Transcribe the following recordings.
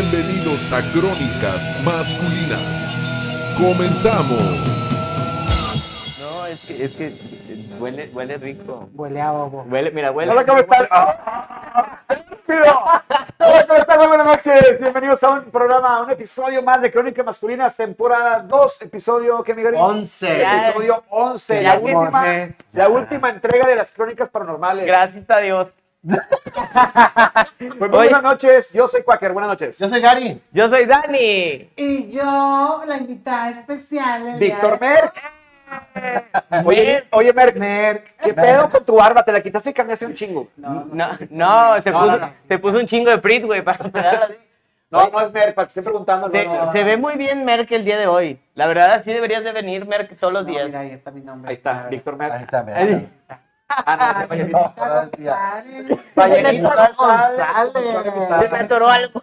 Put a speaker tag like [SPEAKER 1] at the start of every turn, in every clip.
[SPEAKER 1] referentes a crónicas masculinas. Comenzamos.
[SPEAKER 2] No, es que, es que eh, huele, huele rico.
[SPEAKER 3] Huele a bobo.
[SPEAKER 2] Huele, mira, huele.
[SPEAKER 4] Hola, ¿cómo están? ¡Ah! ¡Pido! Hola, ¿cómo están? Muy buenas noches. Bienvenidos a un programa, a un episodio más de Crónicas Masculinas, temporada 2, episodio, ¿qué, Miguel?
[SPEAKER 3] 11.
[SPEAKER 4] Episodio 11, la
[SPEAKER 2] Ya,
[SPEAKER 4] última,
[SPEAKER 3] Jorge.
[SPEAKER 4] la última entrega de las Crónicas Paranormales.
[SPEAKER 2] Gracias a Dios.
[SPEAKER 4] Pues muy
[SPEAKER 2] Oye.
[SPEAKER 4] buenas noches, yo soy Quaker, buenas noches.
[SPEAKER 3] Yo soy Gary.
[SPEAKER 2] Yo soy Dani.
[SPEAKER 3] Y yo, la invitada especial. el
[SPEAKER 4] Víctor
[SPEAKER 3] día
[SPEAKER 4] Merck. Oye, oye, Merck,
[SPEAKER 3] de- Merck.
[SPEAKER 4] ¿qué pedo con tu barba? Te la quitaste y cambiaste un chingo.
[SPEAKER 2] No, no, se,
[SPEAKER 4] No,
[SPEAKER 2] puso,
[SPEAKER 4] no, no.
[SPEAKER 2] se puso un chingo de prit, güey, para pegarla así.
[SPEAKER 4] No, no es Merck, para que esté preguntando.
[SPEAKER 2] Se,
[SPEAKER 4] no, no, no.
[SPEAKER 2] se ve muy bien Merck el día de hoy. La verdad, así deberías de venir Merck todos los
[SPEAKER 3] No,
[SPEAKER 2] días.
[SPEAKER 3] mira, ahí está mi nombre.
[SPEAKER 4] Ahí está, Víctor
[SPEAKER 5] Ahí
[SPEAKER 4] Merck.
[SPEAKER 5] está, mira.
[SPEAKER 4] Ah, no, se vaya.
[SPEAKER 5] No,
[SPEAKER 3] González.
[SPEAKER 4] Vallenita
[SPEAKER 3] Vallenita
[SPEAKER 4] González.
[SPEAKER 2] Se me
[SPEAKER 3] González.
[SPEAKER 2] atoró algo.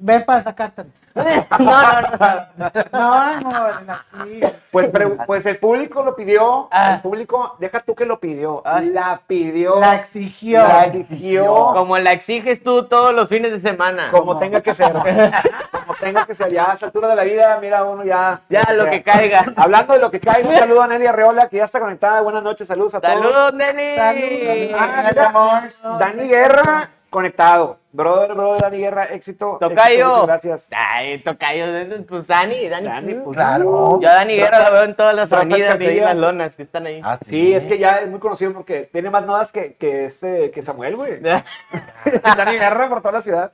[SPEAKER 3] Ven para sacarte.
[SPEAKER 2] No, no, no.
[SPEAKER 3] No, amor, así.
[SPEAKER 4] Pues, pre- pues el público lo pidió,
[SPEAKER 2] Ah.
[SPEAKER 4] el público, deja tú que lo pidió,
[SPEAKER 2] Ay.
[SPEAKER 4] la pidió,
[SPEAKER 3] La exigió.
[SPEAKER 4] la exigió,
[SPEAKER 2] Como la exiges tú todos los fines de semana.
[SPEAKER 4] como tenga que ser, como tenga que ser, ya a esa altura de la vida, mira uno ya.
[SPEAKER 2] Ya, lo que caiga.
[SPEAKER 4] Hablando de lo que cae, un saludo a Nelly Arreola, que ya está conectada, buenas noches, saludos a todos.
[SPEAKER 2] Saludos, Nelly.
[SPEAKER 3] Saludos.
[SPEAKER 4] Ah,
[SPEAKER 3] Nelly,
[SPEAKER 4] mira,
[SPEAKER 3] amor.
[SPEAKER 4] Dani Guerra, conectado, brother, brother, Dani Guerra, éxito, éxito,
[SPEAKER 2] Tocayo.
[SPEAKER 4] muchas gracias.
[SPEAKER 2] Ay, tocayo. Pues Dani, Dani.
[SPEAKER 4] Dani, pues,
[SPEAKER 5] Claro.
[SPEAKER 2] Yo a Dani Guerra lo veo en todas las
[SPEAKER 4] Rafael
[SPEAKER 2] avenidas, ahí,
[SPEAKER 4] Canillas.
[SPEAKER 2] las lonas que están ahí.
[SPEAKER 5] Ah,
[SPEAKER 4] Sí, es que ya es muy conocido porque tiene más nodas que, que este, que Samuel, güey. Dani Guerra por toda la ciudad.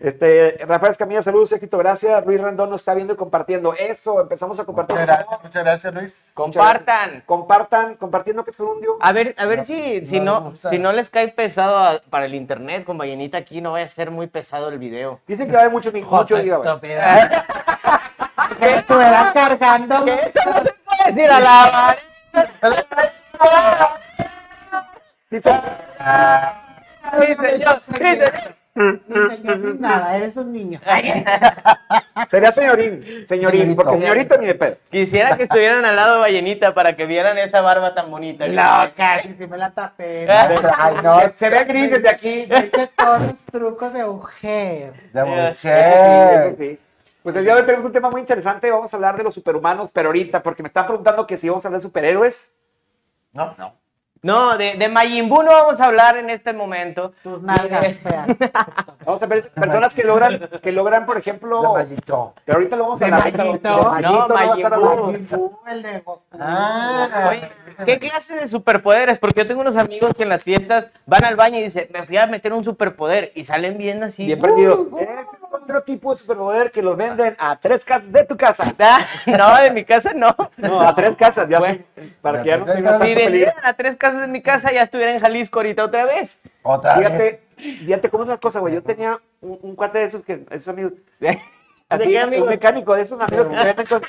[SPEAKER 4] Este, Rafael Escamilla, saludos, éxito, gracias. Luis Rendón nos está viendo y compartiendo. Eso, empezamos a compartir.
[SPEAKER 5] Muchas gracias, muchas gracias, Ah. Luis.
[SPEAKER 2] Compartan.
[SPEAKER 4] Compartan, compartiendo que es gerundio.
[SPEAKER 2] A ver, a ver si,
[SPEAKER 5] No,
[SPEAKER 2] si,
[SPEAKER 5] no
[SPEAKER 2] no,
[SPEAKER 5] me gusta.
[SPEAKER 2] si no les cae pesado a- para el internet con Vallenita aquí, no vaya a ser muy pesado el video.
[SPEAKER 4] Dicen que va a haber mucho, mucho
[SPEAKER 5] Ah,
[SPEAKER 4] liga, güey.
[SPEAKER 3] Estúpida. Que estuviera cargando.
[SPEAKER 2] no se puede decir a la
[SPEAKER 4] Dicen-
[SPEAKER 2] Sí, señor, sí, señor.
[SPEAKER 3] Ni señor ni nada, eres un niño.
[SPEAKER 4] sería señorín, señorín,
[SPEAKER 5] Señorito.
[SPEAKER 4] porque señorito ni de pedo.
[SPEAKER 2] Quisiera que estuvieran al lado de Vallenita para que vieran esa barba tan bonita. Loca.
[SPEAKER 3] Y si me la tapé.
[SPEAKER 5] Ay, no,
[SPEAKER 4] Se ve gris desde aquí.
[SPEAKER 3] Dice todos los trucos de mujer.
[SPEAKER 5] de
[SPEAKER 4] Eso sí, eso
[SPEAKER 5] mujer.
[SPEAKER 4] sí. Pues el día de hoy tenemos un tema muy interesante. Vamos a hablar de los superhumanos, pero ahorita, porque me están preguntando que si vamos a hablar de superhéroes.
[SPEAKER 5] No, no.
[SPEAKER 2] No, de, de Majin Buu no vamos a hablar en este momento.
[SPEAKER 3] Tus nalgas, feas.
[SPEAKER 4] Vamos a ver personas que logran, que logran, por
[SPEAKER 5] De
[SPEAKER 4] ejemplo.
[SPEAKER 5] mallito.
[SPEAKER 4] Pero ahorita lo vamos a
[SPEAKER 3] De
[SPEAKER 4] hablar.
[SPEAKER 3] Mayito.
[SPEAKER 4] De Mayito,
[SPEAKER 2] No,
[SPEAKER 4] no va a estar
[SPEAKER 2] Mayimbu.
[SPEAKER 4] hablando.
[SPEAKER 3] Majin Buu, el de Goku.
[SPEAKER 5] Ah.
[SPEAKER 2] Oye, ¿qué clase de superpoderes? Porque yo tengo unos amigos que en las fiestas van al baño y dicen, me fui a meter un superpoder y salen bien así.
[SPEAKER 4] Bien
[SPEAKER 2] Uh,
[SPEAKER 4] prendido.
[SPEAKER 2] uh.
[SPEAKER 4] Este es otro tipo de superpoder que los venden a tres casas de tu casa.
[SPEAKER 2] Ah, No, de mi casa no.
[SPEAKER 4] No, a tres casas, ya
[SPEAKER 2] Bueno.
[SPEAKER 4] sé, Para que ya no
[SPEAKER 5] Si
[SPEAKER 4] tengas
[SPEAKER 2] Si
[SPEAKER 4] tanto peligro.
[SPEAKER 2] vendieran a tres casas de mi casa, ya estuviera en Jalisco ahorita otra vez.
[SPEAKER 5] Otra vez.
[SPEAKER 4] Fíjate, fíjate cómo es la cosa, güey. Yo tenía un, un cuate de esos, que, esos amigos. Así,
[SPEAKER 2] qué
[SPEAKER 4] un
[SPEAKER 2] amigos?
[SPEAKER 4] mecánico, de esos amigos que te venden con-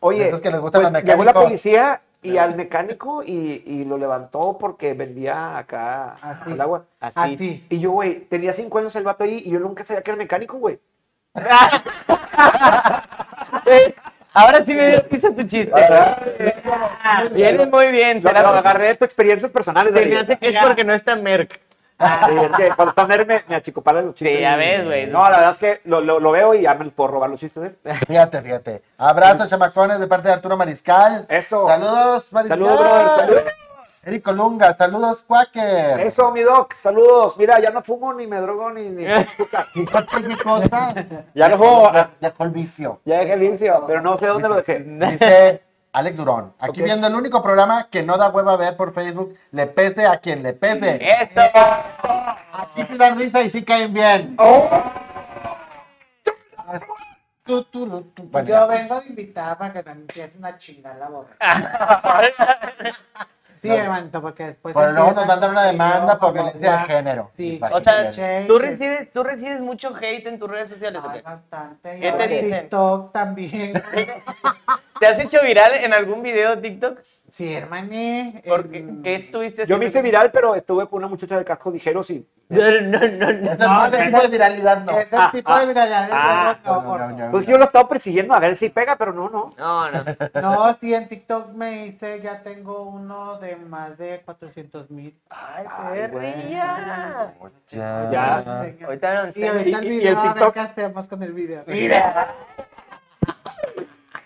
[SPEAKER 4] Oye,
[SPEAKER 5] Esos que les gustan los
[SPEAKER 4] pues, llegó la
[SPEAKER 5] mecánicos.
[SPEAKER 4] policía y al mecánico y, y lo levantó porque vendía acá
[SPEAKER 3] Así.
[SPEAKER 4] al agua.
[SPEAKER 3] Así.
[SPEAKER 4] Y yo, güey, tenía cinco años el vato ahí y yo nunca sabía que era mecánico, güey.
[SPEAKER 2] Eh, Ahora sí me dio piso tu chiste. Vienes muy bien.
[SPEAKER 4] Lo,
[SPEAKER 2] Será
[SPEAKER 4] lo agarré de tus experiencias personales.
[SPEAKER 2] Se
[SPEAKER 4] Dani.
[SPEAKER 2] me hace que es porque no está Merck.
[SPEAKER 4] Ah, Sí, es que cuando estás nerd me, me achicopalan los chistes.
[SPEAKER 2] Sí, ya ves, güey.
[SPEAKER 4] No, la verdad es que lo, lo, lo veo y ya me los puedo robar los chistes. ¿eh?
[SPEAKER 5] Fíjate, fíjate. Abrazo, chamacones, de parte de Arturo Mariscal.
[SPEAKER 4] Eso.
[SPEAKER 5] Saludos, Mariscal.
[SPEAKER 4] Saludos, brother, saludos.
[SPEAKER 5] Eric Colunga, saludos, Quaker.
[SPEAKER 4] Eso, mi doc, saludos. Mira, ya no fumo, ni me drogo, ni... ni azúcar.
[SPEAKER 5] ¿Y cuál fue qué cosa?
[SPEAKER 4] Ya lo juego, ah.
[SPEAKER 5] Dejó el vicio.
[SPEAKER 4] ya dejé el inicio, pero no sé dónde lo dejé.
[SPEAKER 5] Dice Alex Durón. Aquí
[SPEAKER 4] Ok.
[SPEAKER 5] viendo el único programa que no da hueva ver por Facebook. Le pese a quien le pese.
[SPEAKER 2] Eso.
[SPEAKER 5] Aquí sí dan risa y sí caen bien. Tú, tú, tú, tú. Bueno,
[SPEAKER 3] Yo
[SPEAKER 5] ya.
[SPEAKER 3] vengo de invitada para que también empiecen a chingar la boca. Sí, hermanito, porque después.
[SPEAKER 5] Pero luego
[SPEAKER 3] empiezan
[SPEAKER 5] nos mandan una
[SPEAKER 3] con
[SPEAKER 5] demanda
[SPEAKER 3] que
[SPEAKER 5] por
[SPEAKER 3] yo,
[SPEAKER 5] violencia de
[SPEAKER 3] papá,
[SPEAKER 5] género.
[SPEAKER 3] Sí,
[SPEAKER 5] O
[SPEAKER 2] O sea,
[SPEAKER 3] che,
[SPEAKER 2] ¿tú
[SPEAKER 3] que-
[SPEAKER 2] recibes, tú recibes mucho hate en tus redes sociales. ¿o
[SPEAKER 3] Ay,
[SPEAKER 2] qué?
[SPEAKER 3] bastante.
[SPEAKER 2] ¿Qué te
[SPEAKER 3] Y ahora
[SPEAKER 2] dicen?
[SPEAKER 3] TikTok también.
[SPEAKER 2] ¿Te has hecho viral en algún video TikTok?
[SPEAKER 3] Sí, hermané.
[SPEAKER 2] ¿Por qué,
[SPEAKER 3] em,
[SPEAKER 2] qué estuviste
[SPEAKER 4] Yo me hice
[SPEAKER 2] haciendo?
[SPEAKER 4] viral, pero estuve con una muchacha de casco ligeros y...
[SPEAKER 2] No, no, no, no.
[SPEAKER 5] Ese no, ese tipo de viralidad no.
[SPEAKER 3] Ese tipo de viralidad.
[SPEAKER 4] ah,
[SPEAKER 3] no,
[SPEAKER 5] no, no, no,
[SPEAKER 3] gordo.
[SPEAKER 5] no.
[SPEAKER 2] Ah,
[SPEAKER 4] Pues yo lo estaba persiguiendo a ver si pega, pero no, no.
[SPEAKER 2] No, no, semanas.
[SPEAKER 3] No, sí, en TikTok me hice, ya tengo uno de más de 400 mil.
[SPEAKER 2] ¡Ay,
[SPEAKER 4] Ay, güey.
[SPEAKER 2] perrilla!
[SPEAKER 4] Ya.
[SPEAKER 2] Ahorita lo
[SPEAKER 3] Y
[SPEAKER 2] enseño.
[SPEAKER 3] ahorita el
[SPEAKER 4] Y- y el
[SPEAKER 3] video, a ver
[SPEAKER 4] TikTok.
[SPEAKER 3] qué hacemos con el video.
[SPEAKER 2] Mira.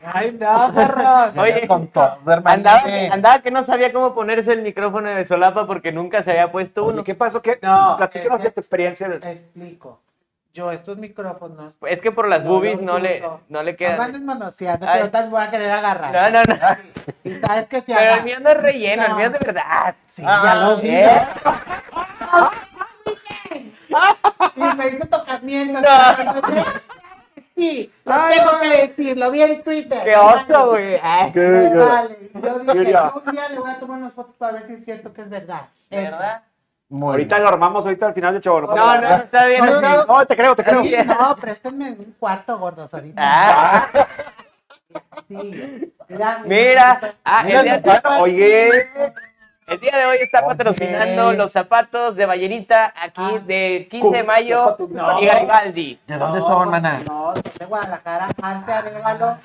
[SPEAKER 3] Ay, no, perros.
[SPEAKER 2] Oye,
[SPEAKER 5] con todo, hermano.
[SPEAKER 2] Andaba,
[SPEAKER 5] Sí.
[SPEAKER 2] andaba que no sabía cómo ponerse el micrófono de solapa porque nunca se había puesto
[SPEAKER 4] Oye,
[SPEAKER 2] uno.
[SPEAKER 4] ¿Qué pasó? ¿Qué?
[SPEAKER 3] No, eh,
[SPEAKER 4] Platícanos
[SPEAKER 3] es que-
[SPEAKER 4] de tu experiencia. en el-
[SPEAKER 3] Te explico. Yo estos micrófonos.
[SPEAKER 2] Es que por las
[SPEAKER 3] No,
[SPEAKER 2] boobies
[SPEAKER 3] no,
[SPEAKER 2] no le,
[SPEAKER 3] no.
[SPEAKER 2] no le
[SPEAKER 3] No
[SPEAKER 2] quedan.
[SPEAKER 3] andes manoseando,
[SPEAKER 2] Ay.
[SPEAKER 3] que no te voy a querer agarrar.
[SPEAKER 2] No, no, no.
[SPEAKER 3] Y sabes que si
[SPEAKER 2] Pero el
[SPEAKER 3] agarras.
[SPEAKER 2] mío no es relleno, el mío es de verdad.
[SPEAKER 3] Sí, ya lo vi.
[SPEAKER 2] ¿eh?
[SPEAKER 3] Y me hizo tocamiento.
[SPEAKER 2] No.
[SPEAKER 3] Sí, lo tengo que decir, lo vi en Twitter.
[SPEAKER 2] ¡Qué oso, güey! Ay,
[SPEAKER 4] Qué
[SPEAKER 3] Me
[SPEAKER 4] güey.
[SPEAKER 3] vale. Yo dije,
[SPEAKER 4] Mira.
[SPEAKER 3] un día le voy a tomar unas fotos para ver si es cierto que es verdad.
[SPEAKER 2] ¿Verdad?
[SPEAKER 5] Muy
[SPEAKER 4] Ahorita
[SPEAKER 5] bien.
[SPEAKER 4] lo armamos, ahorita al final del show.
[SPEAKER 2] No, no, no, está bien.
[SPEAKER 3] No,
[SPEAKER 2] así.
[SPEAKER 3] no.
[SPEAKER 4] No, te creo, te creo.
[SPEAKER 3] Sí, no, préstenme un cuarto, gordos, ahorita.
[SPEAKER 2] Ah,
[SPEAKER 3] Sí. Mira,
[SPEAKER 2] mira, ah,
[SPEAKER 5] Mira,
[SPEAKER 2] el, día,
[SPEAKER 5] ya-
[SPEAKER 4] Bueno, oye,
[SPEAKER 2] el día de hoy está patrocinando los zapatos de Ballenita aquí
[SPEAKER 3] Ah.
[SPEAKER 2] de 15 de mayo
[SPEAKER 3] No.
[SPEAKER 2] y Garibaldi.
[SPEAKER 5] ¿De dónde son, maná?
[SPEAKER 3] No, son de Guadalajara. Marce, arégalo.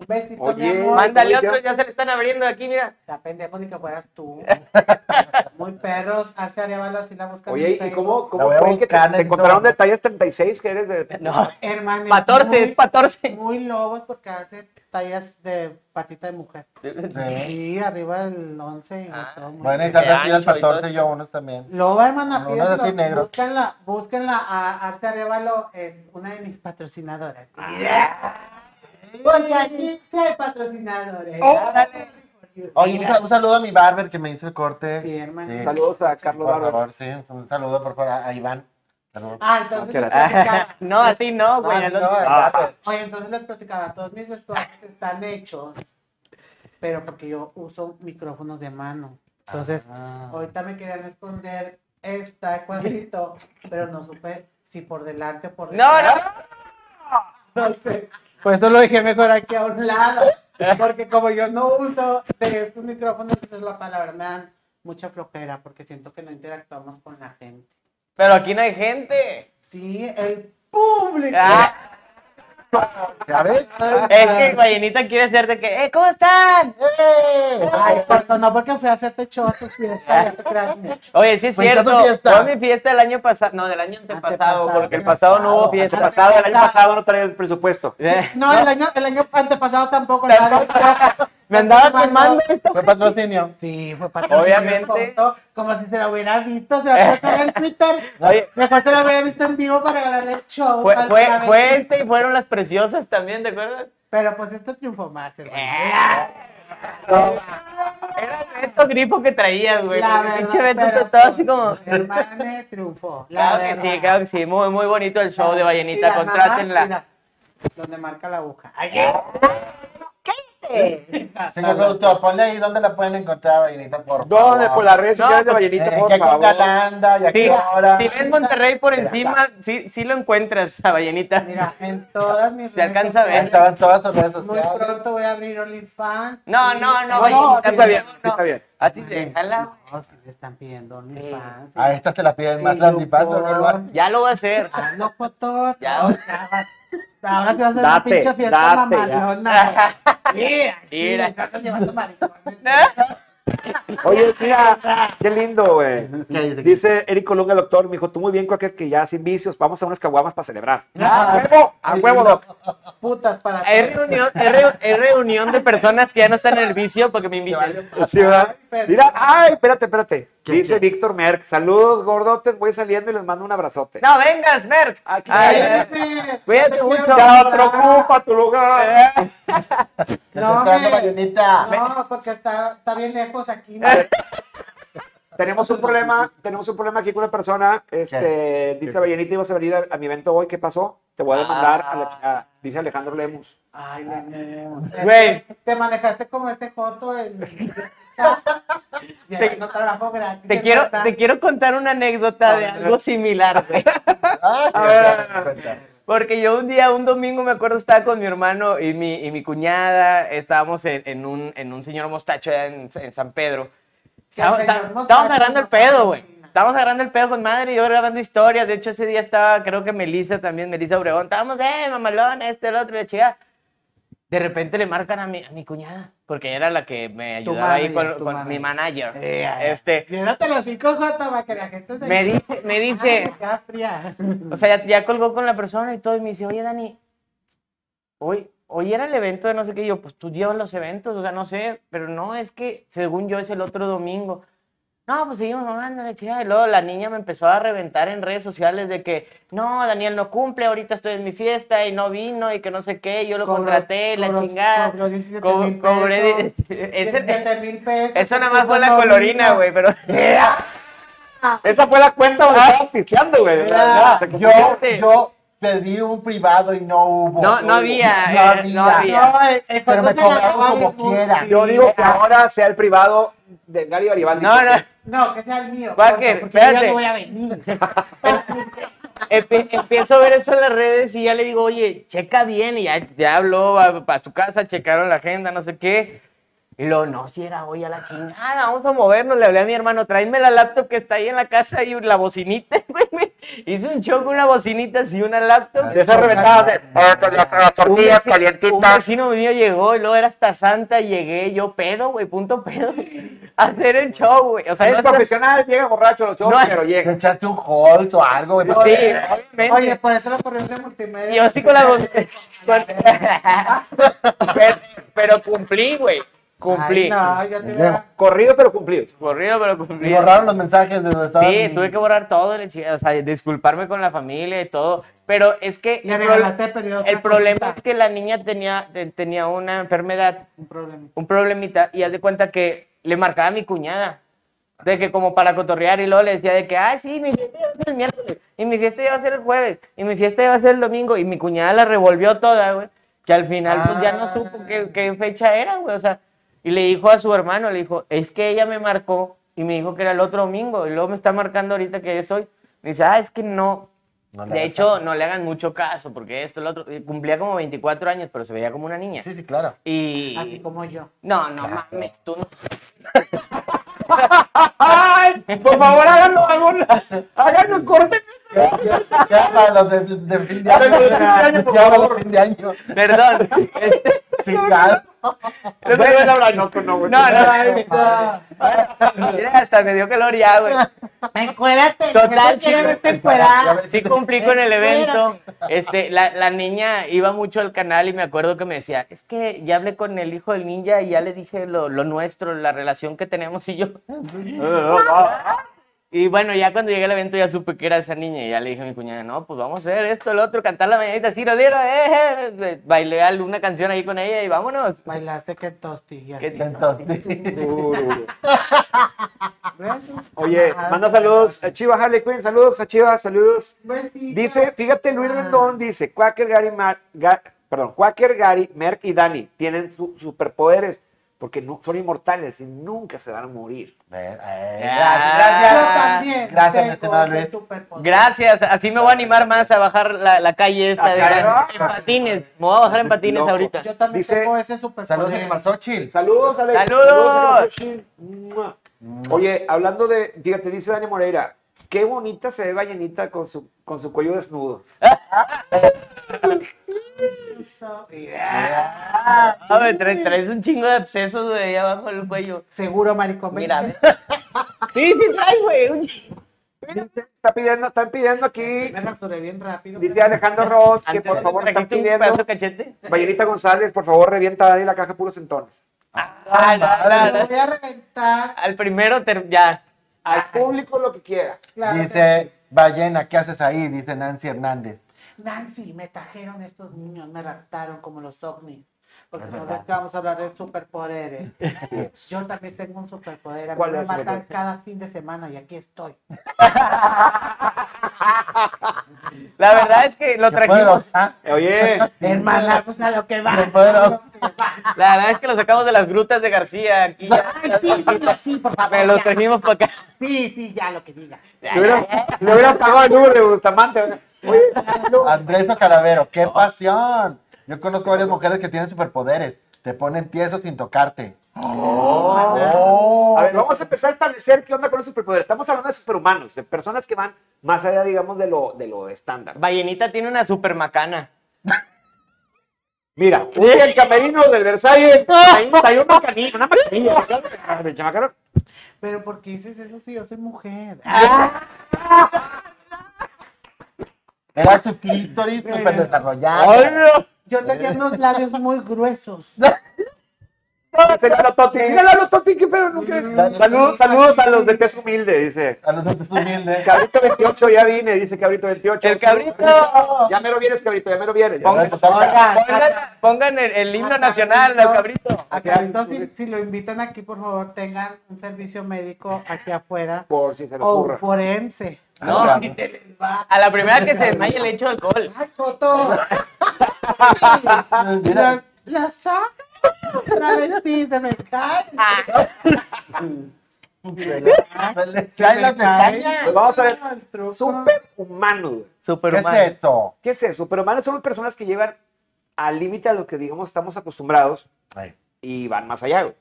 [SPEAKER 3] Un besito,
[SPEAKER 4] Oye.
[SPEAKER 3] mi amor.
[SPEAKER 2] Mándale
[SPEAKER 4] ¿cómo
[SPEAKER 2] otro,
[SPEAKER 4] se
[SPEAKER 2] ya se le están abriendo aquí, mira.
[SPEAKER 3] Está pendejo ni que fueras tú. Muy perros. Arce Arevalo, si la buscas. en
[SPEAKER 4] oye, ¿y
[SPEAKER 3] Facebook.
[SPEAKER 4] cómo,
[SPEAKER 5] La
[SPEAKER 4] cómo
[SPEAKER 5] voy a
[SPEAKER 4] fue que te,
[SPEAKER 5] buscar,
[SPEAKER 4] te
[SPEAKER 5] necesito-
[SPEAKER 4] encontraron de tallas 36 que eres de...
[SPEAKER 2] No,
[SPEAKER 3] Hermano.
[SPEAKER 2] 14,
[SPEAKER 3] muy-
[SPEAKER 2] es 14.
[SPEAKER 3] Muy lobos porque hace tallas de patita de mujer.
[SPEAKER 5] Sí.
[SPEAKER 3] Sí, arriba del 11 y
[SPEAKER 2] Ah.
[SPEAKER 3] todo. muy
[SPEAKER 5] Bueno, y
[SPEAKER 3] bien.
[SPEAKER 5] tal vez
[SPEAKER 2] De
[SPEAKER 5] pida el
[SPEAKER 2] ancho y
[SPEAKER 5] 14
[SPEAKER 2] todo.
[SPEAKER 5] yo unos también.
[SPEAKER 3] Loba, hermana,
[SPEAKER 5] No, no es así,
[SPEAKER 3] pídeselo.
[SPEAKER 5] negro.
[SPEAKER 3] Búsquenla, búsquenla a Arte Arevalo, es una de mis patrocinadoras.
[SPEAKER 2] Ah.
[SPEAKER 3] Porque aquí sí hay patrocinadores.
[SPEAKER 2] Oh, Órale.
[SPEAKER 5] Oye, un, sa- un saludo a mi barber que me hizo el corte.
[SPEAKER 3] Sí, hermano.
[SPEAKER 4] Saludos a Carlos
[SPEAKER 5] Por
[SPEAKER 4] Barba.
[SPEAKER 5] favor, sí. Un saludo, por favor, a a Iván. Saludos.
[SPEAKER 3] Ah, entonces
[SPEAKER 4] No,
[SPEAKER 3] les
[SPEAKER 4] que la-
[SPEAKER 3] platicaba.
[SPEAKER 2] No, a ti Ah, no, güey. al
[SPEAKER 5] no,
[SPEAKER 2] otro.
[SPEAKER 5] al barber.
[SPEAKER 3] Oye, entonces les platicaba, todos mis vestuarios están hechos, pero porque yo uso micrófonos de mano. Entonces,
[SPEAKER 5] Ah.
[SPEAKER 3] Ahorita me querían esconder esta cuadrito, pero no supe si por delante o por
[SPEAKER 2] No, no.
[SPEAKER 3] detrás. No, sé. Por eso lo dejé mejor aquí a un lado. Porque como yo no uso de estos micrófonos, entonces la palabra me dan mucha flojera porque siento que no interactuamos con la gente.
[SPEAKER 2] Pero aquí no hay gente.
[SPEAKER 3] Sí, el público.
[SPEAKER 2] Ah,
[SPEAKER 5] ¿Sabes?
[SPEAKER 2] es que Ballenita quiere hacerte que, eh, ¿cómo están?
[SPEAKER 3] Ay, perdón, no porque fui a hacerte chotos y esta, ya te creas mucho.
[SPEAKER 2] Oye, sí es
[SPEAKER 5] Pues, ¿cuándo
[SPEAKER 2] cierto.
[SPEAKER 5] fiesta?
[SPEAKER 2] Fue mi fiesta el año pasado. No, del año antepasado,
[SPEAKER 3] Antepasado,
[SPEAKER 2] porque el pasado no hubo
[SPEAKER 4] El
[SPEAKER 2] fiesta.
[SPEAKER 4] pasado, el año pasado no traía el presupuesto.
[SPEAKER 2] eh,
[SPEAKER 3] No, el año, el año antepasado tampoco. nada.
[SPEAKER 2] Me andaba quemando esto.
[SPEAKER 5] Fue patrocinio.
[SPEAKER 3] Sí, fue patrocinio
[SPEAKER 2] Obviamente.
[SPEAKER 3] con todo, como si se la hubiera visto, se la hubiera cagado en Twitter.
[SPEAKER 2] Oye.
[SPEAKER 3] Mejor se la hubiera visto en vivo para ganar el show.
[SPEAKER 2] Fue,
[SPEAKER 3] tal
[SPEAKER 2] fue,
[SPEAKER 3] vez.
[SPEAKER 2] fue este y fueron las preciosas también, ¿te acuerdas?
[SPEAKER 3] Pero pues este triunfó más,
[SPEAKER 2] Eh.
[SPEAKER 3] hermano.
[SPEAKER 2] Era el Beto grifo que traías, güey.
[SPEAKER 3] La
[SPEAKER 2] porque el Pinche
[SPEAKER 3] verdad,
[SPEAKER 2] Beto
[SPEAKER 3] pero,
[SPEAKER 2] todo así como.
[SPEAKER 3] pues, Hermano, triunfó. La
[SPEAKER 2] Claro que sí,
[SPEAKER 3] verdad.
[SPEAKER 2] claro que sí. Muy, muy bonito el show de Ballenita.
[SPEAKER 3] Mira, nada más,
[SPEAKER 2] Contrátenla.
[SPEAKER 3] mira, donde marca la aguja. eh,
[SPEAKER 5] Señor productor, ponle ahí dónde la pueden encontrar, Vallenita, por favor.
[SPEAKER 4] ¿Dónde? Por las redes
[SPEAKER 2] No,
[SPEAKER 4] sociales de
[SPEAKER 2] pues,
[SPEAKER 5] Eh,
[SPEAKER 4] Vallenita, por
[SPEAKER 5] ¿Qué con
[SPEAKER 4] favor.
[SPEAKER 5] Galanda? ¿Y a
[SPEAKER 2] Sí,
[SPEAKER 5] qué hora?
[SPEAKER 2] si ves Monterrey por encima, sí, sí lo encuentras a Ballenita.
[SPEAKER 3] Mira, en todas mis
[SPEAKER 2] Se alcanza a ver.
[SPEAKER 5] Ahí
[SPEAKER 3] sociales,
[SPEAKER 5] Estaban todas sus redes
[SPEAKER 3] Muy
[SPEAKER 5] sociales.
[SPEAKER 3] pronto voy a abrir OnlyFans.
[SPEAKER 2] No, no,
[SPEAKER 3] y-
[SPEAKER 2] no,
[SPEAKER 4] No, no,
[SPEAKER 2] Vallenita,
[SPEAKER 4] sí está bien,
[SPEAKER 2] no,
[SPEAKER 4] sí
[SPEAKER 2] no.
[SPEAKER 4] está bien.
[SPEAKER 2] Así déjala. güey.
[SPEAKER 3] No, si le están pidiendo OnlyFans.
[SPEAKER 5] A estas te la piden más
[SPEAKER 3] Sí,
[SPEAKER 5] las
[SPEAKER 3] yo
[SPEAKER 5] dipas, no
[SPEAKER 3] por-
[SPEAKER 5] lo hacen.
[SPEAKER 2] Ya lo voy a hacer.
[SPEAKER 3] Ah, no, foto.
[SPEAKER 2] Ya,
[SPEAKER 3] ahora sí va a ser una
[SPEAKER 4] Date,
[SPEAKER 3] pinche fiesta
[SPEAKER 4] date,
[SPEAKER 3] mamalona. Mira,
[SPEAKER 2] Mira.
[SPEAKER 3] mira. Estás llevando maricones.
[SPEAKER 4] Oye, mira, qué lindo, güey.
[SPEAKER 5] ¿Qué dice?
[SPEAKER 4] Dice Eric Colunga, doctor, me dijo, tú muy bien, cualquier que ya sin vicios, vamos a unas caguamas para celebrar.
[SPEAKER 5] Ah,
[SPEAKER 4] ¡A huevo! ¡A huevo, doc!
[SPEAKER 3] Putas para
[SPEAKER 2] Es
[SPEAKER 3] todos.
[SPEAKER 2] reunión, es reu- es reunión de personas que ya no están en el vicio porque me invitan.
[SPEAKER 4] Sí, ¿verdad?
[SPEAKER 3] pero-
[SPEAKER 4] Mira, ay, espérate, espérate.
[SPEAKER 5] ¿Qué,
[SPEAKER 4] Dice
[SPEAKER 5] qué?
[SPEAKER 4] Víctor Merck, saludos, gordotes, voy saliendo y les mando un abrazote.
[SPEAKER 2] No, vengas, Merck. Ay, ay, ay.
[SPEAKER 3] Espérame,
[SPEAKER 2] Cuídate
[SPEAKER 3] no te
[SPEAKER 2] mucho.
[SPEAKER 3] quiero
[SPEAKER 4] Ya
[SPEAKER 3] hablar.
[SPEAKER 4] otro ocupa tu lugar.
[SPEAKER 5] Te
[SPEAKER 3] No,
[SPEAKER 5] está dando
[SPEAKER 3] me-
[SPEAKER 5] Vallenita.
[SPEAKER 3] No, porque está, está bien lejos aquí.
[SPEAKER 2] Eh.
[SPEAKER 3] ¿no?
[SPEAKER 4] Tenemos un problema, tenemos un problema aquí con una persona, este, dice Vallenita, ibas a venir a, a mi evento hoy, ¿qué pasó? Te voy a demandar a la chingada, dice Alejandro Lemus.
[SPEAKER 3] Ay, la neta.
[SPEAKER 2] Güey.
[SPEAKER 3] Te manejaste como este foto en. Llevando trabajo gratis.
[SPEAKER 2] Te
[SPEAKER 3] en
[SPEAKER 2] quiero,
[SPEAKER 3] verdad.
[SPEAKER 2] te quiero contar una anécdota de algo similar, güey.
[SPEAKER 5] Ah,
[SPEAKER 4] A ver,
[SPEAKER 5] ya,
[SPEAKER 4] a ver.
[SPEAKER 5] cuenta.
[SPEAKER 2] Porque yo un día, un domingo, me acuerdo, estaba con mi hermano y mi, y mi cuñada, estábamos en, en un, en un señor mostacho allá en, en San Pedro. Estábamos,
[SPEAKER 3] señor
[SPEAKER 2] está-
[SPEAKER 3] mostacho
[SPEAKER 2] estábamos agarrando el
[SPEAKER 3] no paga
[SPEAKER 2] pedo, güey.
[SPEAKER 3] benzina.
[SPEAKER 2] Estábamos agarrando el pedo con madre y yo grabando historias. De hecho, ese día estaba, creo que Melissa también, Melissa Obregón. Estábamos, eh, mamalón, este, el otro, y la chica. de repente le marcan a mi, a mi cuñada, porque era la que me
[SPEAKER 3] Tu
[SPEAKER 2] ayudaba ahí con,
[SPEAKER 3] manager, tu Eh,
[SPEAKER 2] con mi manager. este,
[SPEAKER 3] Llévate los 5 J para que la gente se.
[SPEAKER 2] me dice, me dice,
[SPEAKER 3] Ay, ya fría.
[SPEAKER 2] o sea, ya, ya colgó con la persona y todo, y me dice, oye, Dani, hoy, hoy era el evento de no sé qué, y yo, pues tú llevas los eventos, o sea, no sé, pero no, es que según yo es el otro domingo. No, pues seguimos mamando la chingada. Y luego la niña me empezó a reventar en redes sociales de que, no, Daniel no cumple, ahorita estoy en mi fiesta y no vino y que no sé qué, yo lo
[SPEAKER 3] Cobró-
[SPEAKER 2] contraté, la
[SPEAKER 3] cobró-
[SPEAKER 2] chingada.
[SPEAKER 3] Cobró 17
[SPEAKER 2] Co-
[SPEAKER 3] mil
[SPEAKER 2] cobré
[SPEAKER 3] pesos.
[SPEAKER 2] di- ese-
[SPEAKER 3] 17 mil pesos.
[SPEAKER 2] Eso nada más fue la colorina, güey, pero...
[SPEAKER 4] Esa fue la cuenta donde
[SPEAKER 2] Ah.
[SPEAKER 4] estabas pisteando, güey.
[SPEAKER 5] Mira,
[SPEAKER 4] Se
[SPEAKER 5] yo,
[SPEAKER 4] confundió.
[SPEAKER 5] yo pedí un privado y no hubo.
[SPEAKER 2] No, no había,
[SPEAKER 5] No
[SPEAKER 2] eh,
[SPEAKER 5] había.
[SPEAKER 2] no había.
[SPEAKER 3] No, el, el
[SPEAKER 5] Pero me
[SPEAKER 3] José se la
[SPEAKER 5] cobraron
[SPEAKER 3] robó
[SPEAKER 5] como
[SPEAKER 3] algún-
[SPEAKER 5] quiera.
[SPEAKER 3] sí.
[SPEAKER 4] Yo digo que ahora sea el privado de Gary Garibaldi.
[SPEAKER 2] No, no,
[SPEAKER 3] No, que sea el mío.
[SPEAKER 2] Walker,
[SPEAKER 3] corto, porque yo ya
[SPEAKER 2] espérate.
[SPEAKER 3] no voy a venir.
[SPEAKER 2] Empe- empiezo a ver eso en las redes y ya le digo, oye, checa bien. Y ya, ya habló a, a su casa, checaron la agenda, no sé qué. Y lo no, si era hoy a la chingada, vamos a movernos. Le hablé a mi hermano, tráeme la laptop que está ahí en la casa y la bocinita. güey, me- Hice un show con una bocinita y una laptop.
[SPEAKER 4] De esas reventadas de. "Ah, con las- las
[SPEAKER 2] Un
[SPEAKER 4] tortillas
[SPEAKER 2] vecino- Un
[SPEAKER 4] calientitas.
[SPEAKER 2] vecino mío llegó y luego era hasta Santa, llegué yo pedo, güey, punto pedo, a hacer el show, güey. O sea,
[SPEAKER 4] Es
[SPEAKER 2] no es-
[SPEAKER 4] profesional, llega borracho los shows,
[SPEAKER 2] No.
[SPEAKER 4] pero
[SPEAKER 5] Te
[SPEAKER 4] llega.
[SPEAKER 5] echaste un holz o algo, güey.
[SPEAKER 2] Sí,
[SPEAKER 5] porque-
[SPEAKER 4] eh,
[SPEAKER 2] obviamente.
[SPEAKER 3] Oye, por eso la corriente multimedia.
[SPEAKER 2] Yo sí con la voz. con- pero, pero cumplí, güey. Cumplí.
[SPEAKER 3] Ay, no, yo te hubiera-
[SPEAKER 4] Corrido, pero cumplido.
[SPEAKER 2] Corrido, pero
[SPEAKER 5] Y
[SPEAKER 2] cumplí.
[SPEAKER 5] borraron los mensajes de donde estaban.
[SPEAKER 2] Sí, tuve que borrar todo, la chingada, o sea, disculparme con la familia y todo, pero es que
[SPEAKER 3] Le
[SPEAKER 2] el,
[SPEAKER 3] regalaste el periodo
[SPEAKER 2] el
[SPEAKER 3] otra
[SPEAKER 2] problema
[SPEAKER 3] cosita.
[SPEAKER 2] es que la niña tenía, te- tenía una enfermedad,
[SPEAKER 3] Un problema.
[SPEAKER 2] un problemita, y haz de cuenta que le marcaba a mi cuñada, de que como para cotorrear, y luego le decía de que, ay, sí, mi fiesta iba a ser el miércoles, y mi fiesta iba a ser el jueves, y mi fiesta iba a ser el domingo, y mi cuñada la revolvió toda, güey, que al final pues, ya no
[SPEAKER 5] Ah.
[SPEAKER 2] supo qué, qué fecha era, güey, o sea, y le dijo a su hermano, le dijo, es que ella me marcó y me dijo que era el otro domingo, y luego me está marcando ahorita que es hoy, me dice, ah, es que no,
[SPEAKER 5] No le
[SPEAKER 2] de
[SPEAKER 5] hagas
[SPEAKER 2] hecho, no le hagan mucho caso, porque esto, lo otro, Y cumplía como 24 años, pero se veía como una niña,
[SPEAKER 5] Sí, sí, claro.
[SPEAKER 2] y...
[SPEAKER 3] Así como yo.
[SPEAKER 2] No, no mames, tú no.
[SPEAKER 4] ¡Ay! Por favor, háganlo, háganlo. Háganlo, corten.
[SPEAKER 5] Ya para los de, de fin de
[SPEAKER 4] Para
[SPEAKER 5] año.
[SPEAKER 4] los de fin de año, por
[SPEAKER 5] Ya para
[SPEAKER 4] favor.
[SPEAKER 5] los fin de año.
[SPEAKER 2] Perdón. Este,
[SPEAKER 5] Chingado.
[SPEAKER 4] Eso no es hablar, no, tú no, güey.
[SPEAKER 2] no, no. Mira, hasta me dio calor ya, güey.
[SPEAKER 3] Encuérate.
[SPEAKER 2] Total,
[SPEAKER 3] que
[SPEAKER 2] sí.
[SPEAKER 3] no te encuerar.
[SPEAKER 2] Sí cumplí con el evento. Este, la, la niña iba mucho al canal y me acuerdo que me decía, es que ya hablé con el hijo del ninja y ya le dije lo, lo nuestro, la relación que tenemos y yo.
[SPEAKER 4] No, no, no.
[SPEAKER 2] Y bueno, ya cuando llegué al evento ya supe que era esa niña y ya le dije a mi cuñada, no, pues vamos a hacer esto, lo otro, cantar la mañanita, tiro, tiro, eh, eh". bailé alguna canción ahí con ella y vámonos.
[SPEAKER 3] Bailaste que tosti. ya.
[SPEAKER 2] Que-
[SPEAKER 5] Entonces, eh,
[SPEAKER 4] Duro.
[SPEAKER 3] ¿Ves?
[SPEAKER 4] Oye,
[SPEAKER 3] Ajá,
[SPEAKER 4] manda saludos a Chiva Harley Quinn, saludos a Chiva, saludos.
[SPEAKER 3] Besito.
[SPEAKER 4] Dice, fíjate, Luis
[SPEAKER 3] Ah.
[SPEAKER 4] Rendón dice, Quaker Gary, Mar- Ga- perdón, Quaker Gary, Merck y Dani tienen sus superpoderes porque nu- son inmortales y nunca se van a morir.
[SPEAKER 5] Eh,
[SPEAKER 2] Ah.
[SPEAKER 5] Gracias,
[SPEAKER 3] Yo
[SPEAKER 5] gracias.
[SPEAKER 3] también.
[SPEAKER 5] Gracias,
[SPEAKER 3] tengo
[SPEAKER 5] mi estimado
[SPEAKER 3] ese
[SPEAKER 5] Luis.
[SPEAKER 3] superpoder.
[SPEAKER 2] Gracias, así me voy a animar más a bajar la, la calle esta de
[SPEAKER 4] Acá,
[SPEAKER 2] en patines. Me voy a bajar en patines
[SPEAKER 4] Loco.
[SPEAKER 2] ahorita.
[SPEAKER 3] Yo también
[SPEAKER 4] Dice-
[SPEAKER 3] tengo ese superpoder.
[SPEAKER 5] Saludos, Animal Xochitl.
[SPEAKER 4] Saludos, Alex.
[SPEAKER 2] Saludos.
[SPEAKER 4] Alex Xochitl. Mua. Oye, hablando de, fíjate, dice Dani Moreira, qué bonita se ve Vallenita con su, con su cuello desnudo.
[SPEAKER 3] Eso.
[SPEAKER 2] Ah, me traes, traes un chingo de abscesos, güey, ahí abajo del cuello.
[SPEAKER 3] Seguro, maricón.
[SPEAKER 2] Mira.
[SPEAKER 3] Mira.
[SPEAKER 2] Sí, sí traes, güey. un chingo.
[SPEAKER 4] Está pidiendo, están pidiendo aquí,
[SPEAKER 3] Me rasuré bien rápido.
[SPEAKER 4] dice Alejandro Ross, que
[SPEAKER 2] Antes
[SPEAKER 4] por
[SPEAKER 2] de-
[SPEAKER 4] favor están
[SPEAKER 2] ¿trajiste un
[SPEAKER 4] pidiendo.
[SPEAKER 2] pedazo de cachete?
[SPEAKER 4] Vallenita González, por favor, revienta a Dani la caja puros entones.
[SPEAKER 2] Ah, no,
[SPEAKER 3] Lo
[SPEAKER 2] no, no.
[SPEAKER 3] voy a reventar.
[SPEAKER 2] Al primero, ter- ya.
[SPEAKER 4] Al público lo que quiera.
[SPEAKER 3] Claro que
[SPEAKER 5] Dice, ballena, ¿qué haces ahí? Dice Nancy Hernández.
[SPEAKER 3] Nancy, me trajeron estos niños, me raptaron como los ovnis. Porque
[SPEAKER 5] Es
[SPEAKER 3] no
[SPEAKER 5] verdad.
[SPEAKER 3] ves que vamos a hablar de superpoderes. Yo también tengo un superpoder. A mí
[SPEAKER 4] ¿Cuál
[SPEAKER 3] me
[SPEAKER 4] es,
[SPEAKER 3] matan
[SPEAKER 4] Beto?
[SPEAKER 3] cada fin de semana y aquí estoy.
[SPEAKER 2] La verdad es que lo
[SPEAKER 5] Qué
[SPEAKER 2] trajimos.
[SPEAKER 5] poderosa.
[SPEAKER 4] Oye,
[SPEAKER 3] Hermana, pues a lo que va.
[SPEAKER 5] Qué poderosa.
[SPEAKER 2] La verdad es que lo sacamos de las grutas de García. Aquí ya.
[SPEAKER 3] Ay, sí, sí, sí, por favor.
[SPEAKER 2] Me lo
[SPEAKER 3] ya.
[SPEAKER 2] trajimos para acá.
[SPEAKER 3] Sí, sí, ya lo que digas.
[SPEAKER 4] le hubiera, le hubiera pagado el Uber de Bustamante. Oye, no,
[SPEAKER 5] Andrés Calavero, qué pasión. Yo conozco varias mujeres que tienen superpoderes. Te ponen tieso sin tocarte.
[SPEAKER 4] A ver, vamos a empezar a establecer qué onda con los superpoderes. Estamos hablando de superhumanos, de personas que van más allá, digamos, de lo, de lo estándar.
[SPEAKER 2] Vallenita tiene una super macana.
[SPEAKER 4] Mira, un día el camerino del Versalles, ahí hay una canilla, una macanilla. El chamaco,
[SPEAKER 3] Pero ¿por qué dices eso si yo soy mujer?
[SPEAKER 5] Era su clítoris súper desarrollado.
[SPEAKER 2] ¡Ay, no!
[SPEAKER 3] Yo tenía unos labios muy gruesos.
[SPEAKER 4] dice Lalo Toti, mira Lalo Toti, qué pedo, ¿no? ¿Qué?
[SPEAKER 5] Lalo
[SPEAKER 4] Saludos,
[SPEAKER 5] Toti,
[SPEAKER 4] saludos a los de Queso Humilde, dice.
[SPEAKER 5] A los de tus humildes.
[SPEAKER 4] Cabrito 28, ya vine, dice Cabrito 28.
[SPEAKER 2] ¡El cabrito!
[SPEAKER 4] Ya mero vienes, Cabrito, ya mero vienes. Ya.
[SPEAKER 5] Pongan- pongan-
[SPEAKER 2] Pongan, pongan el, el himno nacional al cabrito.
[SPEAKER 3] A Carlito, si, si lo invitan aquí, por favor, tengan un servicio médico aquí afuera.
[SPEAKER 4] Por si se le
[SPEAKER 3] O un
[SPEAKER 4] ocurra.
[SPEAKER 3] forense.
[SPEAKER 2] No, si te les va. A la primera que se desmaye le echo alcohol.
[SPEAKER 3] ¡Ay, Coto!
[SPEAKER 5] Mira.
[SPEAKER 3] la, la saca. Otra vez dice, me cae.
[SPEAKER 2] Ah,
[SPEAKER 5] Se caen las pestañas.
[SPEAKER 4] Pues vamos a ver.
[SPEAKER 3] El truco.
[SPEAKER 4] Superhumano. güey.
[SPEAKER 5] ¿Qué es
[SPEAKER 2] Superman.
[SPEAKER 5] esto?
[SPEAKER 4] ¿Qué es eso? Superhumanos son personas que llevan al límite a lo que, digamos, estamos acostumbrados
[SPEAKER 5] Ay,
[SPEAKER 4] y van más allá. güey.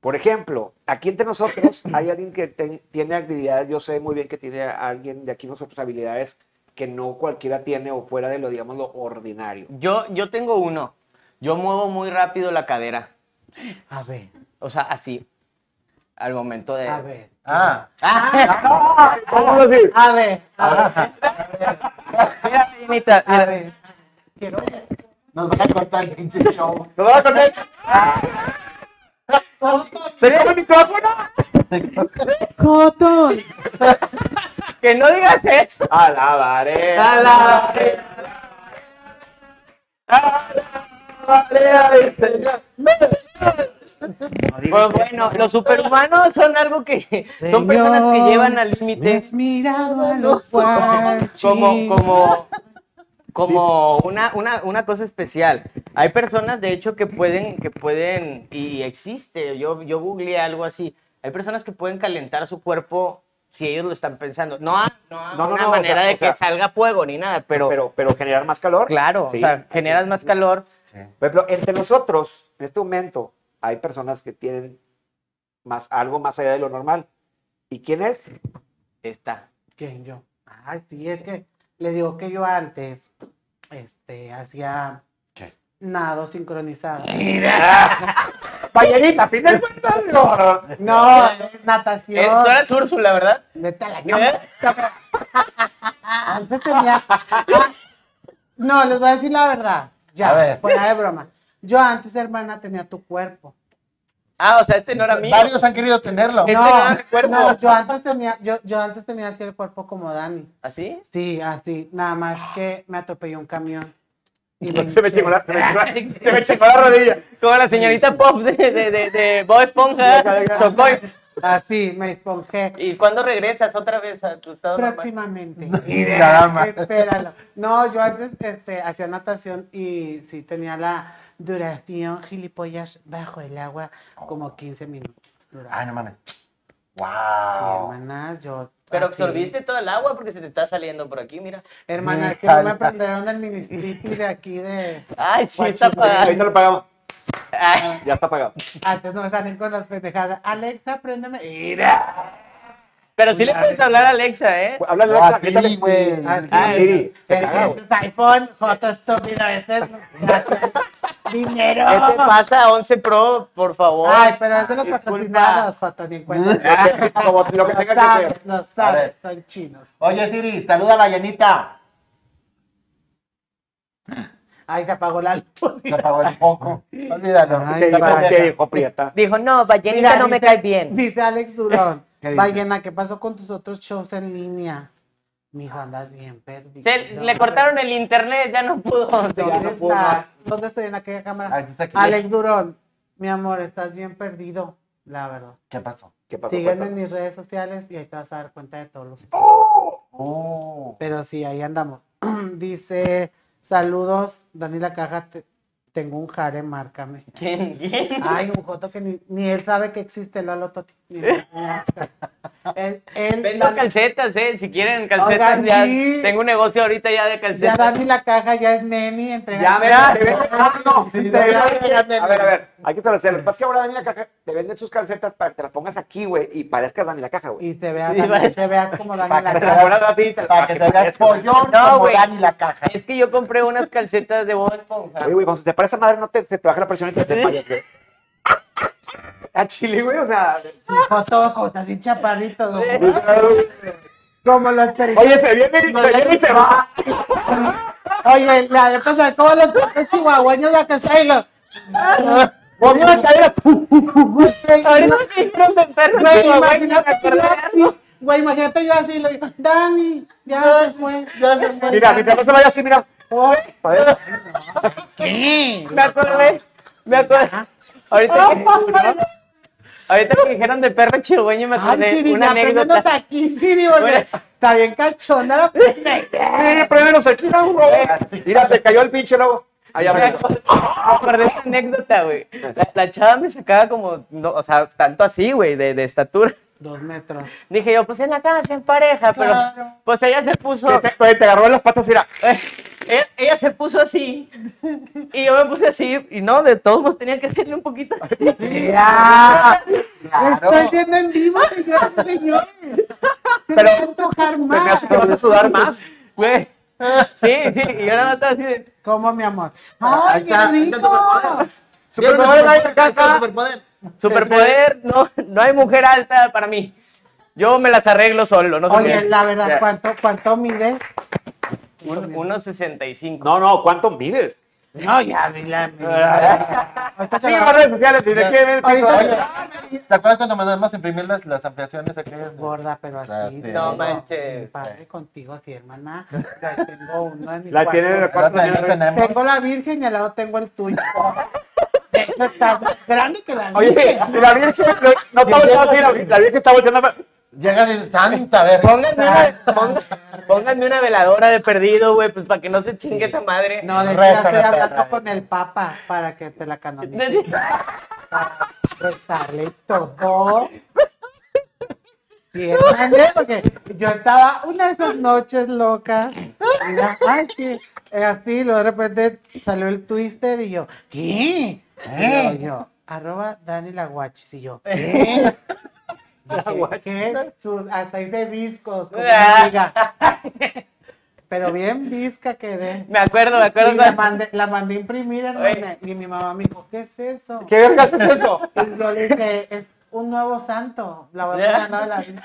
[SPEAKER 4] Por ejemplo, aquí entre nosotros hay alguien que te- tiene habilidades, yo sé muy bien que tiene alguien de aquí nosotros habilidades que no cualquiera tiene o fuera de lo, digamos, lo ordinario.
[SPEAKER 2] Yo, yo tengo uno. Yo muevo muy rápido la cadera.
[SPEAKER 3] A ver,
[SPEAKER 2] O sea, así. Al momento de.
[SPEAKER 3] a ver.
[SPEAKER 5] Ah,
[SPEAKER 2] Ah,
[SPEAKER 4] ¿Cómo decir?
[SPEAKER 3] A ver, a ver,
[SPEAKER 2] mira, Dinita,
[SPEAKER 3] a
[SPEAKER 2] mira.
[SPEAKER 3] ver. Quiero ver.
[SPEAKER 5] nos van a cortar el pinche show.
[SPEAKER 4] ¿Nos vamos con él? ¡Se come el micrófono!
[SPEAKER 3] Coto.
[SPEAKER 2] Que no digas eso.
[SPEAKER 4] Alabaré.
[SPEAKER 2] Alabaré.
[SPEAKER 4] Alabaré al Señor. No digas
[SPEAKER 2] Pues bueno,
[SPEAKER 4] eso.
[SPEAKER 2] los superhumanos son algo que. son personas que llevan al límite.
[SPEAKER 3] Has mirado a los guanchis.
[SPEAKER 2] como, como, como una, una, una cosa especial. Hay personas, de hecho, que pueden, que pueden, y existe, yo, yo googleé algo así, hay personas que pueden calentar su cuerpo si ellos lo están pensando. No, a- no, a
[SPEAKER 4] No, no,
[SPEAKER 2] una
[SPEAKER 4] no, o
[SPEAKER 2] manera
[SPEAKER 4] sea,
[SPEAKER 2] de
[SPEAKER 4] o
[SPEAKER 2] que
[SPEAKER 4] sea,
[SPEAKER 2] salga fuego ni nada, pero,
[SPEAKER 4] Pero, pero generar más calor.
[SPEAKER 2] claro,
[SPEAKER 4] Sí.
[SPEAKER 2] o sea, generas más calor.
[SPEAKER 4] Por ejemplo, entre nosotros, en este momento, hay personas que tienen más, algo más allá de lo normal. ¿Y quién es?
[SPEAKER 2] Está.
[SPEAKER 3] ¿Quién yo? Ay, sí, es que le digo que yo antes este, hacía
[SPEAKER 5] ¿Qué?
[SPEAKER 3] nado sincronizado.
[SPEAKER 4] Ballerita, fin del cuento. No, no.
[SPEAKER 3] No, es
[SPEAKER 2] Eh, Tú
[SPEAKER 3] natación.
[SPEAKER 2] eras Úrsula, ¿verdad?
[SPEAKER 3] Neta la Ah,
[SPEAKER 2] ¿Eh?
[SPEAKER 3] Antes tenía. No, les voy a decir la verdad. Ya,
[SPEAKER 5] A ver.
[SPEAKER 3] fuera de broma. Yo antes, hermana, tenía tu cuerpo.
[SPEAKER 2] Ah, o sea, este no era mío.
[SPEAKER 5] Varios han querido tenerlo.
[SPEAKER 2] Este
[SPEAKER 3] No,
[SPEAKER 2] no era mi cuerpo.
[SPEAKER 3] no, yo antes tenía, yo, yo antes tenía así el cuerpo como Dani.
[SPEAKER 2] ¿Así?
[SPEAKER 3] Sí, así. Nada más que me atropelló un camión. Y
[SPEAKER 4] Se me chingó la, se me chingó la- se me chingó la rodilla.
[SPEAKER 2] Como la señorita Pop de, de, de, de Bob Esponja.
[SPEAKER 4] Deja, deja.
[SPEAKER 2] Chocó y-
[SPEAKER 3] Así, me esponjé.
[SPEAKER 2] ¿Y cuándo regresas otra vez a tu estado normal?
[SPEAKER 3] Próximamente.
[SPEAKER 5] Nada más.
[SPEAKER 3] Espéralo. No, yo antes este, hacía natación y sí tenía la duración gilipollas bajo el agua
[SPEAKER 2] Oh.
[SPEAKER 3] como 15 minutos. duraba.
[SPEAKER 2] Ah,
[SPEAKER 5] Ay, no mames.
[SPEAKER 3] Sí,
[SPEAKER 5] Wow.
[SPEAKER 3] hermanas, yo.
[SPEAKER 2] Pero
[SPEAKER 3] así.
[SPEAKER 2] absorbiste toda el agua porque se te está saliendo por aquí, mira.
[SPEAKER 3] Hermana,
[SPEAKER 5] Me
[SPEAKER 3] que no me
[SPEAKER 5] jala.
[SPEAKER 3] aprendieron del ministerio de aquí de.
[SPEAKER 2] Ay, sí,
[SPEAKER 3] Guachimán.
[SPEAKER 2] está apagado.
[SPEAKER 4] Ahorita lo pagamos.
[SPEAKER 2] Ay,
[SPEAKER 4] Ya está pagado.
[SPEAKER 3] Antes no me salen con las pendejadas. Alexa, préndeme.
[SPEAKER 2] Pero sí le puedes hablar a Alexa, ¿eh?
[SPEAKER 4] Háblale a
[SPEAKER 5] Ah,
[SPEAKER 4] Alexa,
[SPEAKER 5] sí,
[SPEAKER 4] grítale.
[SPEAKER 5] güey.
[SPEAKER 3] Así.
[SPEAKER 4] Ah, Siri, te caga, güey.
[SPEAKER 3] Entonces, este, iPhone, Joto estúpido, a veces. Dinero.
[SPEAKER 2] ¿Qué te pasa, 11 Pro, por favor?
[SPEAKER 3] Ah. Ay, pero es de los
[SPEAKER 4] Disculpa.
[SPEAKER 3] patrocinados, Joto, ni en cuenta.
[SPEAKER 4] Como lo que
[SPEAKER 3] Lo
[SPEAKER 4] tenga que
[SPEAKER 3] sabes,
[SPEAKER 4] hacer.
[SPEAKER 3] lo
[SPEAKER 5] A
[SPEAKER 3] sabes,
[SPEAKER 5] ver.
[SPEAKER 3] son chinos.
[SPEAKER 5] Oye, Siri, saluda a la llanita.
[SPEAKER 3] Ay, se apagó la luz.
[SPEAKER 5] Se apagó el foco. Olvídalo.
[SPEAKER 3] Ay,
[SPEAKER 4] Te dijo,
[SPEAKER 3] vaya.
[SPEAKER 4] te dijo, Prieta.
[SPEAKER 2] Dijo, no, Ballenita
[SPEAKER 3] Mira,
[SPEAKER 2] no me
[SPEAKER 3] dice-
[SPEAKER 2] cae bien.
[SPEAKER 3] Dice Alex Durón.
[SPEAKER 5] ¿Qué dice?
[SPEAKER 3] Ballena, ¿qué pasó con tus otros shows en línea? Mijo, andas bien perdido.
[SPEAKER 2] Se- le cortaron el internet, ya no pudo.
[SPEAKER 3] ¿Dónde
[SPEAKER 4] no puedo
[SPEAKER 3] estás? ¿Dónde estoy en aquella cámara?
[SPEAKER 5] Ay, está aquí.
[SPEAKER 3] Alex Durón, mi amor, estás bien perdido, la verdad.
[SPEAKER 5] ¿Qué pasó?
[SPEAKER 4] ¿Qué pasó?
[SPEAKER 3] Sígueme en mis redes sociales y ahí te vas a dar cuenta de todos los...
[SPEAKER 5] Oh.
[SPEAKER 3] Pero sí, ahí andamos. Dice, saludos, Dani La Caja, te- tengo un jale, márcame.
[SPEAKER 2] ¿Quién? ¿Quién?
[SPEAKER 3] Ay, un joto que ni, ni él sabe que existe, Lalo Toti. Ni él. Él, él-
[SPEAKER 2] Vendo
[SPEAKER 3] la-
[SPEAKER 2] calcetas, ¿eh? Si quieren calcetas,
[SPEAKER 3] Oigan,
[SPEAKER 2] ya
[SPEAKER 3] sí.
[SPEAKER 2] tengo un negocio ahorita ya de
[SPEAKER 3] ya
[SPEAKER 2] calcetas.
[SPEAKER 3] Dani la caja, ya es Neni, entrega.
[SPEAKER 4] Ya, mira, te venden- no, Ah, no, no,
[SPEAKER 3] Sí,
[SPEAKER 4] te
[SPEAKER 3] Ah, no,
[SPEAKER 4] venden-
[SPEAKER 3] ya, ya, ya,
[SPEAKER 4] A ver,
[SPEAKER 3] ya.
[SPEAKER 4] a ver, hay que traducirlo. Lo que pasa es que ahora Dani la caja te venden sus calcetas para que te las pongas aquí, güey, y parezcas Dani la caja, güey.
[SPEAKER 3] Y te veas,
[SPEAKER 2] Y
[SPEAKER 3] Dani,
[SPEAKER 2] vaya-
[SPEAKER 3] te veas como Dani
[SPEAKER 5] Para
[SPEAKER 3] la
[SPEAKER 5] que te
[SPEAKER 4] Pero
[SPEAKER 3] caja.
[SPEAKER 4] ahora la ti, te la-
[SPEAKER 5] Para que te veas
[SPEAKER 4] parezca.
[SPEAKER 5] pollón
[SPEAKER 2] No,
[SPEAKER 5] como
[SPEAKER 2] güey.
[SPEAKER 5] Dani la caja.
[SPEAKER 2] Es que yo compré unas calcetas de Bob Esponja.
[SPEAKER 4] Oye, güey, cuando se te parece madre, no te, te, te baja la presión y te desmayas, güey. A Chile, güey, o sea.
[SPEAKER 3] Con todo, con tan bien chaparrito. ¿no?
[SPEAKER 4] Como los Oye, se viene, y- se viene y se va.
[SPEAKER 3] Oye, la de cosa, ¿cómo los pinches chihuahueños de acá están y los-
[SPEAKER 4] Volvió la cadera.
[SPEAKER 2] Ahorita estoy intentando
[SPEAKER 3] Güey,
[SPEAKER 2] güey,
[SPEAKER 3] imagínate
[SPEAKER 2] me acordé.
[SPEAKER 3] yo así, Güey, imagínate yo así, lo digo, Dani, ya se fue, ya se fue.
[SPEAKER 4] Mira, mientras no se vaya así, mira.
[SPEAKER 3] Ay,
[SPEAKER 4] Joder.
[SPEAKER 2] Me acordé. Me acordé.
[SPEAKER 3] Oh,
[SPEAKER 2] Ahorita que, ahorita que dijeron de perro chihueño me
[SPEAKER 3] Ay,
[SPEAKER 2] acordé
[SPEAKER 3] Siri,
[SPEAKER 2] una
[SPEAKER 3] ya préndenos
[SPEAKER 2] anécdota.
[SPEAKER 3] aquí, Siri, porque está bien cachonda la pendeja.
[SPEAKER 4] Sí, primero se quita, güey. Mira, se cayó el pinche lobo. Allá
[SPEAKER 2] Me
[SPEAKER 4] arriba.
[SPEAKER 2] acordé, me acordé de esa anécdota, güey. La, la chava me sacaba como, no, o sea, tanto así, güey, de, de estatura.
[SPEAKER 3] Dos metros.
[SPEAKER 2] Dije yo, pues en la casa, en pareja, pero
[SPEAKER 3] Claro.
[SPEAKER 2] pues ella se puso,
[SPEAKER 4] Te, te- te agarró en las patas y mira.
[SPEAKER 2] ella, ella se puso así y yo me puse así y no, de todos modos tenía que hacerle un poquito.
[SPEAKER 3] Ya.
[SPEAKER 5] Claro.
[SPEAKER 3] Estoy viendo en vivo, señoras y señores. Se
[SPEAKER 4] Pero
[SPEAKER 3] me va a antojar
[SPEAKER 4] Se me
[SPEAKER 3] más.
[SPEAKER 4] hace que vas a sudar más.
[SPEAKER 2] Güey, sí, sí, y yo nada más estaba así de,
[SPEAKER 3] ¿Cómo, mi amor?
[SPEAKER 5] Ahí
[SPEAKER 3] ¡Ay, qué
[SPEAKER 5] está, ahí está tu
[SPEAKER 3] rico!
[SPEAKER 5] superpoder.
[SPEAKER 4] Superpoder, Dani la caja.
[SPEAKER 2] Superpoder, no, no hay mujer alta para mí. Yo me las arreglo solo, no sé
[SPEAKER 3] Oye,
[SPEAKER 2] por qué.
[SPEAKER 3] la verdad,
[SPEAKER 4] Bien.
[SPEAKER 3] ¿cuánto, cuánto mide?
[SPEAKER 2] Un- Unos 65.
[SPEAKER 4] No, no, ¿cuánto mides?
[SPEAKER 3] No, ya vi la Ahorita se
[SPEAKER 4] Sigue
[SPEAKER 3] la-
[SPEAKER 4] las redes sociales y de aquí viene el pico.
[SPEAKER 3] Ahorita-
[SPEAKER 4] Oye,
[SPEAKER 5] ¿Te acuerdas cuando mandamos a imprimir las, las ampliaciones aquellas?
[SPEAKER 3] Gorda, pero así.
[SPEAKER 5] Así.
[SPEAKER 3] digo,
[SPEAKER 5] No
[SPEAKER 2] manches.
[SPEAKER 3] mi Padre contigo, sí, hermana. Ya tengo uno en mi
[SPEAKER 4] La
[SPEAKER 3] cuarto.
[SPEAKER 4] tiene en el
[SPEAKER 5] Ahora
[SPEAKER 4] cuarto.
[SPEAKER 5] también
[SPEAKER 4] mira,
[SPEAKER 5] tenemos.
[SPEAKER 3] Tengo la virgen y al lado tengo el tuyo. De hecho, está más grande que la
[SPEAKER 4] Oye,
[SPEAKER 3] virgen.
[SPEAKER 4] y la Virgen no, no está volteando así, la, la Virgen está volteando. para-
[SPEAKER 5] Llega de santa, a ver.
[SPEAKER 2] Pónganme una, ponga- pónganme una veladora de perdido, güey, pues para que no se chingue esa madre.
[SPEAKER 3] No, de hecho, ya
[SPEAKER 5] Reza,
[SPEAKER 3] estoy
[SPEAKER 5] la
[SPEAKER 3] hablando
[SPEAKER 5] perra.
[SPEAKER 3] con el papa para que te la canonice. Para prestarle todo. Bien, ¿vale? porque yo estaba una de esas noches locas. mira, ay, sí, eh, así, luego de repente salió el twister y yo, ¿qué? Y yo, yo, arroba Dani la Guachis, y yo, ¿qué? Dije, ¿Qué? Sus- Hasta hice viscos, como una amiga. Pero bien visca quedé.
[SPEAKER 2] Me acuerdo, me acuerdo.
[SPEAKER 3] Y la,
[SPEAKER 2] cuando-
[SPEAKER 3] mandé, la mandé a imprimir, hermana. Y mi mamá me dijo, ¿qué es eso?
[SPEAKER 4] ¿Qué verga es eso?
[SPEAKER 3] Y yo le dije, es un nuevo santo. La voy a poner al lado de la Virgen.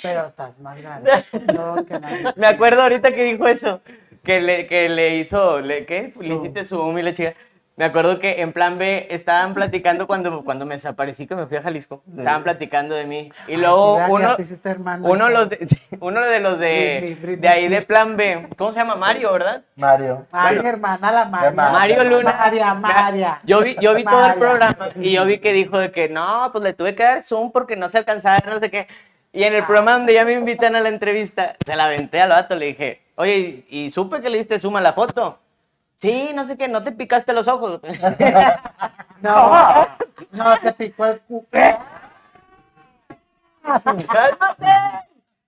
[SPEAKER 3] Pero estás más grande. No, que nada.
[SPEAKER 2] Me acuerdo ahorita que dijo eso, que le, que le hizo, le, ¿qué? Le hiciste su humilde chica. Me acuerdo que en plan B estaban platicando cuando, cuando me desaparecí, que me fui a Jalisco. Estaban platicando de mí. Y luego
[SPEAKER 3] Ah, mira,
[SPEAKER 2] uno,
[SPEAKER 3] ya te hiciste hermano.
[SPEAKER 2] uno, los de, uno de los
[SPEAKER 3] Britney,
[SPEAKER 2] de,
[SPEAKER 3] Britney
[SPEAKER 2] de ahí de plan B, ¿cómo se llama? Mario, ¿verdad?
[SPEAKER 5] Mario.
[SPEAKER 3] Ay, hermana, la María.
[SPEAKER 5] Hermana.
[SPEAKER 2] Mario Luna.
[SPEAKER 3] María, María.
[SPEAKER 2] Yo vi, yo vi todo el
[SPEAKER 3] María.
[SPEAKER 2] programa y yo vi que dijo de que no, pues le tuve que dar Zoom porque no se alcanzaba, no sé qué. Y en el programa donde ya me invitan a la entrevista, se la aventé al vato, le dije, oye, ¿y y supe que le diste Zoom a la foto? Sí, no sé qué, no te picaste los ojos.
[SPEAKER 3] No, no, te picó el cu.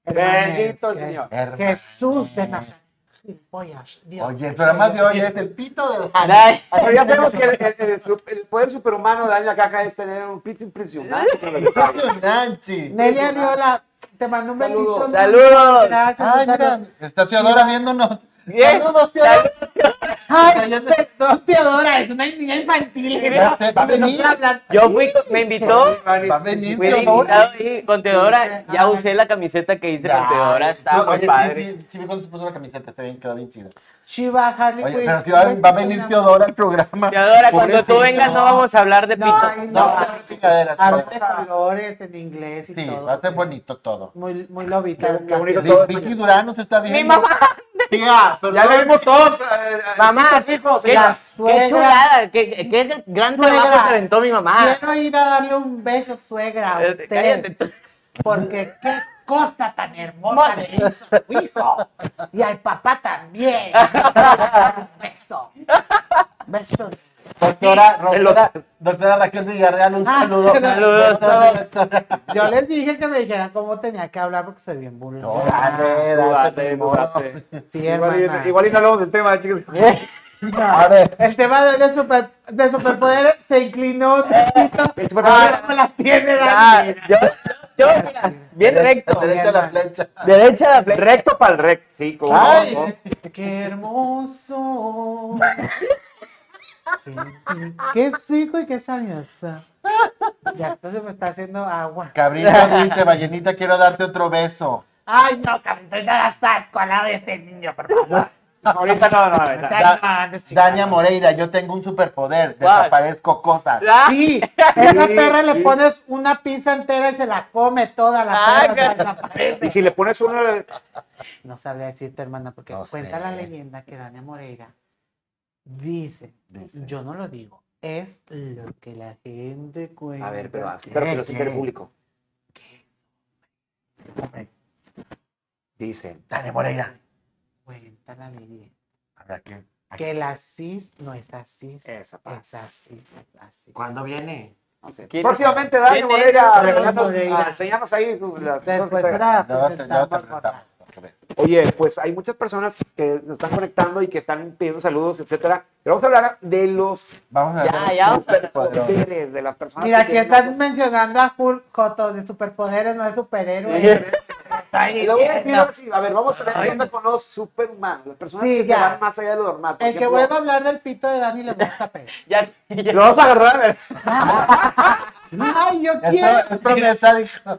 [SPEAKER 4] Bendito el
[SPEAKER 3] Hermanes,
[SPEAKER 4] Señor.
[SPEAKER 5] Hermano.
[SPEAKER 3] Jesús de Nazaret. Gilipollas, Dios.
[SPEAKER 5] Oye, pero además de hoy es el pito del
[SPEAKER 2] Ay,
[SPEAKER 4] Pero ya sabemos que el, el- el su- el poder superhumano de Dani la caja es tener un pito impresionante. con lo que sabe.
[SPEAKER 5] Nancy.
[SPEAKER 3] Nelia Viola, te mando un
[SPEAKER 4] Saludos.
[SPEAKER 3] besito.
[SPEAKER 2] Saludos.
[SPEAKER 3] Gracias.
[SPEAKER 5] Ay,
[SPEAKER 3] Susana.
[SPEAKER 5] mira, está Teodora viéndonos.
[SPEAKER 2] Bien.
[SPEAKER 5] Saludos, Teodora.
[SPEAKER 3] Ay, perdón, Teodora, es una niña infantil. ¿eh?
[SPEAKER 5] Va- va a venir.
[SPEAKER 3] No hablan.
[SPEAKER 2] yo fui, con- me invitó,
[SPEAKER 5] Va a venir
[SPEAKER 2] fui de
[SPEAKER 5] Teodora.
[SPEAKER 2] invitado ahí con Teodora, ya usé la camiseta que hice con Teodora, estaba
[SPEAKER 5] Oye,
[SPEAKER 2] muy
[SPEAKER 5] sí,
[SPEAKER 2] padre.
[SPEAKER 5] Sí, sí, vi cuando se puso la camiseta, está bien, quedó bien chida.
[SPEAKER 3] Shiva, Harley
[SPEAKER 5] Oye,
[SPEAKER 3] Quinn.
[SPEAKER 5] pero sí va, va a venir Teodora al programa.
[SPEAKER 2] Teodora, cuando tú
[SPEAKER 5] Pobrecita.
[SPEAKER 2] vengas no vamos a hablar de
[SPEAKER 3] No,
[SPEAKER 2] pitos.
[SPEAKER 3] ay,
[SPEAKER 5] No, va a chingaderas.
[SPEAKER 3] A
[SPEAKER 5] va
[SPEAKER 3] ver, de colores en inglés y
[SPEAKER 5] Sí,
[SPEAKER 3] todo.
[SPEAKER 5] va a ser bonito todo.
[SPEAKER 3] Muy, muy lobita.
[SPEAKER 4] Qué bonito
[SPEAKER 5] Vi-
[SPEAKER 4] todo.
[SPEAKER 5] Vicky Durán nos está viendo.
[SPEAKER 2] Mi mamá.
[SPEAKER 5] Tía, perdón.
[SPEAKER 4] Ya lo vimos todos. eh, eh,
[SPEAKER 2] Mamá,
[SPEAKER 4] nuestros hijos.
[SPEAKER 2] qué,
[SPEAKER 3] la
[SPEAKER 2] qué
[SPEAKER 3] suegra.
[SPEAKER 2] chulada, qué, qué gran
[SPEAKER 3] Suegra.
[SPEAKER 2] trabajo se aventó mi mamá.
[SPEAKER 3] Quiero ir a darle un beso, suegra, a
[SPEAKER 2] Ah. Eh,
[SPEAKER 3] usted.
[SPEAKER 2] cállate tú.
[SPEAKER 3] Porque qué cosa tan hermosa le hizo su hijo. Y al papá también. Un beso. Beso.
[SPEAKER 5] Doctora, doctora, doctora Raquel Villarreal, un
[SPEAKER 3] Ah,
[SPEAKER 5] saludo.
[SPEAKER 2] saludos,
[SPEAKER 5] doctora.
[SPEAKER 3] Yo les dije que me dijeran cómo tenía que hablar porque soy bien vulgar.
[SPEAKER 5] No, dale,
[SPEAKER 4] Dúdate,
[SPEAKER 5] date,
[SPEAKER 4] dúdate.
[SPEAKER 3] Sí,
[SPEAKER 4] Igual,
[SPEAKER 3] hermana.
[SPEAKER 4] y- igual y no hablamos del tema, chicos.
[SPEAKER 5] A ver,
[SPEAKER 3] El tema de, de super, de superpoderes se inclinó un poquito.
[SPEAKER 4] El superpoder-
[SPEAKER 3] Ahora no la tiene,
[SPEAKER 2] Ya,
[SPEAKER 3] Dani.
[SPEAKER 2] yo, yo, mira, bien recto.
[SPEAKER 5] derecha la flecha.
[SPEAKER 2] Derecha a la flecha.
[SPEAKER 4] Recto para el recto. Sí, como.
[SPEAKER 5] Ay.
[SPEAKER 3] Qué hermoso. Qué rico y qué sabioso. Ya esto se me está haciendo agua.
[SPEAKER 5] Cabrito dice, ballenita, quiero darte otro beso.
[SPEAKER 3] Ay, no, cabrito, ya estás colado de este niño, por favor.
[SPEAKER 4] Ahorita no, no, ahorita.
[SPEAKER 3] Ay, no, andes chingando.
[SPEAKER 5] Dania Moreira, yo tengo un superpoder,
[SPEAKER 2] ¿Cuál?
[SPEAKER 5] desaparezco cosas.
[SPEAKER 3] Sí, esa
[SPEAKER 4] Sí,
[SPEAKER 3] perra le
[SPEAKER 4] sí.
[SPEAKER 3] pones una pizza entera y se la come toda la
[SPEAKER 2] Ah,
[SPEAKER 3] perra.
[SPEAKER 2] claro.
[SPEAKER 3] desaparece.
[SPEAKER 4] Y si le pones uno.
[SPEAKER 3] No sabría decirte, hermana, porque
[SPEAKER 5] No
[SPEAKER 3] cuenta
[SPEAKER 5] sé.
[SPEAKER 3] la leyenda que Dania Moreira dice,
[SPEAKER 5] Dice.
[SPEAKER 3] yo no lo digo, es lo que la gente cuenta.
[SPEAKER 4] A ver, pero, pero que lo sepa el público. Dicen.
[SPEAKER 5] Dania Moreira.
[SPEAKER 3] Cuenta la leyenda.
[SPEAKER 5] Habrá que-
[SPEAKER 3] Que la cis no es así.
[SPEAKER 4] Esa parte.
[SPEAKER 3] Es así, es así.
[SPEAKER 5] ¿Cuándo viene?
[SPEAKER 4] No sé.
[SPEAKER 2] ¿Quién-
[SPEAKER 4] Próximamente, Dani
[SPEAKER 2] quién es?
[SPEAKER 4] Moreira,
[SPEAKER 3] Dani
[SPEAKER 4] regalarnos-
[SPEAKER 3] Moreira.
[SPEAKER 4] ah, enséñanos ahí sus- las cosas que
[SPEAKER 3] Después
[SPEAKER 4] traigas.
[SPEAKER 3] de la
[SPEAKER 5] Ya te- ya te
[SPEAKER 3] presentamos, gorda.
[SPEAKER 5] presentamos, porque ves.
[SPEAKER 4] Oye, pues hay muchas personas que nos están conectando y que están pidiendo saludos, etcétera. Pero vamos a hablar de los
[SPEAKER 5] Vamos a
[SPEAKER 2] Ya,
[SPEAKER 5] hacer un
[SPEAKER 2] ya vamos a-
[SPEAKER 5] superpoder.
[SPEAKER 4] superpoderes, de las personas.
[SPEAKER 3] Mira, aquí
[SPEAKER 4] tienen
[SPEAKER 3] estás
[SPEAKER 4] cosas.
[SPEAKER 3] mencionando a Hulk Coto de superpoderes, no es superhéroe.
[SPEAKER 4] Y luego decir así, a ver, vamos a ver qué onda con los Superman, las personas
[SPEAKER 3] Sí,
[SPEAKER 4] que se
[SPEAKER 3] ya.
[SPEAKER 4] van más allá de lo normal. Por
[SPEAKER 3] El que
[SPEAKER 4] ejemplo,
[SPEAKER 3] vuelva a hablar del pito de Dani le gusta pegar.
[SPEAKER 2] Ya, ya.
[SPEAKER 4] Lo vamos a agarrar. ¿eh?
[SPEAKER 3] Ay, yo
[SPEAKER 5] Esto
[SPEAKER 3] quiero.
[SPEAKER 5] Es promesa, dijo.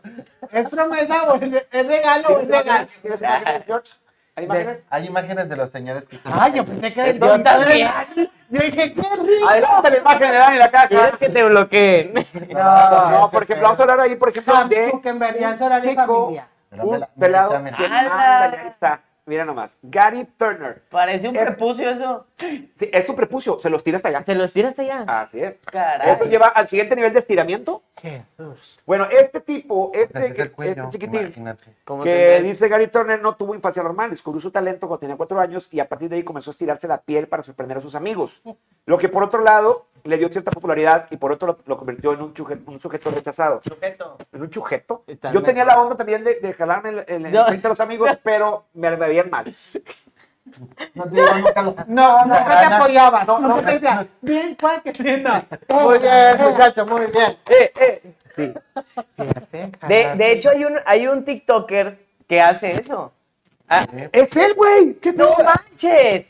[SPEAKER 3] ¿Es promesa o es, es regalo o es regalo?
[SPEAKER 4] ¿Quieres ¿Quieres imágenes, George? ¿Hay imágenes?
[SPEAKER 5] Hay imágenes de los señores que están.
[SPEAKER 3] Ay, yo pensé que del
[SPEAKER 2] Yo
[SPEAKER 3] pito de
[SPEAKER 2] también.
[SPEAKER 3] Dani. Yo dije, qué rico.
[SPEAKER 4] Adelante la imagen de Dani la
[SPEAKER 2] ¿Quieres
[SPEAKER 4] caja.
[SPEAKER 2] que te bloqueen?
[SPEAKER 4] No, no, por ejemplo, vamos a hablar ahí, por ejemplo,
[SPEAKER 3] Sam
[SPEAKER 4] de
[SPEAKER 3] Zuckerberg, ya es horario
[SPEAKER 4] chico,
[SPEAKER 3] familiar.
[SPEAKER 4] un Uh, pelado que
[SPEAKER 5] Mira,
[SPEAKER 2] mira.
[SPEAKER 4] ándale, ahí está. Mira nomás, Gary Turner.
[SPEAKER 2] Parece un
[SPEAKER 4] Es-
[SPEAKER 2] prepucio eso.
[SPEAKER 4] Sí, es su prepucio, se los tira hasta allá.
[SPEAKER 2] ¿Se los tiraste ya?
[SPEAKER 4] Así es.
[SPEAKER 2] Caray.
[SPEAKER 4] Esto lleva al siguiente nivel de estiramiento.
[SPEAKER 3] Jesús.
[SPEAKER 4] Bueno, este tipo, este,
[SPEAKER 5] desde el cuello,
[SPEAKER 4] este chiquitín,
[SPEAKER 5] imagínate.
[SPEAKER 2] ¿Cómo
[SPEAKER 4] que
[SPEAKER 2] te-
[SPEAKER 4] dice Gary Turner no tuvo infancia normal, descubrió su talento cuando tenía cuatro años y a partir de ahí comenzó a estirarse la piel para sorprender a sus amigos. Lo que por otro lado le dio cierta popularidad y por otro lo, lo convirtió en un, chuje- un sujeto rechazado.
[SPEAKER 2] Sujeto.
[SPEAKER 4] ¿En un sujeto?
[SPEAKER 2] Está
[SPEAKER 4] Yo
[SPEAKER 2] mejor.
[SPEAKER 4] tenía la onda también de, de jalarme el, el, el
[SPEAKER 2] No. Eh,
[SPEAKER 4] frente a los amigos, pero me, me veían mal.
[SPEAKER 5] No te digo nunca lo-
[SPEAKER 3] No, no,
[SPEAKER 5] Nunca
[SPEAKER 3] te
[SPEAKER 5] gana.
[SPEAKER 3] apoyaba.
[SPEAKER 4] No,
[SPEAKER 3] No,
[SPEAKER 4] no,
[SPEAKER 3] no, te decía,
[SPEAKER 5] no.
[SPEAKER 3] bien, cuál que linda.
[SPEAKER 5] Muy bien, muchacho, muy bien.
[SPEAKER 2] Eh, eh.
[SPEAKER 4] Sí.
[SPEAKER 2] De,
[SPEAKER 3] eh,
[SPEAKER 2] de hecho, hay un, hay un TikToker que hace eso. Ah,
[SPEAKER 4] ¡Es él, güey! ¿Qué
[SPEAKER 2] ¡No
[SPEAKER 4] no,
[SPEAKER 2] manches!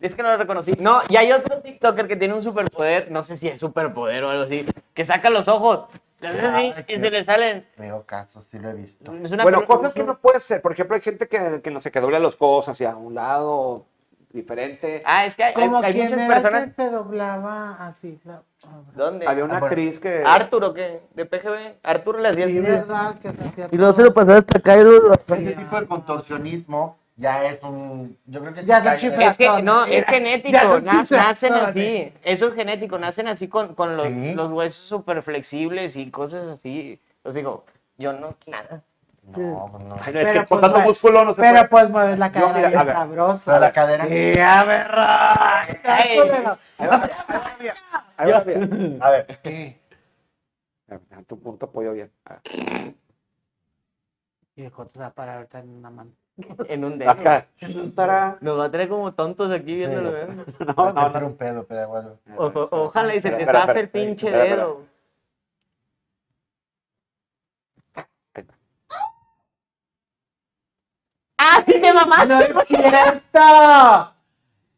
[SPEAKER 2] Es que no lo reconocí. No, y hay otro TikToker que tiene un superpoder, no sé si es superpoder o algo así, que saca los ojos. Ah, Le hace así
[SPEAKER 5] Ay,
[SPEAKER 2] y
[SPEAKER 5] qué-
[SPEAKER 2] se le salen.
[SPEAKER 5] Veo casos, sí lo he visto.
[SPEAKER 2] Es una
[SPEAKER 4] Bueno,
[SPEAKER 2] película-
[SPEAKER 4] cosas que no puedes hacer. Por ejemplo, hay gente que, que no se que dobla las cosas hacia un lado diferente.
[SPEAKER 2] Ah, es que hay,
[SPEAKER 3] Como
[SPEAKER 2] hay
[SPEAKER 3] quien
[SPEAKER 2] muchas
[SPEAKER 3] era personas...
[SPEAKER 2] personas.
[SPEAKER 3] que se doblaba así. la-
[SPEAKER 2] ¿Dónde?
[SPEAKER 4] Había una
[SPEAKER 5] Ah, bueno.
[SPEAKER 4] actriz que...
[SPEAKER 2] Arturo, ¿qué? De PGB. Arturo le hacía
[SPEAKER 3] Sí,
[SPEAKER 2] así.
[SPEAKER 3] verdad que se hacía- ah.
[SPEAKER 2] pasaba hasta acá y lo...
[SPEAKER 5] Este tipo de contorsionismo ya es un. Yo creo que sí
[SPEAKER 3] Ya se
[SPEAKER 5] cae-
[SPEAKER 3] chifla.
[SPEAKER 2] Es que no, es
[SPEAKER 3] Ya
[SPEAKER 2] genético,
[SPEAKER 3] no
[SPEAKER 2] na-
[SPEAKER 3] chistes,
[SPEAKER 2] nacen así,
[SPEAKER 3] órale.
[SPEAKER 2] eso es genético, nacen así con, con los,
[SPEAKER 5] Sí.
[SPEAKER 2] los huesos súper flexibles y cosas así. Os digo, yo no, nada.
[SPEAKER 5] No, no.
[SPEAKER 4] Ay, no, es
[SPEAKER 3] Pero,
[SPEAKER 4] que
[SPEAKER 3] pues,
[SPEAKER 4] con tanto
[SPEAKER 3] bueno,
[SPEAKER 4] músculo no se
[SPEAKER 3] Pero
[SPEAKER 4] puede.
[SPEAKER 3] pues mueves la
[SPEAKER 4] Yo,
[SPEAKER 3] cadera
[SPEAKER 4] mira, a
[SPEAKER 3] bien
[SPEAKER 4] ver.
[SPEAKER 5] Pero
[SPEAKER 3] sabroso.
[SPEAKER 5] la cadera.
[SPEAKER 2] ¡Ya, verra!
[SPEAKER 3] Ay, culero.
[SPEAKER 4] Ahí va, mira.
[SPEAKER 5] A ver,
[SPEAKER 4] A ver, tanto punto apoyo bien. Ah,
[SPEAKER 3] Y el Joto da para ahorita en una mano.
[SPEAKER 2] En un dedo.
[SPEAKER 4] Acá. Tará.
[SPEAKER 2] Nos va a traer como tontos aquí viéndolo. ¿eh?
[SPEAKER 4] No, no,
[SPEAKER 5] era
[SPEAKER 4] no.
[SPEAKER 5] un pedo, pero bueno.
[SPEAKER 2] O- o- ojalá y se te
[SPEAKER 4] Espera, espera,
[SPEAKER 2] zafe el
[SPEAKER 4] espera,
[SPEAKER 2] pinche
[SPEAKER 4] espera, espera.
[SPEAKER 2] dedo. ¡Ah, sí te mamás!
[SPEAKER 3] ¡No es cierto!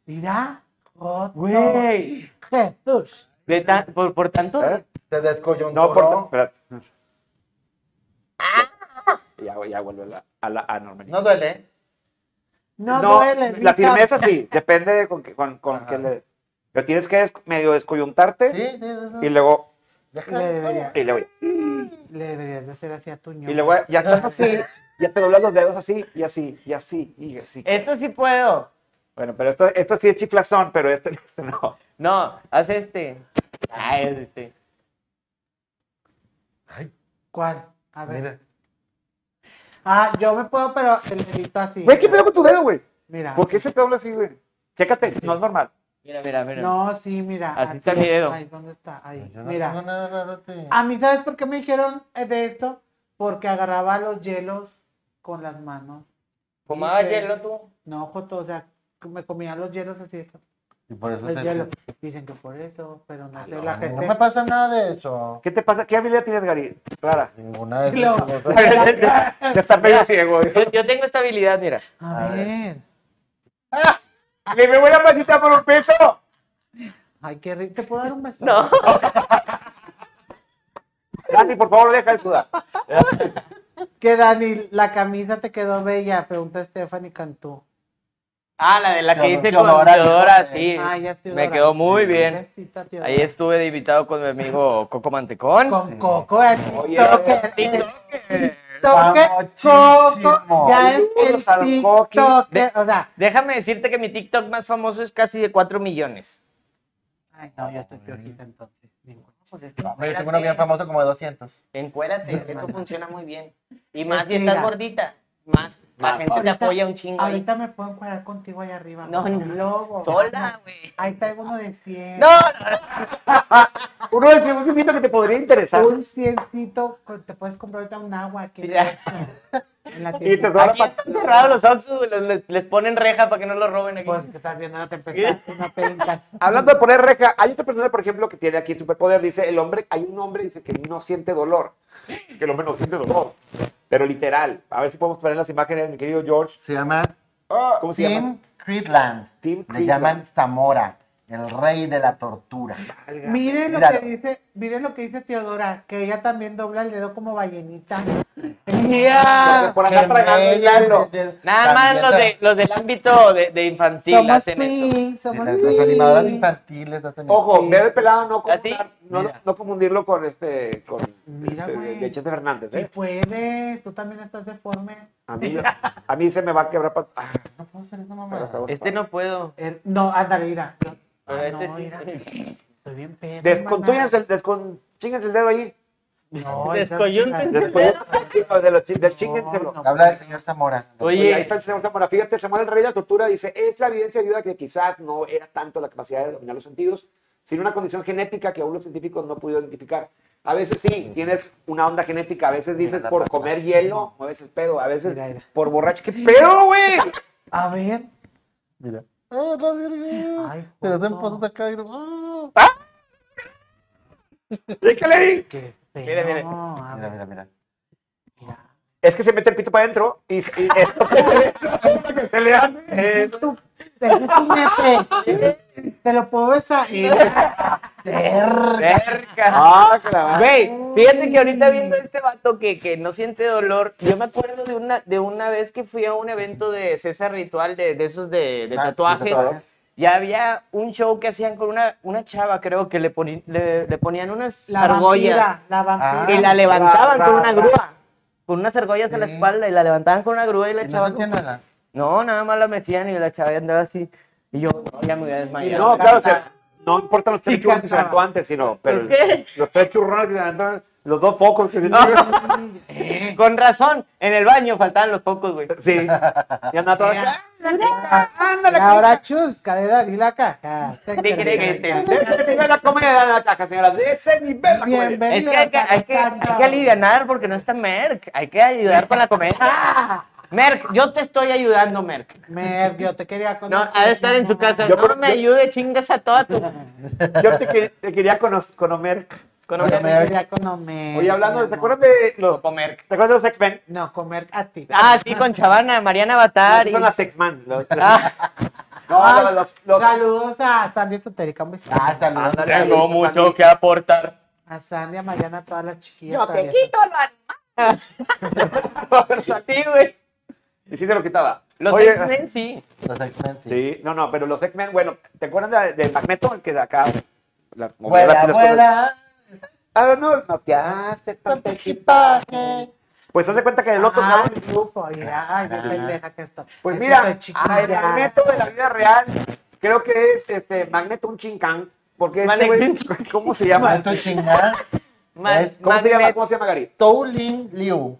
[SPEAKER 3] Mira, Joto.
[SPEAKER 2] ¡Güey!
[SPEAKER 3] Jesús.
[SPEAKER 2] De tan- por, por tanto,
[SPEAKER 4] ¿Eh?
[SPEAKER 5] Te descoyunturó.
[SPEAKER 4] No, por... espera. Ya, ya vuelve a la, a la anormalidad.
[SPEAKER 5] No duele.
[SPEAKER 3] No, duele.
[SPEAKER 4] La
[SPEAKER 3] mija.
[SPEAKER 4] firmeza sí, depende de con, que- con, con
[SPEAKER 5] Ajá.
[SPEAKER 4] que le... Pero tienes que des- medio descoyuntarte
[SPEAKER 5] Sí, sí, sí. sí.
[SPEAKER 4] y luego...
[SPEAKER 5] Deja-
[SPEAKER 3] Le debería-
[SPEAKER 4] Y luego,
[SPEAKER 3] le deberías de hacer así a tu ñoño.
[SPEAKER 4] y luego ya estás así, ya te doblas los dedos así, y así, y así, y así.
[SPEAKER 2] esto sí puedo.
[SPEAKER 4] Bueno, pero esto, esto sí es chiflazón, pero este, este no.
[SPEAKER 2] No, haz este. Ah, es este.
[SPEAKER 5] Ay,
[SPEAKER 3] ¿Cuál? A ver.
[SPEAKER 5] mira.
[SPEAKER 3] Ah, yo me puedo, pero el dedito así.
[SPEAKER 4] Güey, ¿qué pedo con tu dedo, güey?
[SPEAKER 3] Mira.
[SPEAKER 4] ¿Por qué se te dobla así, güey? Chécate, no es normal.
[SPEAKER 2] Mira, mira, mira.
[SPEAKER 3] No, sí, mira.
[SPEAKER 2] Así
[SPEAKER 3] aquí
[SPEAKER 2] está mi dedo.
[SPEAKER 3] Ay, ¿dónde está? Ahí.
[SPEAKER 5] Yo no
[SPEAKER 3] mira. Ah,
[SPEAKER 5] tengo nada raro, te-
[SPEAKER 3] A mí, ¿sabes por qué me dijeron eh, de esto? Porque agarraba los hielos con las manos.
[SPEAKER 2] Fumaba
[SPEAKER 3] Dice,
[SPEAKER 2] hielo tú.
[SPEAKER 3] No, Joto, o sea, que me comía los hielos así. de-
[SPEAKER 5] Y por eso
[SPEAKER 3] El
[SPEAKER 5] Pues te... Ah,
[SPEAKER 3] hielo. Dicen que por eso, pero no sé,
[SPEAKER 5] No,
[SPEAKER 3] la gente...
[SPEAKER 5] no me pasa nada de eso.
[SPEAKER 4] ¿Qué te pasa? ¿Qué habilidad tienes, Gary? Rara.
[SPEAKER 5] Ninguna de esas
[SPEAKER 3] Lo-
[SPEAKER 5] cosas.
[SPEAKER 4] ya está medio ciego.
[SPEAKER 2] Yo, yo tengo esta habilidad, mira.
[SPEAKER 3] A ver.
[SPEAKER 4] ¡Le veo una pasita por un peso!
[SPEAKER 3] Ay, qué rico. ¿Te puedo dar un beso?
[SPEAKER 2] No.
[SPEAKER 4] Gandhi, por favor, deja de sudar.
[SPEAKER 3] Que Dani, la camisa te quedó bella, pregunta Stephanie Cantú.
[SPEAKER 2] Ah, la de la que
[SPEAKER 5] Teodoro-
[SPEAKER 2] hice con Teodora,
[SPEAKER 5] Teodora, Teodora.
[SPEAKER 2] sí.
[SPEAKER 3] Ah, ya te
[SPEAKER 2] Me
[SPEAKER 3] adora.
[SPEAKER 2] quedó muy bien.
[SPEAKER 3] Besita, Teodora.
[SPEAKER 2] Ahí estuve de invitado con mi amigo Coco Mantecón.
[SPEAKER 3] Con Coco, el
[SPEAKER 4] Oye,
[SPEAKER 3] TikToker,
[SPEAKER 2] el
[SPEAKER 3] el TikToker, Coco,
[SPEAKER 5] Famosísimo.
[SPEAKER 3] ya es
[SPEAKER 4] Saludos al
[SPEAKER 3] el TikToker, o sea,
[SPEAKER 2] Déjame decirte que mi TikTok más famoso es casi de 4 millones.
[SPEAKER 3] ay, no, yo estoy
[SPEAKER 2] Mm.
[SPEAKER 3] peorita entonces, ningún-
[SPEAKER 2] Pues es que
[SPEAKER 5] No, hombre, Yo tengo uno bien famoso como de 200.
[SPEAKER 2] Encuérate, eso funciona muy bien. Y más si
[SPEAKER 3] Mira.
[SPEAKER 2] estás gordita, más la
[SPEAKER 4] Más,
[SPEAKER 2] gente te
[SPEAKER 3] ahorita-
[SPEAKER 2] apoya un chingo. ahí.
[SPEAKER 3] ahorita me puedo encuadrar contigo allá arriba,
[SPEAKER 2] No,
[SPEAKER 3] con
[SPEAKER 2] no.
[SPEAKER 3] un lobo,
[SPEAKER 2] Sola, güey.
[SPEAKER 3] ahí está uno de 100,
[SPEAKER 2] No,
[SPEAKER 4] Uno de esos invito que te podría interesar.
[SPEAKER 3] un ciencito, con- te puedes comprar ahorita un agua aquí en
[SPEAKER 2] Mira.
[SPEAKER 3] la tienda. En la
[SPEAKER 4] Y te
[SPEAKER 3] tienda.
[SPEAKER 4] sobra
[SPEAKER 2] aquí
[SPEAKER 4] pa-
[SPEAKER 2] están cerrados los Oxxos, los- les, les ponen reja para que no lo roben aquí.
[SPEAKER 3] Pues que estás viendo la tempestad, una penca.
[SPEAKER 4] Hablando de poner reja, hay otra persona, por ejemplo, que tiene aquí el superpoder. Dice, el hombre, hay un hombre dice que no siente dolor. Es que el hombre no siente dolor. Pero literal. A ver si podemos poner las imágenes, mi querido George.
[SPEAKER 5] Se llama
[SPEAKER 4] ¿Cómo se llama?
[SPEAKER 5] Tim Creedland.
[SPEAKER 4] Tim
[SPEAKER 5] Le
[SPEAKER 4] Creedland.
[SPEAKER 5] llaman Zamora, el rey de la tortura.
[SPEAKER 3] Miren lo
[SPEAKER 5] Míralo.
[SPEAKER 3] que dice, miren lo que dice Teodora, que ella también dobla el dedo como ballenita.
[SPEAKER 4] Porque por andar tragando el hielo.
[SPEAKER 2] Nada más los, de, los del ámbito de, de infantil
[SPEAKER 3] somos
[SPEAKER 2] hacen eso.
[SPEAKER 3] twins, somos
[SPEAKER 5] las,
[SPEAKER 3] twins.
[SPEAKER 5] animadoras infantiles. las animadoras.
[SPEAKER 4] Ojo, bebé pelado, no,
[SPEAKER 2] ¿A ti?
[SPEAKER 4] confundar- no,
[SPEAKER 5] Mira.
[SPEAKER 4] no confundirlo con este, con
[SPEAKER 3] Mira,
[SPEAKER 4] este,
[SPEAKER 3] güey.
[SPEAKER 4] de Chete Fernández.
[SPEAKER 3] Si
[SPEAKER 4] ¿eh?
[SPEAKER 3] puedes, tú también estás deforme.
[SPEAKER 4] A, mí, a mí se me va a quebrar. pa- Ah,
[SPEAKER 5] No puedo hacer esa
[SPEAKER 4] pero
[SPEAKER 5] mamada.
[SPEAKER 4] estamos-
[SPEAKER 2] Este no puedo.
[SPEAKER 3] Er- no, ándale, mira. Yo-
[SPEAKER 2] Pero
[SPEAKER 3] Ah,
[SPEAKER 2] este
[SPEAKER 3] no,
[SPEAKER 2] sí.
[SPEAKER 3] mira. Estoy bien pedo.
[SPEAKER 4] Descontúyanse,
[SPEAKER 3] hermana.
[SPEAKER 4] el- desconchínguense el dedo ahí.
[SPEAKER 3] No, esas
[SPEAKER 2] Descoyúntense
[SPEAKER 3] chicas-
[SPEAKER 4] Después, de los chi- del chíngenselo.
[SPEAKER 3] No, no.
[SPEAKER 5] Habla del señor Zamora.
[SPEAKER 4] Oye, ahí
[SPEAKER 2] Oye,
[SPEAKER 4] está el señor Zamora. Fíjate, Samuel el Rey de la Tortura dice, es la evidencia ayuda que quizás no era tanto la capacidad de dominar los sentidos, sino una condición genética que aún los científicos no pudieron identificar. A veces sí, tienes una onda genética, a veces dices
[SPEAKER 5] la
[SPEAKER 4] por
[SPEAKER 5] pata.
[SPEAKER 4] comer hielo, a veces pedo, a veces
[SPEAKER 3] Mira, mira.
[SPEAKER 4] por borracho. ¡Qué pedo, güey!
[SPEAKER 3] A ver.
[SPEAKER 5] Mira. ¡Ah, la verga!
[SPEAKER 3] Ay,
[SPEAKER 5] Pero den
[SPEAKER 3] Joto,
[SPEAKER 5] pasos de acá y no-
[SPEAKER 4] Déjale ahí.
[SPEAKER 3] Qué pedo.
[SPEAKER 2] Mira, mira.
[SPEAKER 3] A
[SPEAKER 5] Mira,
[SPEAKER 3] ver,
[SPEAKER 5] mira, mira.
[SPEAKER 3] mira.
[SPEAKER 4] Es que se mete el pito para adentro y, y es lo que- es lo que se le hace.
[SPEAKER 3] Es tu- es tu nepe. Te lo puedo besar.
[SPEAKER 2] cerca.
[SPEAKER 4] Ah, claro.
[SPEAKER 2] Güey, fíjate que ahorita viendo a este vato que, que no siente dolor, yo me acuerdo de una, de una vez que fui a un evento de César Ritual, de, de esos de, de
[SPEAKER 5] Ah,
[SPEAKER 2] tatuajes,
[SPEAKER 4] tatuador.
[SPEAKER 2] y había un show que hacían con una, una chava, creo, que le, poni- le, le ponían unas
[SPEAKER 3] La
[SPEAKER 2] argollas
[SPEAKER 3] vampira, la vampira.
[SPEAKER 2] y la levantaban
[SPEAKER 4] Ra,
[SPEAKER 2] con
[SPEAKER 4] ra,
[SPEAKER 2] una
[SPEAKER 4] ra.
[SPEAKER 2] grúa, con unas argollas en la
[SPEAKER 5] Sí.
[SPEAKER 2] espalda, y la levantaban con una grúa y la
[SPEAKER 5] Y No
[SPEAKER 2] chava...
[SPEAKER 5] se entiende nada.
[SPEAKER 2] No, nada más la mecían y la chava andaba así, y yo no, ya me voy a desmayar.
[SPEAKER 4] No, claro, o sea, no importan los tres
[SPEAKER 3] Sí,
[SPEAKER 4] churros que se
[SPEAKER 3] cantaba.
[SPEAKER 4] aventó antes, sino, pero
[SPEAKER 2] ¿Por qué?
[SPEAKER 4] los tres churros que se aventó, los dos pocos. que se-
[SPEAKER 2] Con razón, en el baño faltaban los pocos, güey.
[SPEAKER 4] Sí. Y anda todo acá.
[SPEAKER 3] Ándale, ahora chusca de Dani la caja.
[SPEAKER 4] De ese nivel la comida de la caja, señora. De ese nivel la comida.
[SPEAKER 3] Bienvenido.
[SPEAKER 2] Es que hay que, hay que, hay que alivianar porque no está Merck. Hay que ayudar con la comedia. Merck, yo te estoy ayudando, Merck.
[SPEAKER 3] Mer, yo te quería
[SPEAKER 2] No,
[SPEAKER 3] conocer.
[SPEAKER 2] ha de estar en su casa.
[SPEAKER 4] Yo
[SPEAKER 2] no
[SPEAKER 4] creo-
[SPEAKER 2] me
[SPEAKER 4] yo-
[SPEAKER 2] ayude, chingas a toda tu.
[SPEAKER 4] Yo te, que- te quería conocer, conocer.
[SPEAKER 2] Con
[SPEAKER 5] Bueno,
[SPEAKER 2] Merck.
[SPEAKER 3] Yo quería conomer.
[SPEAKER 4] Oye, hablando, ¿se
[SPEAKER 3] mi
[SPEAKER 4] acuerdan
[SPEAKER 3] amor.
[SPEAKER 4] de los,
[SPEAKER 2] Con Merck.
[SPEAKER 4] ¿te acuerdas de los X-Men?
[SPEAKER 3] No, comer a ti.
[SPEAKER 2] Ah, sí, con Chavana, Mariana
[SPEAKER 4] No,
[SPEAKER 2] Avatar.
[SPEAKER 4] esos son
[SPEAKER 2] y-
[SPEAKER 4] las X-Man. Los-
[SPEAKER 2] Ah,
[SPEAKER 4] No, los- los- Ah, los-
[SPEAKER 3] Saludos a Sandy Esotérica, un besito.
[SPEAKER 5] Ah, saludos.
[SPEAKER 4] Ándale, dicho, Sandy.
[SPEAKER 2] que aportar.
[SPEAKER 3] A Sandy, a Mariana, a todas las chiquillas.
[SPEAKER 4] Yo te
[SPEAKER 3] traviesas.
[SPEAKER 4] quito lo animal.
[SPEAKER 2] A ti, güey.
[SPEAKER 4] Y sí te lo quitaba.
[SPEAKER 2] Los
[SPEAKER 4] Oye,
[SPEAKER 2] X-Men, sí.
[SPEAKER 5] Los X-Men, sí.
[SPEAKER 4] Sí, no, no, pero los X-Men, bueno, ¿te acuerdas de- del Magneto? El que de acá. La, movía
[SPEAKER 5] Vuela,
[SPEAKER 4] así las cosas.
[SPEAKER 5] vuela.
[SPEAKER 4] Ah, no, no te hace falta equipaje. Pues haz de cuenta que el otro
[SPEAKER 3] Ah,
[SPEAKER 4] cabrón-
[SPEAKER 3] el grupo, mira, ay, qué pendeja que estoy.
[SPEAKER 4] Pues
[SPEAKER 3] Es que
[SPEAKER 4] mira,
[SPEAKER 3] soy
[SPEAKER 4] ah, el
[SPEAKER 3] chiquilla.
[SPEAKER 4] Magneto de la vida real, creo que es este Magneto un chincán. Porque este güey,
[SPEAKER 2] Magneto.
[SPEAKER 4] ¿cómo se llama?
[SPEAKER 5] Tanto chingar.
[SPEAKER 2] Ma-
[SPEAKER 5] Es-
[SPEAKER 4] ¿Cómo se llama?
[SPEAKER 2] Magnet-
[SPEAKER 4] ¿Cómo se llama Gary?
[SPEAKER 5] Toulin Liu.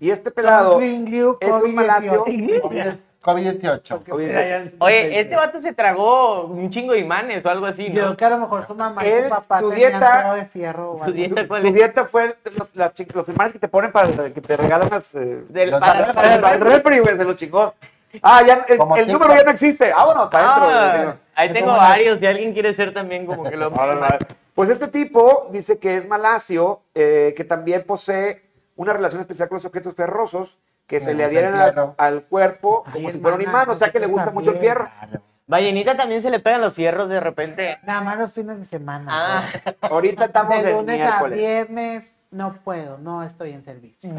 [SPEAKER 4] Y este pelado
[SPEAKER 3] Green Liu,
[SPEAKER 4] es un
[SPEAKER 3] COVID-19.
[SPEAKER 4] palacio.
[SPEAKER 5] Covid- COVID-18.
[SPEAKER 3] Porque,
[SPEAKER 4] Oye,
[SPEAKER 3] pues, hayan-
[SPEAKER 2] Oye, este vato se tragó un chingo de imanes o algo así, ¿no?
[SPEAKER 3] Yo creo que a lo mejor su mamá y
[SPEAKER 4] Él,
[SPEAKER 3] su papá
[SPEAKER 4] su
[SPEAKER 3] tenían
[SPEAKER 4] dieta-
[SPEAKER 3] todo de fierro. o
[SPEAKER 2] su
[SPEAKER 3] algo.
[SPEAKER 2] dieta-
[SPEAKER 4] Su, su dieta fue los, las chi- los imanes que te ponen para que te regalan las. eh,
[SPEAKER 2] Del-
[SPEAKER 4] los-
[SPEAKER 2] para-
[SPEAKER 4] para,
[SPEAKER 2] para el
[SPEAKER 4] para el refri, güey, se lo chingó. Ah, ya, el,
[SPEAKER 5] Como
[SPEAKER 4] el
[SPEAKER 5] tipo.
[SPEAKER 4] número ya no existe. Ah, bueno, para
[SPEAKER 2] Ah,
[SPEAKER 4] adentro. güey.
[SPEAKER 2] ahí tengo varios, si alguien quiere ser también como que lo...
[SPEAKER 4] No, no, no. Pues este tipo dice que es malasio, eh, que también posee una relación especial con los objetos ferrosos que se
[SPEAKER 5] Como
[SPEAKER 4] le
[SPEAKER 5] el
[SPEAKER 4] adhieren
[SPEAKER 5] Mm, fierro.
[SPEAKER 4] a- al cuerpo
[SPEAKER 3] Ay,
[SPEAKER 4] como si
[SPEAKER 3] hermana,
[SPEAKER 4] fuera un imán, o sea que le
[SPEAKER 3] nosotros
[SPEAKER 4] gusta mucho el
[SPEAKER 3] también.
[SPEAKER 4] fierro.
[SPEAKER 2] Vallenita también se le pegan los fierros de repente.
[SPEAKER 3] Nada más los fines de semana.
[SPEAKER 2] Ah,
[SPEAKER 3] pues.
[SPEAKER 4] Ahorita estamos
[SPEAKER 3] de
[SPEAKER 4] en
[SPEAKER 3] lunes a
[SPEAKER 4] miércoles.
[SPEAKER 3] viernes no puedo, no estoy en servicio.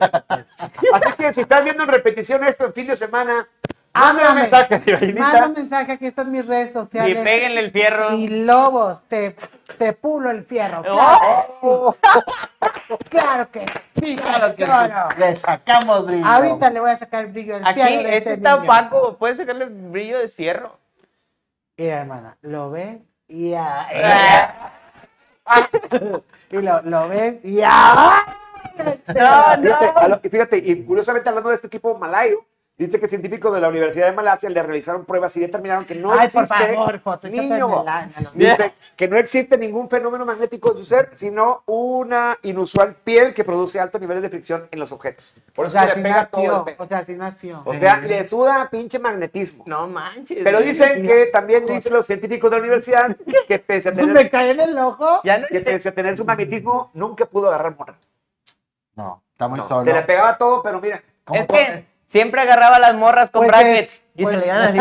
[SPEAKER 4] Así que si estás viendo en repetición esto en fin de semana,
[SPEAKER 3] Háblame.
[SPEAKER 4] manda un mensaje de
[SPEAKER 3] Manda un
[SPEAKER 4] Valenita.
[SPEAKER 3] mensaje, aquí están mis redes
[SPEAKER 2] y
[SPEAKER 3] sociales.
[SPEAKER 2] péguenle el fierro.
[SPEAKER 3] Y lobos, te, te pulo el fierro.
[SPEAKER 2] ¡Oh!
[SPEAKER 3] Claro que sí,
[SPEAKER 5] Claro que sí,
[SPEAKER 3] tesoro.
[SPEAKER 5] Le sacamos brillo.
[SPEAKER 3] Ahorita le voy a sacar el brillo al
[SPEAKER 2] Aquí,
[SPEAKER 3] fierro. de
[SPEAKER 2] este está
[SPEAKER 3] niño.
[SPEAKER 2] opaco. Puedes sacarle brillo de fierro.
[SPEAKER 3] Mira, hermana, lo ves y ya. y lo, lo ves y ya. Ah,
[SPEAKER 4] Ah, Fíjate, a lo- fíjate, y curiosamente hablando de este tipo malayo, dice que científicos de la Universidad de Malasia le realizaron pruebas y determinaron que no
[SPEAKER 3] Ay, por
[SPEAKER 4] existe
[SPEAKER 3] favor, Joto, échate
[SPEAKER 4] niño.
[SPEAKER 3] en el año, los-
[SPEAKER 4] Dice que no existe ningún fenómeno magnético en su ser, sino una inusual piel que produce altos niveles de fricción en los objetos. Por
[SPEAKER 3] O
[SPEAKER 4] eso se
[SPEAKER 3] sea,
[SPEAKER 4] le
[SPEAKER 3] sí
[SPEAKER 4] pega todo el
[SPEAKER 3] nació.
[SPEAKER 4] pe-
[SPEAKER 3] O sea, sí nació.
[SPEAKER 4] O sea, le suda a pinche magnetismo.
[SPEAKER 2] No manches.
[SPEAKER 4] Pero
[SPEAKER 2] güey.
[SPEAKER 4] dicen que también dicen los científicos de la universidad que pese a
[SPEAKER 3] Pues me
[SPEAKER 4] tener,
[SPEAKER 3] cae en el ojo.
[SPEAKER 2] Ya no
[SPEAKER 4] que pese a tener su magnetismo, nunca pudo agarrar mona.
[SPEAKER 5] No, está muy
[SPEAKER 4] No,
[SPEAKER 5] solo.
[SPEAKER 4] se le pegaba todo, pero mira.
[SPEAKER 5] ¿Cómo
[SPEAKER 2] es que siempre agarraba las morras con
[SPEAKER 3] Pues,
[SPEAKER 2] brackets.
[SPEAKER 3] eh,
[SPEAKER 2] y
[SPEAKER 3] pues,
[SPEAKER 2] se le iban así.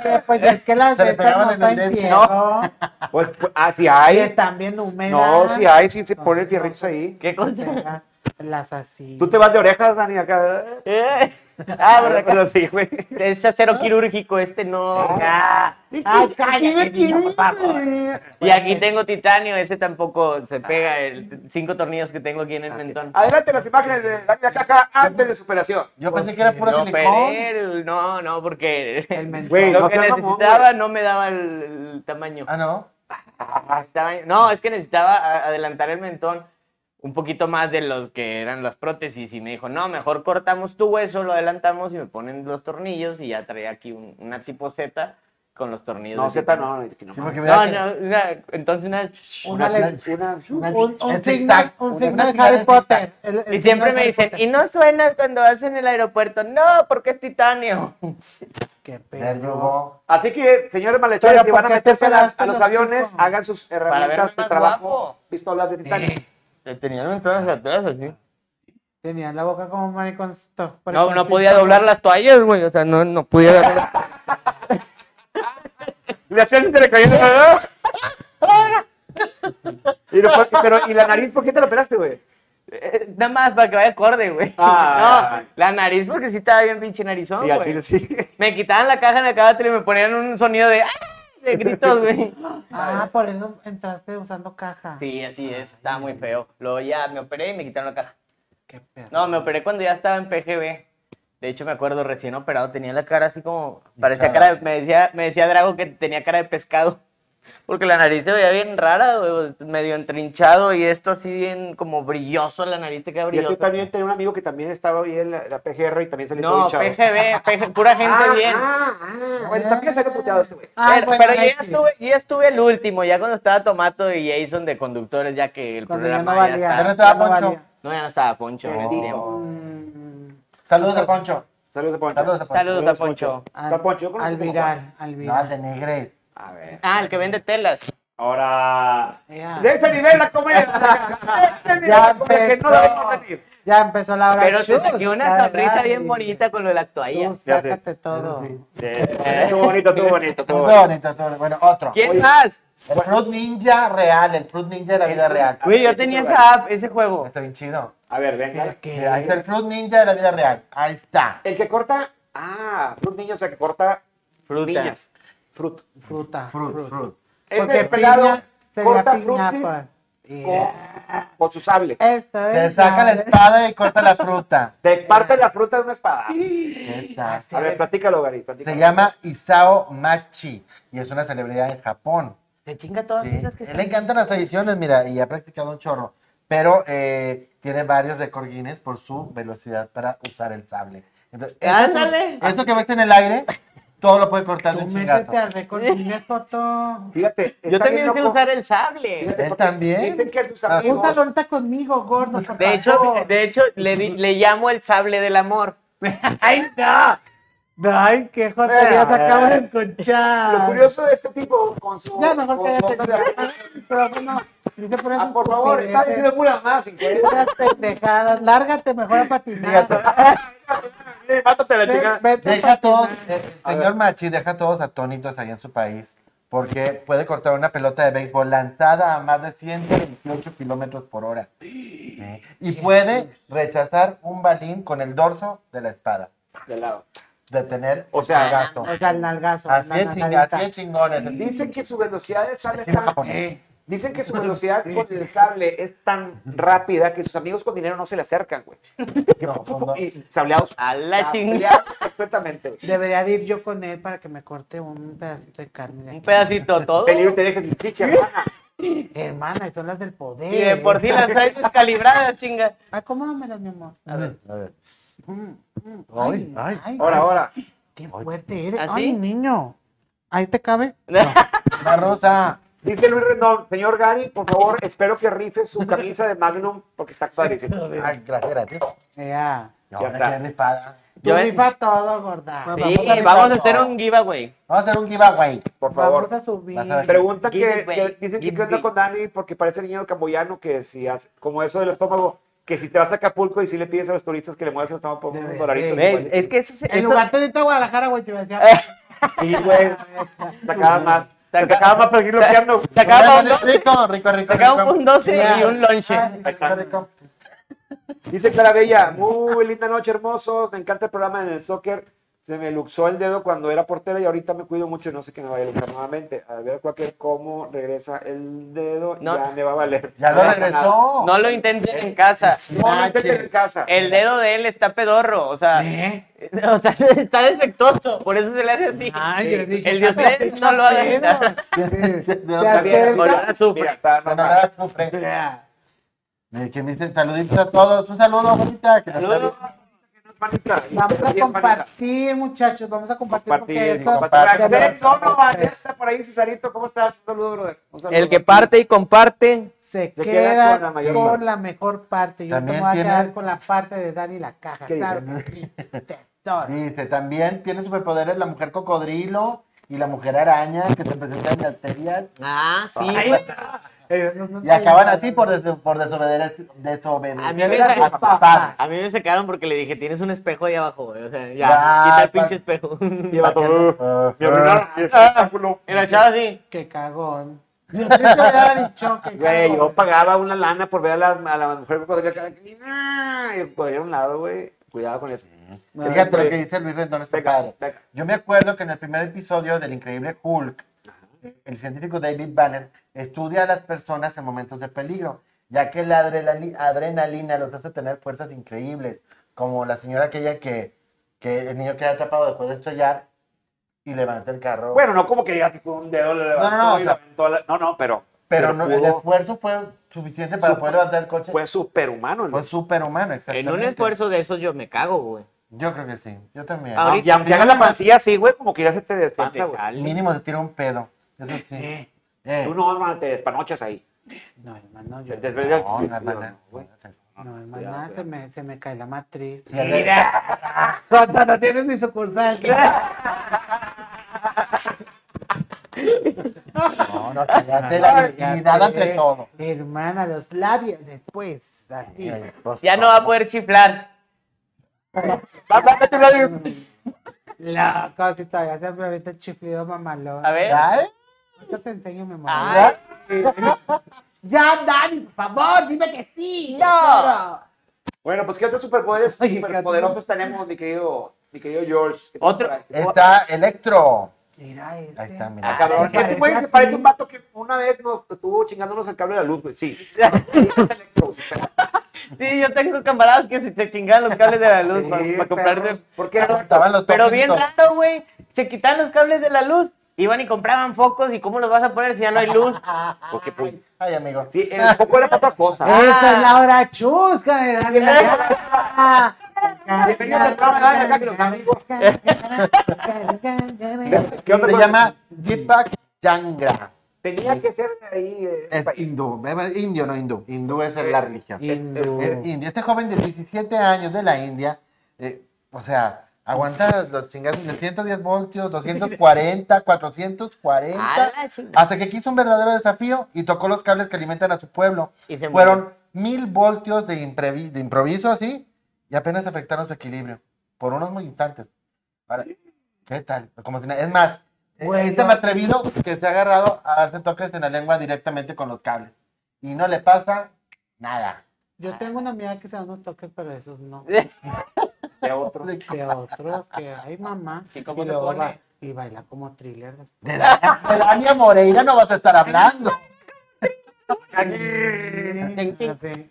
[SPEAKER 4] se le-
[SPEAKER 3] Pues es que las
[SPEAKER 5] Se le
[SPEAKER 3] estas
[SPEAKER 5] pegaban
[SPEAKER 3] no
[SPEAKER 5] en el
[SPEAKER 3] están en
[SPEAKER 5] dedo.
[SPEAKER 3] fierro.
[SPEAKER 4] Pues, pues, ah, sí
[SPEAKER 3] Y
[SPEAKER 4] hay.
[SPEAKER 3] están bien húmedas.
[SPEAKER 4] No, sí hay, sí se ponen fierritos ahí.
[SPEAKER 2] ¿Qué cosa?
[SPEAKER 3] Las así.
[SPEAKER 4] Tú te vas de orejas, Dani, acá.
[SPEAKER 2] Eh, ah, por acá.
[SPEAKER 4] Pero sí, güey.
[SPEAKER 2] Es acero quirúrgico, este no. Ah.
[SPEAKER 3] Ay, cállate, niño, por favor.
[SPEAKER 2] Y aquí tengo titanio, ese tampoco se pega. El cinco tornillos que tengo aquí en el
[SPEAKER 4] Ah,
[SPEAKER 2] mentón.
[SPEAKER 4] Adelante las imágenes de Dani la caja antes de su operación.
[SPEAKER 5] Yo pensé que era puro
[SPEAKER 2] No,
[SPEAKER 5] silicón.
[SPEAKER 2] Perel, no, no, porque
[SPEAKER 3] El mentón.
[SPEAKER 4] Güey,
[SPEAKER 2] lo
[SPEAKER 4] no
[SPEAKER 2] que
[SPEAKER 4] seas mamón,
[SPEAKER 2] necesitaba no me daba el, el tamaño.
[SPEAKER 5] Ah, no.
[SPEAKER 2] Ah, tamaño. No, es que necesitaba a- adelantar el mentón un poquito más de los que eran las prótesis y me dijo, no, mejor cortamos tu hueso, lo adelantamos y me ponen los tornillos y ya traía aquí un- una tipo Z con los tornillos.
[SPEAKER 4] No,
[SPEAKER 2] de
[SPEAKER 4] Z
[SPEAKER 2] titanio.
[SPEAKER 4] no. que no
[SPEAKER 5] Sí,
[SPEAKER 4] mames.
[SPEAKER 5] porque
[SPEAKER 2] No,
[SPEAKER 5] mira que-
[SPEAKER 2] no, una- entonces una...
[SPEAKER 4] Una,
[SPEAKER 5] Una-
[SPEAKER 4] una-
[SPEAKER 5] una-
[SPEAKER 3] Un, un signo,
[SPEAKER 5] el zigzag,
[SPEAKER 3] un signo
[SPEAKER 5] una- una
[SPEAKER 3] de Harry
[SPEAKER 5] señal de zigzag.
[SPEAKER 3] Potter. El- el
[SPEAKER 2] Y siempre
[SPEAKER 3] signo de
[SPEAKER 2] me
[SPEAKER 3] Harry
[SPEAKER 2] dicen,
[SPEAKER 3] Potter.
[SPEAKER 2] ¿y no suenas cuando vas en el aeropuerto? No, porque es titanio.
[SPEAKER 3] Qué pedo.
[SPEAKER 5] Verdugo.
[SPEAKER 4] Así que, señores malhechores,
[SPEAKER 3] Pero
[SPEAKER 4] si van a
[SPEAKER 3] ¿por qué te
[SPEAKER 4] meterse a, las-
[SPEAKER 3] pelaste
[SPEAKER 4] a los
[SPEAKER 3] los
[SPEAKER 4] aviones,
[SPEAKER 3] hijos?
[SPEAKER 4] hagan sus
[SPEAKER 2] verme
[SPEAKER 4] herramientas de
[SPEAKER 2] más
[SPEAKER 4] trabajo,
[SPEAKER 2] guapo.
[SPEAKER 4] pistolas de titanio.
[SPEAKER 2] Tenían entradas atrás, así.
[SPEAKER 3] Tenía la boca como mariconcito.
[SPEAKER 2] No, no podía doblar las toallas, güey. O sea, no, no podía doblar.
[SPEAKER 4] Le hacían se le caía el- y lo- pero, ¿y la nariz por qué te la operaste, güey?
[SPEAKER 2] Eh, Nada más para que vaya acorde, güey. no,
[SPEAKER 4] Ah.
[SPEAKER 2] la nariz, porque sí estaba bien pinche narizón,
[SPEAKER 4] Sí,
[SPEAKER 2] güey.
[SPEAKER 4] al chile sí.
[SPEAKER 2] Me quitaban la caja en el cadáver y me ponían un sonido de... ¡ah! De gritos, güey.
[SPEAKER 3] Ah, por eso entraste usando caja.
[SPEAKER 2] Sí, así es. Estaba muy feo. Luego ya me operé y me quitaron la caja.
[SPEAKER 3] Qué pedo.
[SPEAKER 2] No, me operé cuando ya estaba en PGB. De hecho, me acuerdo, recién operado, tenía la cara así como... Parecía cara de- Me decía, me decía Drago que tenía cara de pescado. Porque la nariz se veía bien rara, güey, medio entrinchado y esto así bien como brilloso, la nariz te queda
[SPEAKER 4] Y aquí
[SPEAKER 2] brillosa.
[SPEAKER 4] también tenía un amigo que también estaba bien en la, la PGR y también salió todo
[SPEAKER 2] No,
[SPEAKER 4] hinchado.
[SPEAKER 2] PGB, PG, pura gente
[SPEAKER 4] ah,
[SPEAKER 2] bien.
[SPEAKER 4] Ah, ah, bueno, también salió puteado este güey.
[SPEAKER 3] Ah,
[SPEAKER 2] pero
[SPEAKER 3] bueno,
[SPEAKER 2] pero yo,
[SPEAKER 3] ahí
[SPEAKER 2] ya
[SPEAKER 3] sí.
[SPEAKER 2] estuve, yo ya estuve el último, ya cuando estaba Tomato y Jason de conductores, ya que el
[SPEAKER 3] Cuando ya
[SPEAKER 2] programa
[SPEAKER 3] no
[SPEAKER 2] ya,
[SPEAKER 3] valía.
[SPEAKER 2] estaba-
[SPEAKER 5] Pero no te va,
[SPEAKER 3] Ya no
[SPEAKER 5] Poncho.
[SPEAKER 3] valía.
[SPEAKER 2] No, ya no estaba Poncho. en ese
[SPEAKER 4] Bendito.
[SPEAKER 2] tiempo.
[SPEAKER 3] Mm,
[SPEAKER 5] Saludos a Poncho.
[SPEAKER 4] Saludos a Poncho.
[SPEAKER 5] Saludos a Poncho.
[SPEAKER 2] Saludos a Poncho.
[SPEAKER 3] al-
[SPEAKER 4] Está Poncho, yo conozco
[SPEAKER 3] Al
[SPEAKER 4] como
[SPEAKER 3] viral, al
[SPEAKER 5] No, al
[SPEAKER 3] viral.
[SPEAKER 5] de Negres.
[SPEAKER 4] A ver.
[SPEAKER 2] Ah, el que vende telas.
[SPEAKER 4] Ahora.
[SPEAKER 3] Ya.
[SPEAKER 4] De ese nivel la comedia. De ese nivel
[SPEAKER 3] Ya
[SPEAKER 4] la comedia que no la
[SPEAKER 3] empezó.
[SPEAKER 4] vemos venir.
[SPEAKER 3] Ya empezó la hora.
[SPEAKER 2] Pero te
[SPEAKER 3] Chus,
[SPEAKER 2] saqué
[SPEAKER 3] la
[SPEAKER 2] una
[SPEAKER 3] verdad,
[SPEAKER 2] sonrisa bien
[SPEAKER 3] sí.
[SPEAKER 2] bonita con lo de la toalla.
[SPEAKER 3] Tú sácate todo.
[SPEAKER 4] Estuvo bonito, estuvo bonito, estuvo
[SPEAKER 5] Todo
[SPEAKER 4] bonito.
[SPEAKER 5] bonito, todo bonito. Bueno, otro.
[SPEAKER 2] ¿Quién
[SPEAKER 4] Oye.
[SPEAKER 2] más?
[SPEAKER 5] El Fruit Ninja real, el Fruit Ninja de la vida real.
[SPEAKER 2] Güey, yo tenía esa app, ese juego.
[SPEAKER 5] Está bien chido.
[SPEAKER 4] A ver, venga.
[SPEAKER 5] Mira, Ahí está el Fruit Ninja de la vida real. Ahí está.
[SPEAKER 4] El que corta. Ah, Fruit Ninja, o sea, que corta
[SPEAKER 2] Fruta.
[SPEAKER 4] niñas. Fruit.
[SPEAKER 3] Fruta.
[SPEAKER 5] Fruit, fruit.
[SPEAKER 4] Este
[SPEAKER 3] Porque
[SPEAKER 4] pelado
[SPEAKER 3] piña sería
[SPEAKER 4] corta
[SPEAKER 3] piñapa.
[SPEAKER 4] frutis con,
[SPEAKER 3] Yeah. Eh.
[SPEAKER 4] con su sable.
[SPEAKER 3] Esto
[SPEAKER 5] pues. Se
[SPEAKER 3] es
[SPEAKER 5] saca la
[SPEAKER 3] madre.
[SPEAKER 5] espada y corta la fruta.
[SPEAKER 4] Te parte la fruta de una espada.
[SPEAKER 5] ¿Qué tal?
[SPEAKER 4] A ver, platícalo, Gary.
[SPEAKER 5] Se
[SPEAKER 4] platícalo.
[SPEAKER 5] llama Isao Machi y es una celebridad en Japón.
[SPEAKER 2] Se chinga todas
[SPEAKER 5] Sí.
[SPEAKER 2] esas que
[SPEAKER 5] Le
[SPEAKER 2] están.
[SPEAKER 5] encantan las tradiciones, mira, y ha practicado un chorro. Pero eh, tiene varios récord Guinness por su velocidad para usar el sable. Entonces,
[SPEAKER 2] Ándale.
[SPEAKER 5] Esto, esto que ves en el aire, todo lo puede cortar
[SPEAKER 3] Tú
[SPEAKER 5] un
[SPEAKER 3] métete
[SPEAKER 5] chingazo.
[SPEAKER 3] al récord Guinness, Joto.
[SPEAKER 4] Fíjate.
[SPEAKER 2] Yo
[SPEAKER 4] está bien
[SPEAKER 2] también sé
[SPEAKER 4] loco.
[SPEAKER 2] usar el sable.
[SPEAKER 4] Fíjate,
[SPEAKER 5] Él
[SPEAKER 4] porque
[SPEAKER 5] también.
[SPEAKER 4] Dicen que tus
[SPEAKER 5] Ah,
[SPEAKER 4] amigos.
[SPEAKER 3] Júntalo ahorita conmigo, gordo. por
[SPEAKER 2] De hecho,
[SPEAKER 3] favor.
[SPEAKER 2] de hecho le, di- le llamo el sable del amor.
[SPEAKER 3] ¡Ay, no! ¡Ay, qué joterías acabo de escuchar!
[SPEAKER 4] Lo curioso de este tipo con su.
[SPEAKER 3] Ah, Ya, mejor
[SPEAKER 4] con su
[SPEAKER 3] cállate.
[SPEAKER 4] onda de-
[SPEAKER 3] Pero no, dice por eso.
[SPEAKER 4] Ah, por favor, está diciendo pura más. incoherencia.
[SPEAKER 3] Esas pendejadas, lárgate mejor a patinar.
[SPEAKER 4] Eh, Mátate la
[SPEAKER 3] Ve-
[SPEAKER 4] chingada.
[SPEAKER 3] Vete
[SPEAKER 5] Deja a
[SPEAKER 3] a
[SPEAKER 5] todos,
[SPEAKER 3] patinar.
[SPEAKER 5] eh,
[SPEAKER 4] A
[SPEAKER 5] señor
[SPEAKER 4] ver.
[SPEAKER 5] Machi, deja a todos atónitos ahí en su país, porque puede cortar una pelota de béisbol lanzada a más de 128 kilómetros por hora. Sí. Y puede rechazar un balín con el dorso de la espada,
[SPEAKER 4] De lado.
[SPEAKER 5] detener
[SPEAKER 4] O sea,
[SPEAKER 5] el gasto.
[SPEAKER 3] O sea, el nalgazo. la
[SPEAKER 5] Así es, chinga-
[SPEAKER 3] nalgadita.
[SPEAKER 5] así es chingones.
[SPEAKER 4] Dicen que su velocidad del sable
[SPEAKER 5] Sí,
[SPEAKER 4] es tan,
[SPEAKER 5] japonés.
[SPEAKER 4] eh, Dicen que su velocidad con el sable es tan rápida que sus amigos con dinero no se le acercan, güey.
[SPEAKER 5] No, pues no.
[SPEAKER 4] Y sableados.
[SPEAKER 2] A la chingada.
[SPEAKER 4] sableados completamente, güey.
[SPEAKER 3] Debería de ir yo con él para que me corte un pedacito de carne. de
[SPEAKER 2] Un
[SPEAKER 3] aquí.
[SPEAKER 2] pedacito todo.
[SPEAKER 4] Peligro te deja sin chicha, hermana.
[SPEAKER 3] Hermana, son las del poder.
[SPEAKER 2] Y de por sí las traes descalibradas, chinga.
[SPEAKER 3] Acomódamelas, mi amor.
[SPEAKER 2] A ver.
[SPEAKER 5] A ver.
[SPEAKER 3] Mm, mm.
[SPEAKER 5] Ay, ay.
[SPEAKER 4] Ahora, ahora.
[SPEAKER 3] Qué fuerte eres.
[SPEAKER 2] ¿Así?
[SPEAKER 3] Ay, niño. Ahí te cabe.
[SPEAKER 5] La rosa.
[SPEAKER 4] Dice Luis Rendón, señor Gary, por favor, espero que rife su camisa de Magnum porque está actualizada.
[SPEAKER 5] Ay, gracias, gracias.
[SPEAKER 3] Ya.
[SPEAKER 5] Y ahora
[SPEAKER 4] está.
[SPEAKER 5] qué ripada.
[SPEAKER 3] Tú
[SPEAKER 2] Yo-
[SPEAKER 3] rifa todo, gorda.
[SPEAKER 5] Bueno,
[SPEAKER 2] Sí,
[SPEAKER 5] Vamos a
[SPEAKER 2] vamos a
[SPEAKER 5] rifar
[SPEAKER 2] hacer
[SPEAKER 5] todo.
[SPEAKER 2] un giveaway.
[SPEAKER 5] Vamos a hacer un giveaway.
[SPEAKER 4] Por favor.
[SPEAKER 3] Vamos a subir.
[SPEAKER 5] Vas a ver.
[SPEAKER 4] Pregunta que,
[SPEAKER 2] Giveaway,
[SPEAKER 4] que dicen que qué onda
[SPEAKER 2] giveaway.
[SPEAKER 4] con Dani porque parece niño camboyano que si hace, como eso del estómago, que si te vas a Acapulco y si le pides a los turistas que le muevas el estómago por un
[SPEAKER 3] Debe
[SPEAKER 4] dolarito.
[SPEAKER 3] ser.
[SPEAKER 4] igual.
[SPEAKER 2] Ven, es que eso se-
[SPEAKER 3] En
[SPEAKER 2] esto-
[SPEAKER 3] lugar de irte a Guadalajara, güey, te decía.
[SPEAKER 4] Sí, güey. Sacaba más.
[SPEAKER 2] Saca-
[SPEAKER 4] Sacaba más para seguir bloqueando.
[SPEAKER 2] Sacaba un
[SPEAKER 5] Rico,
[SPEAKER 2] doce,
[SPEAKER 5] rico, rico, rico.
[SPEAKER 2] sacaba un 12 y
[SPEAKER 5] Ya.
[SPEAKER 2] un lonche.
[SPEAKER 5] Ah, rico, rico.
[SPEAKER 4] Dice Clara Bella, muy linda noche, hermosos. Me encanta el programa en el soccer. Se me luxó el dedo cuando era portera y ahorita me cuido mucho y no sé que me vaya a luxar nuevamente. A ver cualquier cómo regresa el dedo,
[SPEAKER 2] No.
[SPEAKER 4] ya me va a valer.
[SPEAKER 5] Ya lo
[SPEAKER 4] No pasa nada.
[SPEAKER 5] regresó.
[SPEAKER 2] No lo intenten en casa.
[SPEAKER 4] No, no intenten en casa.
[SPEAKER 2] El dedo de él está pedorro, o sea, o sea, está defectuoso, por eso se le hace así.
[SPEAKER 3] Ay, yo dije,
[SPEAKER 2] el de ustedes no lo hagan.
[SPEAKER 3] Pero,
[SPEAKER 4] Está bien,
[SPEAKER 2] Olor
[SPEAKER 4] mira,
[SPEAKER 2] a azufre.
[SPEAKER 4] mira, está
[SPEAKER 5] Bueno,
[SPEAKER 4] normal.
[SPEAKER 5] ahora sufre.
[SPEAKER 3] vea.
[SPEAKER 5] Eh, Que me dicen saluditos a todos. Un saludo, bonita. que nos
[SPEAKER 2] Saludos.
[SPEAKER 5] está
[SPEAKER 4] Manita,
[SPEAKER 3] Vamos
[SPEAKER 4] pero
[SPEAKER 3] a
[SPEAKER 4] sí es manita.
[SPEAKER 3] compartir, muchachos. Vamos a compartir. porque
[SPEAKER 4] Compartir,
[SPEAKER 3] esto-
[SPEAKER 4] compartir.
[SPEAKER 5] comparte.
[SPEAKER 4] Axel Donovan, ya está por ahí, Cesarito. ¿Cómo estás? Un saludo, brother. Un saludo.
[SPEAKER 2] El que parte y comparte.
[SPEAKER 3] se
[SPEAKER 4] queda
[SPEAKER 3] queda
[SPEAKER 4] con
[SPEAKER 3] con
[SPEAKER 4] la
[SPEAKER 3] la,
[SPEAKER 4] mayor parte.
[SPEAKER 3] mejor parte. Yo
[SPEAKER 5] También
[SPEAKER 3] me voy
[SPEAKER 5] tiene-
[SPEAKER 3] a quedar con la parte de Dani la caja.
[SPEAKER 4] ¿Qué
[SPEAKER 3] Claro
[SPEAKER 4] dice?
[SPEAKER 3] que sí, tesoro.
[SPEAKER 5] Dice, también tiene superpoderes la mujer cocodrilo y la mujer araña que se presentan en las ferias
[SPEAKER 2] Ah, sí.
[SPEAKER 5] Ay,
[SPEAKER 2] güey.
[SPEAKER 3] Eh, no- no
[SPEAKER 5] y
[SPEAKER 3] sé
[SPEAKER 5] acaban
[SPEAKER 3] llamar.
[SPEAKER 5] así por, des- por desobedecer. desobedecer
[SPEAKER 2] A mí me
[SPEAKER 5] a
[SPEAKER 2] saca-
[SPEAKER 5] sus papás.
[SPEAKER 2] A mí me sacaron porque le dije, tienes un espejo ahí abajo, güey. O sea, ya,
[SPEAKER 5] Ah,
[SPEAKER 2] quita el
[SPEAKER 5] pa-
[SPEAKER 2] pinche espejo.
[SPEAKER 4] Lleva todo.
[SPEAKER 5] Ah,
[SPEAKER 4] uh, Mi arruinaron mi espectáculo.
[SPEAKER 2] Y la chava así.
[SPEAKER 3] Qué cagón. Yo sí te hubiera dicho que
[SPEAKER 4] Güey, yo
[SPEAKER 3] cagón.
[SPEAKER 4] pagaba una lana por ver a la, a la mujer cocodrilo cada quien. Ah, y el cocodrilo a un lado, güey. Cuidado con eso.
[SPEAKER 5] Fíjate lo que dice Luis Rendón, está
[SPEAKER 4] Venga,
[SPEAKER 5] padre.
[SPEAKER 4] venga.
[SPEAKER 5] Yo me acuerdo que en el primer episodio del increíble Hulk, el científico David Banner estudia a las personas en momentos de peligro, ya que la adrenali- adrenalina los hace tener fuerzas increíbles, como la señora aquella que, que el niño queda atrapado después de estrellar y levanta el carro.
[SPEAKER 4] Bueno, no como que ya tipo un dedo le levantó
[SPEAKER 5] no, no,
[SPEAKER 4] y
[SPEAKER 5] no.
[SPEAKER 4] levantó la- No, no, pero.
[SPEAKER 5] pero no- el
[SPEAKER 4] pudo-
[SPEAKER 5] esfuerzo fue suficiente para
[SPEAKER 4] Supo-
[SPEAKER 5] poder levantar el coche.
[SPEAKER 4] fue superhumano.
[SPEAKER 5] fue
[SPEAKER 4] ¿no?
[SPEAKER 5] superhumano,
[SPEAKER 2] Pues En
[SPEAKER 5] exactamente.
[SPEAKER 2] un esfuerzo de esos yo me cago, güey.
[SPEAKER 5] Yo creo que sí, yo también.
[SPEAKER 2] Ahorita-
[SPEAKER 4] Y aunque haga la pancilla así, güey, como que ya se te despanza,
[SPEAKER 2] Te
[SPEAKER 4] güey.
[SPEAKER 2] sale.
[SPEAKER 5] Mínimo se tira un pedo. Eso sí. Eh.
[SPEAKER 4] Tú no, hermano, te despanochas ahí.
[SPEAKER 3] No, hermano, yo.
[SPEAKER 4] Te- te-
[SPEAKER 5] No,
[SPEAKER 4] te-
[SPEAKER 5] no, no, no,
[SPEAKER 4] güey.
[SPEAKER 3] No, hermana,
[SPEAKER 4] Cuidado,
[SPEAKER 3] se
[SPEAKER 4] cuidado.
[SPEAKER 3] me, se me cae la matriz.
[SPEAKER 5] Y el de-
[SPEAKER 3] Rata, no tienes ni sucursal.
[SPEAKER 5] No, no, fíjate la dignidad entre todo.
[SPEAKER 3] Hermana, los labios después. Así.
[SPEAKER 2] Ya no va a poder chiflar.
[SPEAKER 3] La casi todavía se me avienta el chiflido mamalón.
[SPEAKER 2] A ver.
[SPEAKER 5] ¿Ya?
[SPEAKER 3] Yo te enseño, mi amor.
[SPEAKER 2] Ay,
[SPEAKER 3] Ya, Dani, por favor, dime que sí.
[SPEAKER 2] No.
[SPEAKER 4] Bueno, pues, ¿qué otros superpoderes
[SPEAKER 3] Oye,
[SPEAKER 4] superpoderosos tenemos, mi querido, mi querido George? ¿Qué
[SPEAKER 2] Otro-
[SPEAKER 4] tal?
[SPEAKER 5] Está Electro.
[SPEAKER 3] Mira este.
[SPEAKER 5] Ahí está,
[SPEAKER 4] Ah,
[SPEAKER 5] mira.
[SPEAKER 4] cabrón.
[SPEAKER 3] Ah,
[SPEAKER 4] Este güey
[SPEAKER 3] ya
[SPEAKER 4] se parece
[SPEAKER 3] sí.
[SPEAKER 4] un vato que una vez nos estuvo chingándonos el cable de la luz, güey. Sí.
[SPEAKER 2] Sí, yo tengo camaradas que se, se chingaban los cables de la luz para, para comprarse.
[SPEAKER 4] comprarse. ¿Por qué no?
[SPEAKER 5] Estaban los
[SPEAKER 2] Pero bien
[SPEAKER 5] toquecitos.
[SPEAKER 2] raro, güey. Se quitaban los cables de la luz. Iban y compraban focos y cómo los vas a poner si ya no hay luz.
[SPEAKER 4] Porque, pues,
[SPEAKER 5] Ay, amigo.
[SPEAKER 4] sí,
[SPEAKER 5] Ah.
[SPEAKER 2] Ah.
[SPEAKER 4] el foco era para otra cosa.
[SPEAKER 3] Esta es la hora chusca de Dani. Lara.
[SPEAKER 4] Bienvenidos al programa de Vale, acá que los amigos.
[SPEAKER 5] ¿Qué
[SPEAKER 4] ¿Qué
[SPEAKER 5] se
[SPEAKER 4] otra cosa?
[SPEAKER 5] llama Deepak Changra.
[SPEAKER 4] Tenía que ser ahí. eh,
[SPEAKER 5] Es
[SPEAKER 4] país. Eh,
[SPEAKER 5] hindú, eh, indio, no hindú. Hindú es la religión.
[SPEAKER 3] Hindú.
[SPEAKER 5] Es indio. Este joven de 17 años de la India, eh, o sea, aguanta los chingados de 110 voltios, 240, 440,
[SPEAKER 2] A la chingada.
[SPEAKER 5] hasta que quiso un verdadero desafío y tocó los cables que alimentan a su pueblo.
[SPEAKER 2] Y se
[SPEAKER 5] Fueron mil voltios de, imprevi- de improviso así y apenas afectaron su equilibrio por unos muy instantes. Ahora, ¿Qué tal? Como si na- es más, eh,
[SPEAKER 3] Bueno.
[SPEAKER 5] es tan atrevido que se ha agarrado a darse toques en la lengua directamente con los cables y no le pasa nada.
[SPEAKER 3] Yo tengo una amiga que se da unos toques, pero esos no.
[SPEAKER 2] murió.
[SPEAKER 4] De otro.
[SPEAKER 3] Que otros que hay mamá.
[SPEAKER 2] ¿Y cómo se
[SPEAKER 3] luego
[SPEAKER 2] pone?
[SPEAKER 3] ba- y baila como thriller.
[SPEAKER 5] De, Da- de Dania Moreira no vas a estar hablando.
[SPEAKER 2] Ting, ting.
[SPEAKER 3] Así.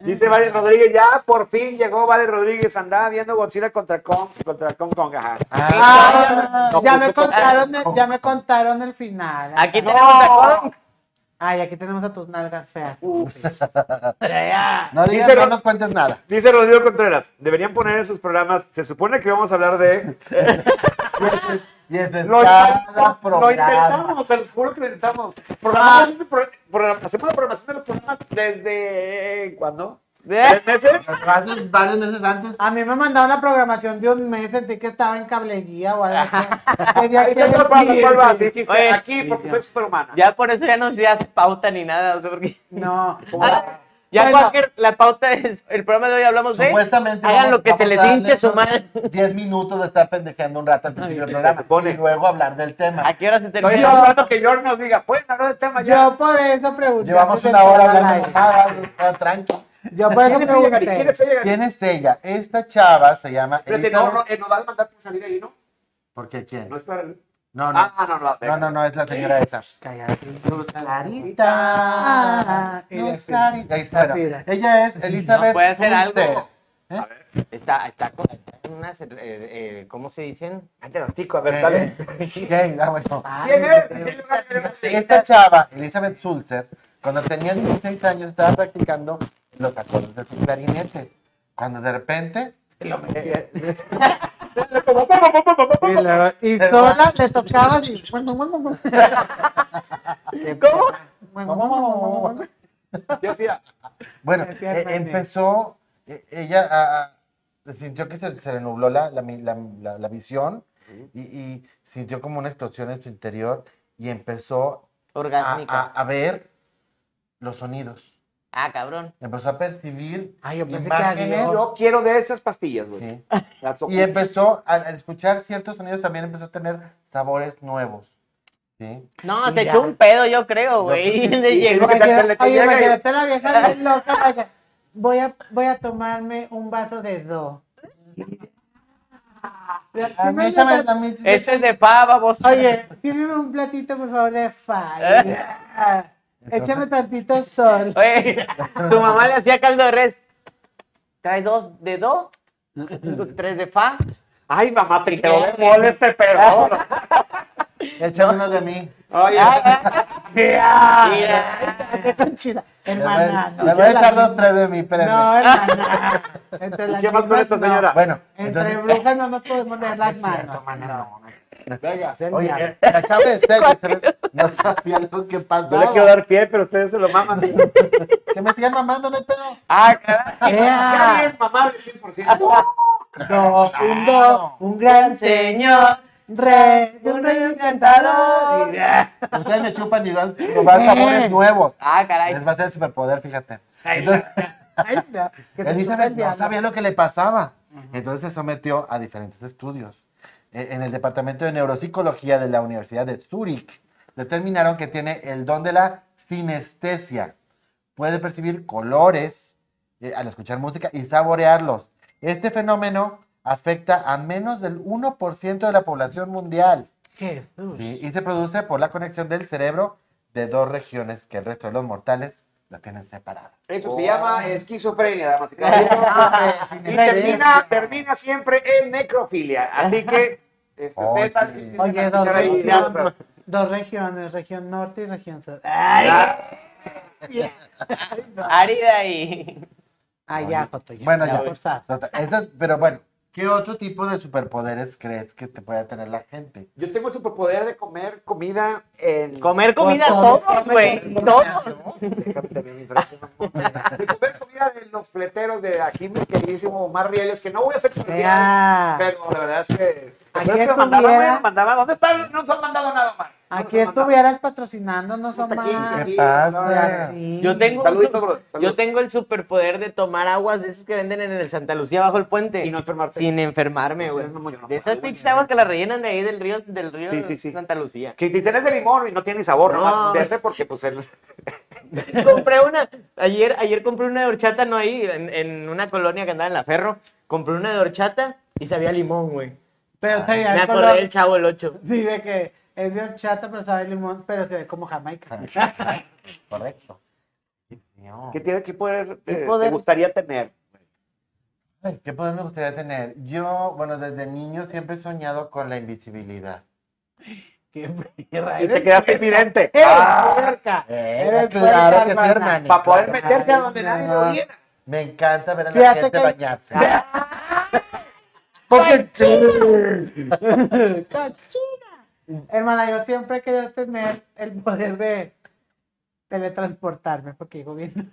[SPEAKER 4] Dice Vale Rodríguez, ya por fin llegó Vale Rodríguez, andaba viendo Godzilla contra Kong, contra Kong Kong, ajá.
[SPEAKER 3] Ah,
[SPEAKER 4] No
[SPEAKER 3] ya
[SPEAKER 5] pues,
[SPEAKER 4] puso
[SPEAKER 3] me
[SPEAKER 4] con-
[SPEAKER 3] contaron, el- ya me contaron el final.
[SPEAKER 2] pues, Aquí tenemos a Kong.
[SPEAKER 3] Ay, aquí tenemos a tus nalgas feas.
[SPEAKER 5] No digas,
[SPEAKER 4] Dice-
[SPEAKER 5] no nos cuentes nada.
[SPEAKER 4] Dice Rodrigo Contreras, deberían poner en sus programas, se supone que vamos a hablar de...
[SPEAKER 5] Y eso es
[SPEAKER 4] Lo
[SPEAKER 5] cada
[SPEAKER 4] intentamos, lo
[SPEAKER 5] programa. Ah.
[SPEAKER 4] intentamos, se los juro que lo intentamos. Programamos este pro- programa- hacemos la programación de los programas desde... eh, ¿Cuándo? ¿Tres meses?
[SPEAKER 5] Varios- Varios meses antes.
[SPEAKER 3] A mí me mandaron la programación de un mes, sentí que estaba en cable guía o algo así. Tenía
[SPEAKER 4] Ahí
[SPEAKER 3] que
[SPEAKER 4] te acuerdas cuál
[SPEAKER 3] decir-
[SPEAKER 4] vas, dijiste,
[SPEAKER 2] Oye,
[SPEAKER 4] aquí porque soy superhumana.
[SPEAKER 2] Ya por eso ya no se hace pauta ni nada, o sea, porque...
[SPEAKER 3] No.
[SPEAKER 2] Ah, ya
[SPEAKER 3] Bueno.
[SPEAKER 2] cualquier, la pauta es, el programa de hoy hablamos de...
[SPEAKER 5] Supuestamente.
[SPEAKER 2] Hagan
[SPEAKER 5] vamos-
[SPEAKER 2] lo que se
[SPEAKER 5] vamos
[SPEAKER 2] les
[SPEAKER 5] a darle
[SPEAKER 2] hinche su
[SPEAKER 5] esos
[SPEAKER 2] madre.
[SPEAKER 5] 10 minutos de estar pendejeando un rato al principio
[SPEAKER 4] se
[SPEAKER 5] del programa.
[SPEAKER 4] supone.
[SPEAKER 5] Y luego hablar del tema.
[SPEAKER 2] ¿A qué hora se
[SPEAKER 4] Estoy
[SPEAKER 2] termina?
[SPEAKER 4] hablando que George nos diga, pueden hablar del tema ya.
[SPEAKER 3] Yo por eso pregunté.
[SPEAKER 5] Llevamos
[SPEAKER 3] antes de
[SPEAKER 5] una hora
[SPEAKER 3] entrar al
[SPEAKER 5] hablando de
[SPEAKER 3] aire.
[SPEAKER 5] nada, tranqui.
[SPEAKER 3] Yo por eso
[SPEAKER 4] ¿Quién es ella, Gary? ¿Quién es
[SPEAKER 3] pregunté.
[SPEAKER 4] ella, Gary?
[SPEAKER 5] ¿Quién es ella? Esta chava se llama.
[SPEAKER 4] Espérate,
[SPEAKER 5] Erika-
[SPEAKER 4] no, no, eh, nos va a mandar por salir ahí, ¿no?
[SPEAKER 5] ¿Por qué quién?
[SPEAKER 4] No es para...
[SPEAKER 5] No, no.
[SPEAKER 4] Ah, no, no.
[SPEAKER 5] No, no, no, es la señora esa. Sarita.
[SPEAKER 3] Ah, y
[SPEAKER 5] no,
[SPEAKER 3] la
[SPEAKER 5] Sarita. Ahí está, bueno,
[SPEAKER 3] Zafira.
[SPEAKER 5] ella es Elizabeth.
[SPEAKER 2] No, puede hacer algo.
[SPEAKER 5] Fuster.
[SPEAKER 2] Está, está con unas, eh, eh, ¿cómo se dicen?
[SPEAKER 4] Cállate los ticos, a ver, dale.
[SPEAKER 5] Eh, eh, ah, bueno.
[SPEAKER 4] ¿Quién es? ¿Quién lo va a hacer?
[SPEAKER 5] Esta chava, Elizabeth Sulzer, cuando tenía 16 años estaba practicando los acordes de su clarinete. Cuando de repente, Eh,
[SPEAKER 3] Y, luego- y sola le tocaba así. ¿Cómo?
[SPEAKER 4] Yo hacía,
[SPEAKER 5] bueno,
[SPEAKER 3] Gracias,
[SPEAKER 5] eh,
[SPEAKER 3] René.
[SPEAKER 5] empezó, eh, ella a- a- sintió que se, se le nubló la, la mi- la- la- la visión y, y sintió como una explosión en su interior y empezó a,
[SPEAKER 2] Orgásmica.
[SPEAKER 5] a- a ver los sonidos.
[SPEAKER 2] Ah, cabrón.
[SPEAKER 5] Empezó a percibir
[SPEAKER 3] Ay, yo pensé que
[SPEAKER 5] imágenes.
[SPEAKER 3] adiós.
[SPEAKER 4] Yo quiero de esas pastillas, güey.
[SPEAKER 5] Sí.
[SPEAKER 4] Las
[SPEAKER 5] Y empezó, al al escuchar ciertos sonidos, también empezó a tener sabores nuevos. ¿sí?
[SPEAKER 2] No, se
[SPEAKER 3] Mira.
[SPEAKER 2] echó un pedo, yo creo, güey. Y le llegó.
[SPEAKER 4] que te- te- te
[SPEAKER 3] Oye,
[SPEAKER 4] llega y-
[SPEAKER 3] imagínate la vieja bien loca. vaya. Voy a, voy a tomarme un vaso de do.
[SPEAKER 5] A mí,
[SPEAKER 3] Así me
[SPEAKER 5] Ah, échame, a mí,
[SPEAKER 2] Este es de pava, vos.
[SPEAKER 3] Oye, sírveme un platito, por favor, de fa. Échame tantito sol.
[SPEAKER 2] Oye, tu mamá le hacía caldo de res. Trae dos de do, tres de fa.
[SPEAKER 4] Ay, mamá,
[SPEAKER 5] Eh,
[SPEAKER 4] te quedó de mole este perro.
[SPEAKER 5] échame uno de mí.
[SPEAKER 4] Oye,
[SPEAKER 5] Ah, eh.
[SPEAKER 2] Mira.
[SPEAKER 3] Qué conchida.
[SPEAKER 5] Le voy, a-
[SPEAKER 3] Hermana. no,
[SPEAKER 5] le voy
[SPEAKER 3] yo
[SPEAKER 5] a
[SPEAKER 3] la
[SPEAKER 5] echar dos,
[SPEAKER 3] misma.
[SPEAKER 5] tres de mí, espérenme.
[SPEAKER 3] No, hermana. Entre las
[SPEAKER 4] ¿Qué más con
[SPEAKER 3] mismas,
[SPEAKER 4] esta
[SPEAKER 3] no.
[SPEAKER 4] señora?
[SPEAKER 5] Bueno,
[SPEAKER 3] Entre
[SPEAKER 5] entonces,
[SPEAKER 3] brujas no nos podemos leer las manos.
[SPEAKER 4] venga.
[SPEAKER 3] Es el
[SPEAKER 5] oye,
[SPEAKER 3] diablo.
[SPEAKER 5] eh, la chava de Elizabeth no sabía lo que
[SPEAKER 4] Yo le
[SPEAKER 5] pasaba.
[SPEAKER 4] quiero dar pie, pero ustedes se lo maman.
[SPEAKER 5] Que me sigan mamando, no hay pedo.
[SPEAKER 2] Ah, caray.
[SPEAKER 3] Ea,
[SPEAKER 4] Nadie es mamable
[SPEAKER 3] Ah,
[SPEAKER 4] 100%.
[SPEAKER 3] do, un do, un gran
[SPEAKER 2] Señor.
[SPEAKER 3] rey, un rey encantador.
[SPEAKER 5] Ustedes me chupan y van a robar sabores nuevos.
[SPEAKER 2] Ah, caray.
[SPEAKER 5] Les va a ser el superpoder, fíjate.
[SPEAKER 2] Ay,
[SPEAKER 5] Entonces,
[SPEAKER 3] Ay, no, que te chupa
[SPEAKER 5] Elizabeth
[SPEAKER 3] el
[SPEAKER 5] no
[SPEAKER 3] diablo.
[SPEAKER 5] sabía lo que le pasaba. Entonces se sometió a diferentes estudios. E- En el Departamento de Neuropsicología de la Universidad de Zúrich determinaron que tiene el don de la sinestesia. Puede percibir colores eh, al escuchar música y saborearlos. Este fenómeno afecta a menos del 1% de la población mundial
[SPEAKER 3] Jesús.
[SPEAKER 5] ¿sí? y se produce por la conexión del cerebro de dos regiones que el resto de los mortales la tienen separada.
[SPEAKER 4] Eso se llama esquizofrenia, damas
[SPEAKER 3] Ah,
[SPEAKER 4] y caballeros. Y
[SPEAKER 5] Sinestesia.
[SPEAKER 4] termina, termina siempre en necrofilia. Así que, este,
[SPEAKER 5] Oye.
[SPEAKER 4] ustedes saben que tienen
[SPEAKER 3] Oye,
[SPEAKER 4] que
[SPEAKER 3] dos
[SPEAKER 4] estar ahí.
[SPEAKER 3] regiones, dos regiones, región norte y región sur.
[SPEAKER 2] Ay. Árida y.
[SPEAKER 3] Ah, ya, Joto, ya.
[SPEAKER 5] Bueno,
[SPEAKER 3] ya.
[SPEAKER 5] ya.
[SPEAKER 3] forzado.
[SPEAKER 5] Total, esas- pero bueno, ¿qué otro tipo de superpoderes crees que te pueda tener la gente?
[SPEAKER 4] Yo tengo el superpoder de comer comida en.
[SPEAKER 2] Comer comida
[SPEAKER 3] Con todo,
[SPEAKER 2] todos,
[SPEAKER 3] come
[SPEAKER 2] güey.
[SPEAKER 3] con-
[SPEAKER 2] Todos.
[SPEAKER 4] Déjame terminar mi frase, mamón. De comer comida de los fleteros de aquí, mi queridísimo Omar Rieles, que no voy a hacer comercial,
[SPEAKER 3] Vea,
[SPEAKER 4] pero la verdad es que. ¿Te
[SPEAKER 3] Aquí
[SPEAKER 4] acuerdas que me mandaba,
[SPEAKER 3] estuviera-
[SPEAKER 4] güey? Me mandaba, ¿Dónde está? No nos han mandado nada, Omar. No nos
[SPEAKER 3] aquí
[SPEAKER 4] han mandado.
[SPEAKER 3] estuvieras patrocinándonos,
[SPEAKER 4] Puta,
[SPEAKER 3] Omar.
[SPEAKER 5] ¿Qué
[SPEAKER 4] Sí,
[SPEAKER 5] pasa?
[SPEAKER 4] ahora
[SPEAKER 3] Sí.
[SPEAKER 2] Yo tengo, un
[SPEAKER 4] Saluditos,
[SPEAKER 2] su-
[SPEAKER 4] bro, saludos.
[SPEAKER 2] yo tengo el superpoder de tomar aguas de esos que venden en el Santa Lucía bajo el puente.
[SPEAKER 4] Y no enfermarte.
[SPEAKER 2] sin enfermarme,
[SPEAKER 4] Sí,
[SPEAKER 2] güey.
[SPEAKER 4] no, yo no
[SPEAKER 2] de
[SPEAKER 4] puedo,
[SPEAKER 2] esas
[SPEAKER 4] güey.
[SPEAKER 2] pinches aguas que las rellenan de ahí del río, del río
[SPEAKER 4] Sí, sí, sí.
[SPEAKER 2] Santa Lucía.
[SPEAKER 4] Que te dicen es de limón y no tiene ni sabor,
[SPEAKER 2] No.
[SPEAKER 4] nomás verde porque pues el...
[SPEAKER 2] compré una, ayer, ayer compré una de horchata, no ahí, en, en una colonia que andaba en la ferro. Compré una de horchata y sabía a limón, güey.
[SPEAKER 3] Pero te
[SPEAKER 2] Me acordé del chavo el 8.
[SPEAKER 3] Sí, de que es de horchata, pero sabe a limón, pero se ve como Jamaica.
[SPEAKER 5] Correcto. Ay, Dios.
[SPEAKER 4] ¿Qué, tiene, qué poder,
[SPEAKER 2] ¿Qué
[SPEAKER 4] eh,
[SPEAKER 2] poder?
[SPEAKER 4] te gustaría tener?
[SPEAKER 5] Ay, ¿Qué poder me gustaría tener? Yo, bueno, desde niño siempre he soñado con la invisibilidad.
[SPEAKER 3] Qué perra,
[SPEAKER 4] Y te
[SPEAKER 3] eres-
[SPEAKER 4] quedaste evidente.
[SPEAKER 3] eres ¡Eh, puerca.
[SPEAKER 5] Eh,
[SPEAKER 3] Eres
[SPEAKER 5] claro
[SPEAKER 3] puerca,
[SPEAKER 5] que sí,
[SPEAKER 3] hermana.
[SPEAKER 5] hermano.
[SPEAKER 4] Para poder
[SPEAKER 5] Claro.
[SPEAKER 4] meterse a donde nadie lo
[SPEAKER 5] no.
[SPEAKER 4] viera.
[SPEAKER 5] Me encanta ver a la
[SPEAKER 3] Fíjate
[SPEAKER 5] gente
[SPEAKER 3] que-
[SPEAKER 5] bañarse.
[SPEAKER 3] Porque Hermana, yo siempre he querido tener el poder de teletransportarme, porque digo bien.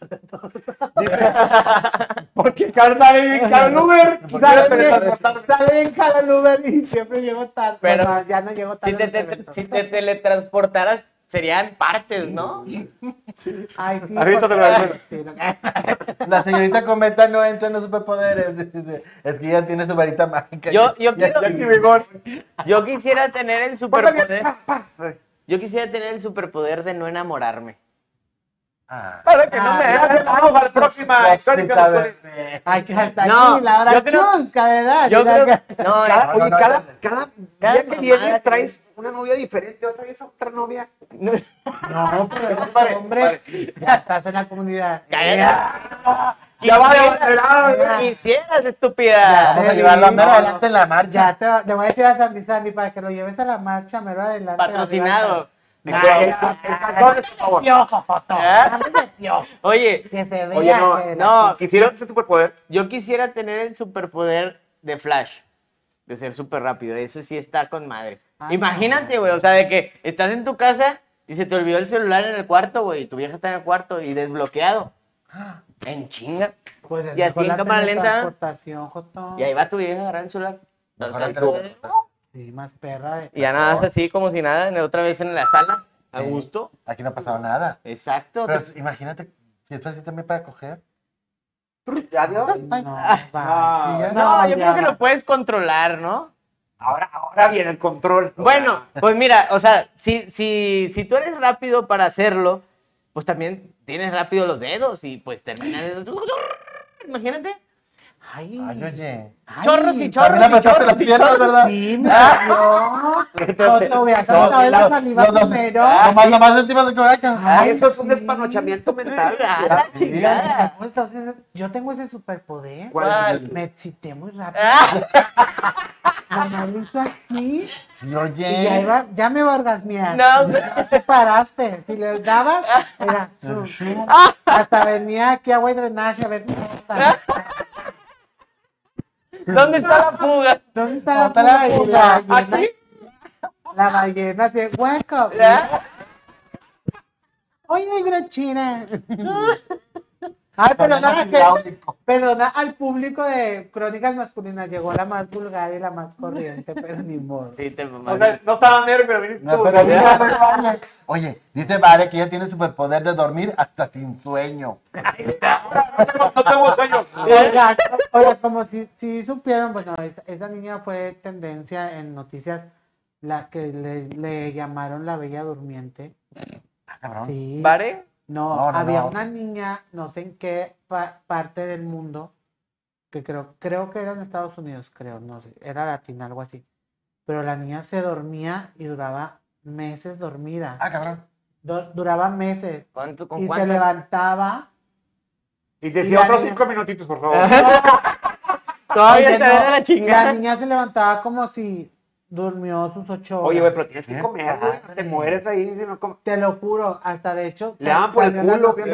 [SPEAKER 4] Porque Carla y Carla Uber.
[SPEAKER 3] Sale bien, sale bien cada Uber y siempre llego tarde.
[SPEAKER 2] Pero-
[SPEAKER 3] Bueno, ya no llego tarde.
[SPEAKER 2] Si
[SPEAKER 3] a
[SPEAKER 2] te,
[SPEAKER 3] los
[SPEAKER 2] te-
[SPEAKER 3] eventos.
[SPEAKER 2] si te teletransportaras, serían partes, ¿no?
[SPEAKER 3] Ay, sí.
[SPEAKER 4] Ahorita te lo
[SPEAKER 3] porque-
[SPEAKER 4] resuelvo.
[SPEAKER 3] Sí, lo-
[SPEAKER 5] La señorita Cometa no entra en los superpoderes. dice. Es que ya tiene su varita mágica.
[SPEAKER 2] Yo- yo
[SPEAKER 5] Ya-
[SPEAKER 2] quiero-
[SPEAKER 5] ya tiene vigor.
[SPEAKER 2] Yo quisiera tener el superpoder. Yo quisiera tener el superpoder de no enamorarme.
[SPEAKER 5] Ah.
[SPEAKER 4] Para que no me
[SPEAKER 3] Ah,
[SPEAKER 4] hagas. Vamos a la próxima. histórica
[SPEAKER 5] Cosita
[SPEAKER 4] masculina.
[SPEAKER 5] verde.
[SPEAKER 3] Ay, que hasta
[SPEAKER 2] No,
[SPEAKER 3] aquí, la
[SPEAKER 2] yo
[SPEAKER 3] hora
[SPEAKER 2] creo-
[SPEAKER 3] chusca de edad.
[SPEAKER 2] Yo
[SPEAKER 3] Mira
[SPEAKER 2] creo
[SPEAKER 3] acá.
[SPEAKER 2] No,
[SPEAKER 4] Cada-
[SPEAKER 5] No,
[SPEAKER 4] oye,
[SPEAKER 5] no,
[SPEAKER 4] cada,
[SPEAKER 5] no, no.
[SPEAKER 4] cada,
[SPEAKER 2] Cada
[SPEAKER 4] día que
[SPEAKER 2] mamada
[SPEAKER 4] vienes
[SPEAKER 2] que-
[SPEAKER 4] traes una novia diferente, otra vez otra novia.
[SPEAKER 3] No, pero eres
[SPEAKER 4] Pare,
[SPEAKER 3] hombre, ya estás en la comunidad. Eh,
[SPEAKER 2] Cállate.
[SPEAKER 4] Ya va de
[SPEAKER 2] no
[SPEAKER 4] abanderado.
[SPEAKER 2] quisieras,
[SPEAKER 5] Vamos
[SPEAKER 2] estúpida.
[SPEAKER 5] a llevarlo a
[SPEAKER 3] no,
[SPEAKER 5] mero
[SPEAKER 3] no.
[SPEAKER 5] adelante en la marcha.
[SPEAKER 3] Ya te, va- te voy a decir a Sandy Sandy para que lo lleves a la marcha mero adelante.
[SPEAKER 2] Patrocinado.
[SPEAKER 4] El calzón, por favor.
[SPEAKER 3] Piojo, foto.
[SPEAKER 2] ¿Ah? Oye,
[SPEAKER 3] Que se vea.
[SPEAKER 4] Oye, no,
[SPEAKER 3] que
[SPEAKER 2] no,
[SPEAKER 3] eres-
[SPEAKER 4] ¿Quisieras ese superpoder?
[SPEAKER 2] yo quisiera tener el superpoder de Flash, de ser súper rápido. Eso sí está con madre.
[SPEAKER 3] Ah,
[SPEAKER 2] Imagínate, güey, o sea, de que estás en tu casa y se te olvidó el celular en el cuarto, güey, y tu vieja está en el cuarto y desbloqueado. En chinga.
[SPEAKER 3] ¡ah! Pues es
[SPEAKER 2] Y así
[SPEAKER 3] mejor
[SPEAKER 2] en
[SPEAKER 3] la
[SPEAKER 2] cámara lenta.
[SPEAKER 3] teletransportación, Joto.
[SPEAKER 2] Y ahí va tu vieja a agarrar el celular. lo
[SPEAKER 5] Mejor la
[SPEAKER 2] alcanza,
[SPEAKER 5] tele-
[SPEAKER 3] Sí, más perra. de-
[SPEAKER 2] Y ya nada más así, como si nada, en- otra vez en la sala, a
[SPEAKER 5] Sí.
[SPEAKER 2] gusto.
[SPEAKER 5] Aquí no ha pasado nada.
[SPEAKER 2] Exacto. Pues,
[SPEAKER 5] Pero imagínate, si esto así también para coger.
[SPEAKER 4] Adiós.
[SPEAKER 3] Ay, no,
[SPEAKER 4] Ah,
[SPEAKER 3] va.
[SPEAKER 2] no, yo creo
[SPEAKER 3] ya
[SPEAKER 2] que
[SPEAKER 3] va.
[SPEAKER 2] lo puedes controlar, ¿no?
[SPEAKER 4] Ahora, ahora viene el control.
[SPEAKER 2] Bueno, pues mira, o sea, si, si, si tú eres rápido para hacerlo, pues también tienes rápido los dedos y pues terminas. Imagínate.
[SPEAKER 3] Ay,
[SPEAKER 5] Ay, oye.
[SPEAKER 3] ay,
[SPEAKER 2] chorros y chorros.
[SPEAKER 5] También apretaste
[SPEAKER 2] chorros
[SPEAKER 5] las
[SPEAKER 2] y
[SPEAKER 5] piernas,
[SPEAKER 2] chorros.
[SPEAKER 5] ¿verdad?
[SPEAKER 3] Sí, me salió. Joto, hubieras
[SPEAKER 5] No, Ah,
[SPEAKER 3] aventado
[SPEAKER 5] la-
[SPEAKER 3] esa saliva
[SPEAKER 5] los dos-
[SPEAKER 3] primero.
[SPEAKER 5] Nomás, nomás encima de acá.
[SPEAKER 4] Ah, eso es un despanochamiento
[SPEAKER 2] Ah,
[SPEAKER 4] mental.
[SPEAKER 2] la
[SPEAKER 4] ¿verdad?
[SPEAKER 2] chingada.
[SPEAKER 3] Entonces, yo tengo ese superpoder.
[SPEAKER 4] ¿Cuál es
[SPEAKER 2] ¿Cuál?
[SPEAKER 4] el-
[SPEAKER 3] Me excité muy rápido.
[SPEAKER 2] Ah,
[SPEAKER 3] Mamá lo hizo así.
[SPEAKER 5] Sí,
[SPEAKER 3] Y ya,
[SPEAKER 5] oye.
[SPEAKER 3] iba, ya me va a orgasmear.
[SPEAKER 2] No, güey.
[SPEAKER 3] Ya te paraste. Si le dabas, era. zum, zum. Hasta venía aquí agua y drenaje a ver cómo está.
[SPEAKER 2] ¿Dónde está la fuga?
[SPEAKER 3] ¿Dónde está la
[SPEAKER 5] Otra
[SPEAKER 3] puta
[SPEAKER 5] vez,
[SPEAKER 3] ballena?
[SPEAKER 2] Aquí. Ah.
[SPEAKER 3] La ballena se hueco.
[SPEAKER 2] ¿verdad?
[SPEAKER 3] Oye, Grochina. Ay, perdona, a la gente-
[SPEAKER 5] Hidráulico.
[SPEAKER 3] perdona al público de Crónicas Masculinas. Llegó la más vulgar y la más corriente, pero ni modo.
[SPEAKER 2] Sí, te
[SPEAKER 4] O
[SPEAKER 2] mamaste.
[SPEAKER 4] sea, no estaba negro, pero viniste
[SPEAKER 5] No,
[SPEAKER 4] tú.
[SPEAKER 5] pero
[SPEAKER 4] Ya.
[SPEAKER 5] mira, pero vale. Oye, dice Vare que ella tiene el superpoder de dormir hasta sin sueño.
[SPEAKER 4] No, no tengo sueño.
[SPEAKER 3] Oiga, oiga, como si, si supieron, bueno, esta, esa niña fue tendencia en noticias, la que le, le llamaron la Bella Durmiente.
[SPEAKER 5] Ah, cabrón.
[SPEAKER 3] Sí.
[SPEAKER 2] ¿Vale?
[SPEAKER 3] No,
[SPEAKER 5] No, no,
[SPEAKER 3] había
[SPEAKER 5] no.
[SPEAKER 3] una niña, no sé en qué pa- parte del mundo, que creo, creo que era en Estados Unidos, creo, no sé, era latina, algo así. Pero la niña se dormía y duraba meses dormida.
[SPEAKER 5] Ah, cabrón.
[SPEAKER 3] Du- duraba meses.
[SPEAKER 2] ¿Cuánto,
[SPEAKER 3] Y
[SPEAKER 2] ¿Con
[SPEAKER 3] se
[SPEAKER 2] cuántas?
[SPEAKER 3] levantaba.
[SPEAKER 4] Y
[SPEAKER 3] Y la
[SPEAKER 4] decía otros
[SPEAKER 3] niña-
[SPEAKER 4] cinco minutitos, por favor.
[SPEAKER 2] Todavía
[SPEAKER 3] Oye,
[SPEAKER 2] te
[SPEAKER 3] no,
[SPEAKER 2] ves de la
[SPEAKER 3] la
[SPEAKER 2] chingada.
[SPEAKER 3] niña se levantaba como si durmió sus ocho horas.
[SPEAKER 4] Oye, güey, pero tienes que
[SPEAKER 5] Qué
[SPEAKER 4] comer, güey. Te
[SPEAKER 5] padre.
[SPEAKER 4] mueres ahí si no comes.
[SPEAKER 3] Te lo juro, hasta de hecho.
[SPEAKER 4] Le daban por el
[SPEAKER 3] salió la
[SPEAKER 4] culo,
[SPEAKER 3] noticia-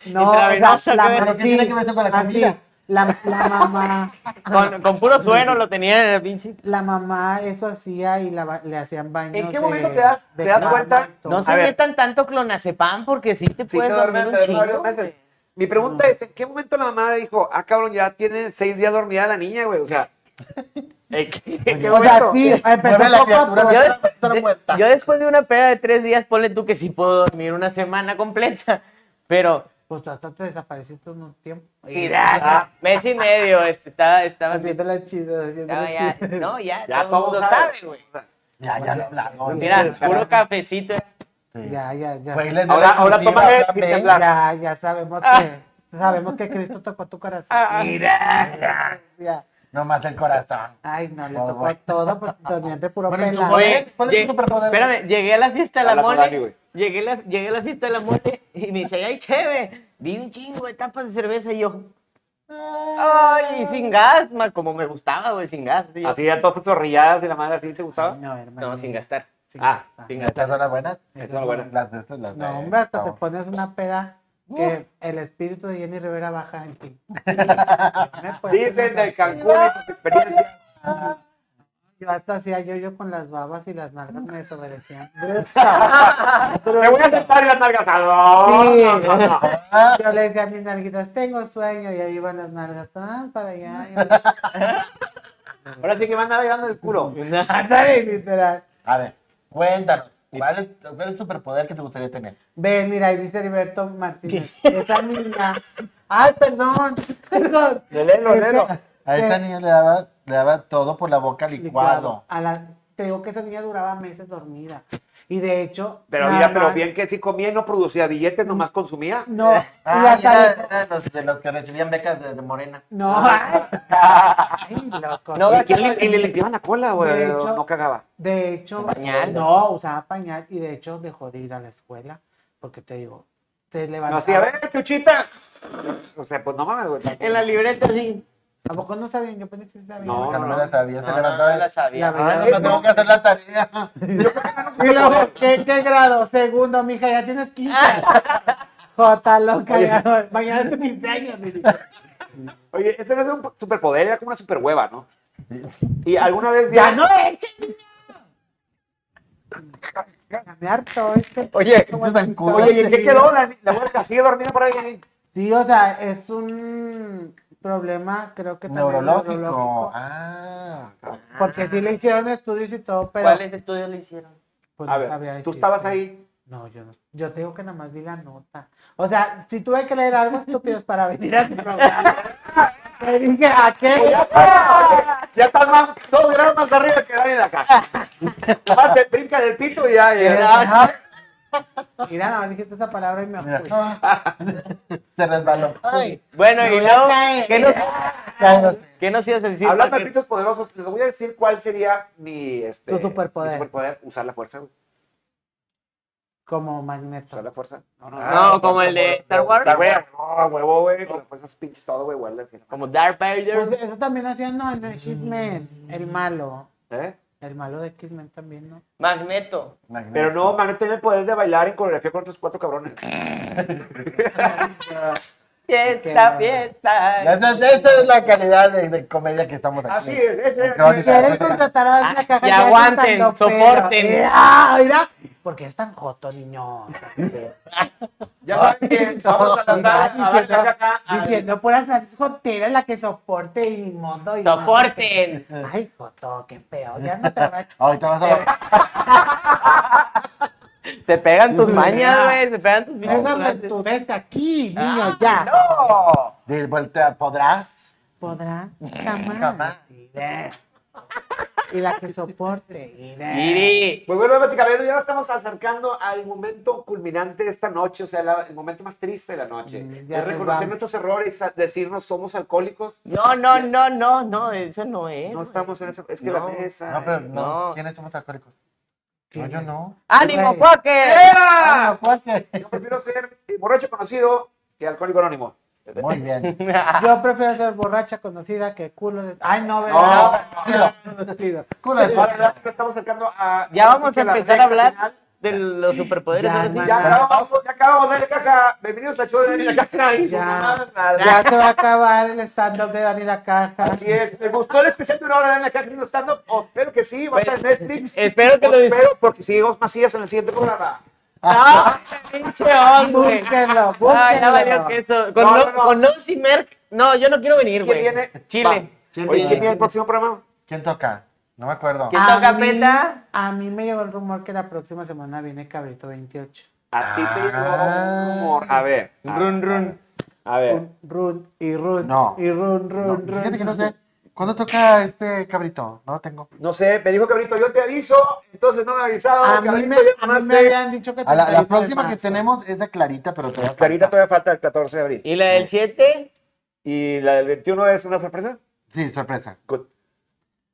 [SPEAKER 4] qué
[SPEAKER 2] No,
[SPEAKER 3] No, o sea,
[SPEAKER 2] intravenoso,
[SPEAKER 3] la
[SPEAKER 2] qué ver-
[SPEAKER 5] ¿Pero qué tiene que ver esto con la
[SPEAKER 3] así,
[SPEAKER 5] comida?
[SPEAKER 3] la- la mamá.
[SPEAKER 2] con, con puro suero lo tenía en el pinche.
[SPEAKER 3] La mamá eso hacía y la ba- le hacían baños.
[SPEAKER 4] ¿En qué
[SPEAKER 3] de-
[SPEAKER 4] momento te das-
[SPEAKER 3] de
[SPEAKER 4] te das
[SPEAKER 3] cama
[SPEAKER 4] cuenta?
[SPEAKER 3] y todo.
[SPEAKER 2] No se
[SPEAKER 4] A ver.
[SPEAKER 2] metan tanto clonazepam porque sí te
[SPEAKER 4] Si
[SPEAKER 2] puedes
[SPEAKER 4] no
[SPEAKER 2] dormir un
[SPEAKER 4] duermes, te duermes
[SPEAKER 2] chingo.
[SPEAKER 4] varios meses. Mi pregunta es, ¿en qué momento la mamá dijo, ah, cabrón, ya tiene seis días dormida la niña, güey? O sea, ¿en qué, en qué
[SPEAKER 3] O sea,
[SPEAKER 4] momento?
[SPEAKER 3] sí, empezó
[SPEAKER 5] Mueve a la
[SPEAKER 3] poco a
[SPEAKER 5] criatura,
[SPEAKER 3] poco. Pues,
[SPEAKER 2] yo,
[SPEAKER 5] otra-
[SPEAKER 2] después,
[SPEAKER 5] otra
[SPEAKER 2] de-
[SPEAKER 5] vuelta.
[SPEAKER 2] yo después de una peda de tres días, ponle tú que sí puedo dormir una semana completa, pero
[SPEAKER 3] Pues tú hasta te desapareciste un tiempo. Pues,
[SPEAKER 2] mira, mes y medio, este, estaba, estaba,
[SPEAKER 3] Haciendo la chida, haciendo
[SPEAKER 2] estaba
[SPEAKER 3] la
[SPEAKER 2] ya,
[SPEAKER 3] chida.
[SPEAKER 2] no, ya, todo
[SPEAKER 4] Ya
[SPEAKER 2] el
[SPEAKER 4] todos
[SPEAKER 2] mundo
[SPEAKER 4] saben.
[SPEAKER 2] sabe, güey.
[SPEAKER 5] Ya, ya lo hablamos.
[SPEAKER 2] Mira,
[SPEAKER 4] Pinche descarado.
[SPEAKER 2] puro cafecito.
[SPEAKER 5] Sí.
[SPEAKER 3] Ya, ya, ya.
[SPEAKER 5] Fue y les dio
[SPEAKER 4] Ahora-
[SPEAKER 5] la
[SPEAKER 4] ahora
[SPEAKER 5] exclusiva
[SPEAKER 4] tómale
[SPEAKER 5] a Plan
[SPEAKER 4] sin
[SPEAKER 5] B.
[SPEAKER 4] temblar.
[SPEAKER 3] Ya, ya sabemos que sabemos que Cristo tocó tu corazón.
[SPEAKER 4] Ah,
[SPEAKER 2] Mira,
[SPEAKER 3] Ya.
[SPEAKER 5] Nomás el corazón.
[SPEAKER 3] Ay, no, le
[SPEAKER 5] Oh,
[SPEAKER 3] tocó
[SPEAKER 5] bueno.
[SPEAKER 3] todo, pues dormía entre puro
[SPEAKER 5] Bueno, ¿y tu
[SPEAKER 3] pelado.
[SPEAKER 5] poder?
[SPEAKER 2] oye,
[SPEAKER 5] ¿Cuál es tu
[SPEAKER 2] lle-
[SPEAKER 5] superpoder?
[SPEAKER 2] espérame, llegué a la fiesta de la
[SPEAKER 4] Habla con Dani,
[SPEAKER 2] mole,
[SPEAKER 4] güey.
[SPEAKER 2] llegué, la- llegué a la fiesta de la mole y me dice, ay, chévere, vi un chingo de tapas de cerveza y yo, ay, sin gas, ma, como me gustaba, güey, sin gas. y yo,
[SPEAKER 4] Así ya todas zorrilladas y la madre así, ¿te gustaba?
[SPEAKER 3] No, hermano.
[SPEAKER 2] no, sin gastar.
[SPEAKER 3] sin
[SPEAKER 4] Ah,
[SPEAKER 3] gastar.
[SPEAKER 2] sin gastar.
[SPEAKER 5] ¿Estas son las buenas?
[SPEAKER 4] Estas son las buenas.
[SPEAKER 5] Las de estas, las de-
[SPEAKER 3] No, hombre, hasta te
[SPEAKER 5] no.
[SPEAKER 3] pones una peda que el espíritu de Jenny Rivera baja en ti.
[SPEAKER 2] Pues,
[SPEAKER 3] Pues,
[SPEAKER 4] Dicen de Cancún y tus experiencias.
[SPEAKER 3] Yo hasta hacía yo yo con las babas y las nalgas me desobedecían.
[SPEAKER 4] Me voy a sentar en las nalgas. Ah, No, no, no, no.
[SPEAKER 3] Yo le decía a mis nalguitas, tengo sueño, y ahí iban las nalgas tan para allá.
[SPEAKER 4] Ahora sí que me andaba llevando el culo.
[SPEAKER 3] y- Literal.
[SPEAKER 5] A ver, cuéntanos. ¿Cuál es, cuál es el superpoder que te gustaría tener?
[SPEAKER 3] Ven, mira, ahí dice Heriberto Martínez. Esa niña. Ay, perdón. Este, Perdón.
[SPEAKER 4] Lelo,
[SPEAKER 5] Este,
[SPEAKER 4] lelo.
[SPEAKER 5] A esta
[SPEAKER 3] Sí.
[SPEAKER 5] niña le daba, le daba todo por la boca Eh. licuado.
[SPEAKER 3] Licuado. A la, te digo que esa niña duraba meses dormida. Y de hecho.
[SPEAKER 4] Pero
[SPEAKER 3] nada
[SPEAKER 4] mira, pero
[SPEAKER 3] más-
[SPEAKER 4] bien que sí comía y no producía billetes, nomás consumía.
[SPEAKER 3] No, y
[SPEAKER 5] Ah,
[SPEAKER 3] hasta
[SPEAKER 5] era-
[SPEAKER 3] dijo-
[SPEAKER 5] era de los, de los que recibían becas de, de Morena.
[SPEAKER 3] No. Ay,
[SPEAKER 4] Ah.
[SPEAKER 3] loco.
[SPEAKER 2] No,
[SPEAKER 4] Y le, y le limpiaban la cola, güey.
[SPEAKER 3] De hecho-
[SPEAKER 4] No cagaba.
[SPEAKER 3] De hecho,
[SPEAKER 2] Pañal.
[SPEAKER 3] no, usaba pañal y de hecho dejó de ir a la escuela. Porque te digo, te
[SPEAKER 4] No
[SPEAKER 3] levantaba.
[SPEAKER 4] así, a ver, chuchita. O sea, pues no mames, güey.
[SPEAKER 2] En la libreta, sí.
[SPEAKER 3] ¿A poco no sabían? Yo pensé que sabían.
[SPEAKER 4] No,
[SPEAKER 5] O sea, no,
[SPEAKER 4] no,
[SPEAKER 5] me
[SPEAKER 4] no.
[SPEAKER 5] la sabía. se
[SPEAKER 2] No, no,
[SPEAKER 5] levantaba
[SPEAKER 2] no la sabía.
[SPEAKER 3] La-
[SPEAKER 5] Ah, no,
[SPEAKER 4] Eso-
[SPEAKER 5] tengo que hacer la tarea.
[SPEAKER 3] Y luego, ¿qué, qué grado? Segundo, mija, ya tienes 15. Jota loca, ya, mañana es tu cumpleaños, mi niño.
[SPEAKER 4] Oye, ese no es un superpoder, era como una superhueva, ¿no? Y alguna vez.
[SPEAKER 3] Ya
[SPEAKER 4] vi-
[SPEAKER 3] no echen. Me harto este.
[SPEAKER 4] Oye,
[SPEAKER 5] zancudo.
[SPEAKER 4] oye, ¿y en qué quedó la, la huerca? ¿Sigue dormida por ahí?
[SPEAKER 3] Sí, o sea, es un problema, creo que también
[SPEAKER 5] Este, Neurológico.
[SPEAKER 3] neurológico,
[SPEAKER 5] Ah.
[SPEAKER 3] porque sí le hicieron estudios y todo, pero
[SPEAKER 2] ¿Cuáles estudios le hicieron?
[SPEAKER 3] pues,
[SPEAKER 4] A
[SPEAKER 3] no sabría
[SPEAKER 4] ver, tú
[SPEAKER 3] decirte.
[SPEAKER 4] estabas ahí.
[SPEAKER 3] No, yo no. Yo te digo que nada más vi la nota. O sea, si tuve que leer algo estúpidos para venir a su programa. Te dije, ¿a qué?
[SPEAKER 4] Ya estás más, dos grados más arriba que Dani en la caja. Nomás te brinca el pito y ya. ya.
[SPEAKER 3] Mira, Mira, nada más dijiste esa palabra y me
[SPEAKER 5] Mira.
[SPEAKER 3] fui.
[SPEAKER 5] Ah. Se resbaló. Ay.
[SPEAKER 2] Bueno,
[SPEAKER 3] Me
[SPEAKER 2] y
[SPEAKER 3] voy a
[SPEAKER 2] luego,
[SPEAKER 3] caer.
[SPEAKER 2] ¿qué nos,
[SPEAKER 5] cállate.
[SPEAKER 2] qué nos ibas a decir?
[SPEAKER 4] Hablando de
[SPEAKER 2] Porque-
[SPEAKER 4] pitos poderosos, les voy a decir cuál sería mi. Este,
[SPEAKER 3] Tu superpoder.
[SPEAKER 4] mi superpoder, usar la fuerza, güey.
[SPEAKER 3] Como
[SPEAKER 4] Usar
[SPEAKER 3] magneto.
[SPEAKER 4] la fuerza. Ah, No,
[SPEAKER 2] No, como el de Star Wars.
[SPEAKER 4] Star Wars. No, huevo, güey. Con las fuerzas pinches todo, güey. Igual así.
[SPEAKER 2] Como Darth Vader.
[SPEAKER 3] Pues eso también hacían no, en el X-Men. El malo.
[SPEAKER 4] ¿Eh?
[SPEAKER 3] El malo de X-Men también, ¿no?
[SPEAKER 2] Magneto.
[SPEAKER 4] Pero no, Magneto tiene el poder de bailar en coreografía con otros cuatro cabrones.
[SPEAKER 2] Fiesta,
[SPEAKER 3] no.
[SPEAKER 5] Ya,
[SPEAKER 2] fiesta.
[SPEAKER 5] Esta, esta es la calidad de, de comedia que estamos aquí.
[SPEAKER 4] Así es. es, es,
[SPEAKER 5] Crónica.
[SPEAKER 3] Quieren contratar a
[SPEAKER 2] Ah,
[SPEAKER 3] Dani la caja
[SPEAKER 2] y
[SPEAKER 3] ya es un
[SPEAKER 2] aguanten,
[SPEAKER 3] tandopero.
[SPEAKER 2] soporten.
[SPEAKER 3] Mira, Eh, ah, mira. Porque es tan joto, niño.
[SPEAKER 4] Ya saben que vamos a lanzar a darle
[SPEAKER 3] Diciendo-
[SPEAKER 4] acá al-
[SPEAKER 3] Diciendo puras frases joteras, la que soporte y ni modo. y no.
[SPEAKER 2] Soporten.
[SPEAKER 3] Ay, joto, qué feo. Ya no te va a ch-
[SPEAKER 5] Ahorita vas a ver.
[SPEAKER 2] Se pegan tus mañas,
[SPEAKER 3] Mira.
[SPEAKER 2] güey. Se pegan tus bichos.
[SPEAKER 3] Déjame tu desde aquí, niño, ya.
[SPEAKER 2] Ah, ¡No!
[SPEAKER 5] De vuelta, ¿podrás?
[SPEAKER 3] Podrá jamás.
[SPEAKER 5] Jamás.
[SPEAKER 3] Iré. Y la que soporte. iré.
[SPEAKER 2] Iri.
[SPEAKER 4] Pues bueno, damas y caballeros, ya nos estamos acercando al momento culminante de esta noche, o sea, la- el momento más triste de la noche.
[SPEAKER 3] Mm, ya
[SPEAKER 4] es
[SPEAKER 3] nos
[SPEAKER 4] reconocer
[SPEAKER 3] vamos.
[SPEAKER 4] nuestros errores, a- decirnos somos alcohólicos,
[SPEAKER 2] No, no, no, no, no. Eso no es.
[SPEAKER 4] no
[SPEAKER 2] güey.
[SPEAKER 4] estamos en esa, es que
[SPEAKER 2] No.
[SPEAKER 4] la mesa. eh.
[SPEAKER 5] No, pero no.
[SPEAKER 2] No.
[SPEAKER 5] ¿Quiénes somos alcohólicos? No, yo no.
[SPEAKER 2] ¡Ánimo,
[SPEAKER 3] Güey.
[SPEAKER 2] Poker!
[SPEAKER 4] ¡Era!
[SPEAKER 5] Ah, ¿cuál que?
[SPEAKER 4] Yo prefiero ser eh, borracho conocido eh, que alcohólico anónimo.
[SPEAKER 5] Muy bien.
[SPEAKER 3] Yo prefiero ser borracha conocida que culo de. Ay, no,
[SPEAKER 5] No,
[SPEAKER 3] ¿verdad?
[SPEAKER 5] conocido.
[SPEAKER 3] Conocido.
[SPEAKER 5] Culo de
[SPEAKER 4] Ahora, ya que estamos acercando a.
[SPEAKER 2] Ya vamos a
[SPEAKER 4] la
[SPEAKER 2] empezar a
[SPEAKER 4] recta
[SPEAKER 2] hablar
[SPEAKER 4] final.
[SPEAKER 2] de los superpoderes.
[SPEAKER 3] Ya,
[SPEAKER 2] ahora sí.
[SPEAKER 3] man.
[SPEAKER 4] Ya acabamos, ya acabamos, Dani la caja. Bienvenidos al show de Dani la caja. Y su
[SPEAKER 3] Ya.
[SPEAKER 4] mamada, madre.
[SPEAKER 3] Ya se va a acabar el stand-up de Dani la Caja.
[SPEAKER 4] Así es. ¿Les gustó el especial de una hora de Dani la caja haciendo stand-up? Oh, espero que sí, va a estar en Netflix.
[SPEAKER 2] Pues, Espero que
[SPEAKER 4] Oh,
[SPEAKER 2] lo disfruten.
[SPEAKER 4] Espero porque seguimos Macías en el siguiente programa.
[SPEAKER 2] ¡Ah! ¡Pinche hombre!
[SPEAKER 3] Búsquenlo,
[SPEAKER 2] Ah, ya
[SPEAKER 3] búsquenlo.
[SPEAKER 2] valió queso. Con
[SPEAKER 4] No,
[SPEAKER 2] no,
[SPEAKER 4] no, no.
[SPEAKER 2] con no sin merc- No, yo no quiero venir,
[SPEAKER 4] ¿Quién
[SPEAKER 2] güey.
[SPEAKER 4] viene?
[SPEAKER 2] Chile.
[SPEAKER 5] ¿Quién,
[SPEAKER 4] Va. Oye, ¿quién viene
[SPEAKER 5] viene?
[SPEAKER 4] el próximo programa?
[SPEAKER 5] ¿Quién toca? No me acuerdo.
[SPEAKER 2] ¿Quién?
[SPEAKER 3] A
[SPEAKER 2] toca,
[SPEAKER 3] mí-
[SPEAKER 2] Peta?
[SPEAKER 3] A mí me llegó el rumor que la próxima semana viene Cabrito 28.
[SPEAKER 4] A ti te llegó
[SPEAKER 5] Ah.
[SPEAKER 4] un rumor. A ver. a-
[SPEAKER 2] Run, run.
[SPEAKER 4] A ver.
[SPEAKER 3] Run, run y run.
[SPEAKER 5] No.
[SPEAKER 3] Y run,
[SPEAKER 5] Ah, No,
[SPEAKER 3] run, run.
[SPEAKER 5] fíjate que no sé. ¿Cuándo toca este cabrito? No lo tengo.
[SPEAKER 4] No sé, me dijo Cabrito, yo te aviso, entonces no me avisaron.
[SPEAKER 3] A mí, me, a mí me habían dicho que
[SPEAKER 5] A la, la
[SPEAKER 3] 31 de
[SPEAKER 5] próxima que
[SPEAKER 3] marzo.
[SPEAKER 5] tenemos es de Clarita, pero todavía. falta.
[SPEAKER 4] Clarita todavía falta el 14 de abril.
[SPEAKER 2] ¿Y la del 7?
[SPEAKER 4] ¿Y la del 21 es una sorpresa?
[SPEAKER 5] Sí, sorpresa.
[SPEAKER 4] Good.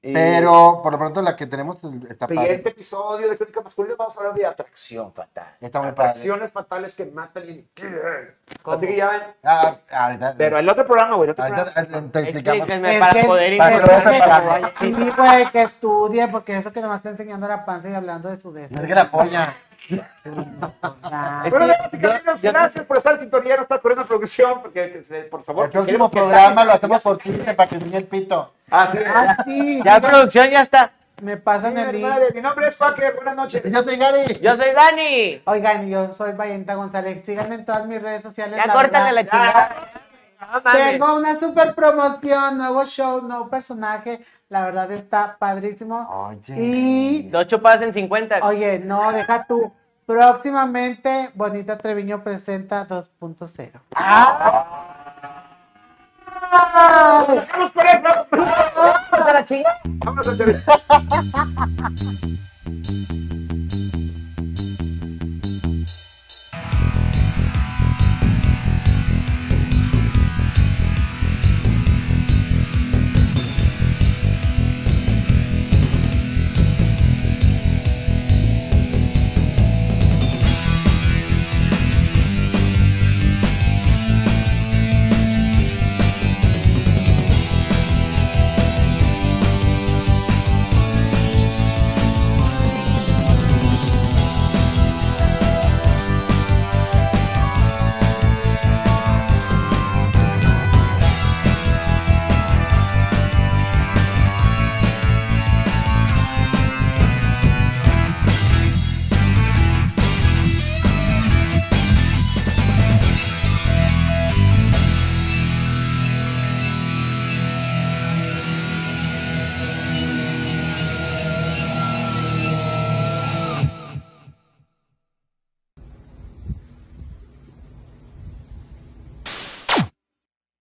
[SPEAKER 4] Y-
[SPEAKER 5] Pero por lo pronto la que tenemos está padre.
[SPEAKER 4] Siguiente episodio de Crónica Masculina vamos a hablar de atracción fatal.
[SPEAKER 5] Está muy padre.
[SPEAKER 4] Atracciones fatales que matan y quieren. Así que ya ven.
[SPEAKER 5] Ah, ahorita.
[SPEAKER 4] Pero el otro programa, güey, el otro
[SPEAKER 5] ahorita-
[SPEAKER 4] programa.
[SPEAKER 5] ahorita te explicamos.
[SPEAKER 2] Explíquenme
[SPEAKER 3] Es
[SPEAKER 2] para
[SPEAKER 3] que-
[SPEAKER 2] poder ir.
[SPEAKER 5] para poder preparar.
[SPEAKER 3] Y mi güey que estudie, porque eso que nomás está enseñando la panza y hablando de su
[SPEAKER 5] Es
[SPEAKER 3] destino.
[SPEAKER 5] que la polla.
[SPEAKER 3] Nah.
[SPEAKER 2] Es- que
[SPEAKER 4] Bueno, damas y
[SPEAKER 2] yo-
[SPEAKER 4] caballeros,
[SPEAKER 2] yo-
[SPEAKER 4] gracias por estar en sintonía, no está corriendo la producción, porque, que se- por favor.
[SPEAKER 5] El próximo
[SPEAKER 4] queremos que-
[SPEAKER 5] programa lo hacemos por Twitter para que enseñe el pito.
[SPEAKER 4] Así es.
[SPEAKER 3] Ah, sí,
[SPEAKER 2] Ya producción ya está.
[SPEAKER 3] me pasan el
[SPEAKER 4] Madre,
[SPEAKER 3] link.
[SPEAKER 4] madre, Mi nombre es Fucker, buenas noches.
[SPEAKER 5] Yo soy Gary.
[SPEAKER 2] Yo soy Dani.
[SPEAKER 3] Oigan, yo soy Valienta González. Síganme en todas mis redes sociales.
[SPEAKER 2] Ya
[SPEAKER 3] la
[SPEAKER 2] córtale la
[SPEAKER 3] verdad. Ah,
[SPEAKER 2] chingada. No mames.
[SPEAKER 3] Tengo una super promoción, nuevo show, nuevo personaje. La verdad está padrísimo.
[SPEAKER 5] Oye.
[SPEAKER 3] Y,
[SPEAKER 2] Dos chupadas en 50.
[SPEAKER 3] oye, no, deja tú. Próximamente, Bonita Treviño presenta 2.0.
[SPEAKER 4] Vamos por eso.
[SPEAKER 2] Córtale la chingada.
[SPEAKER 4] Vamos a hacer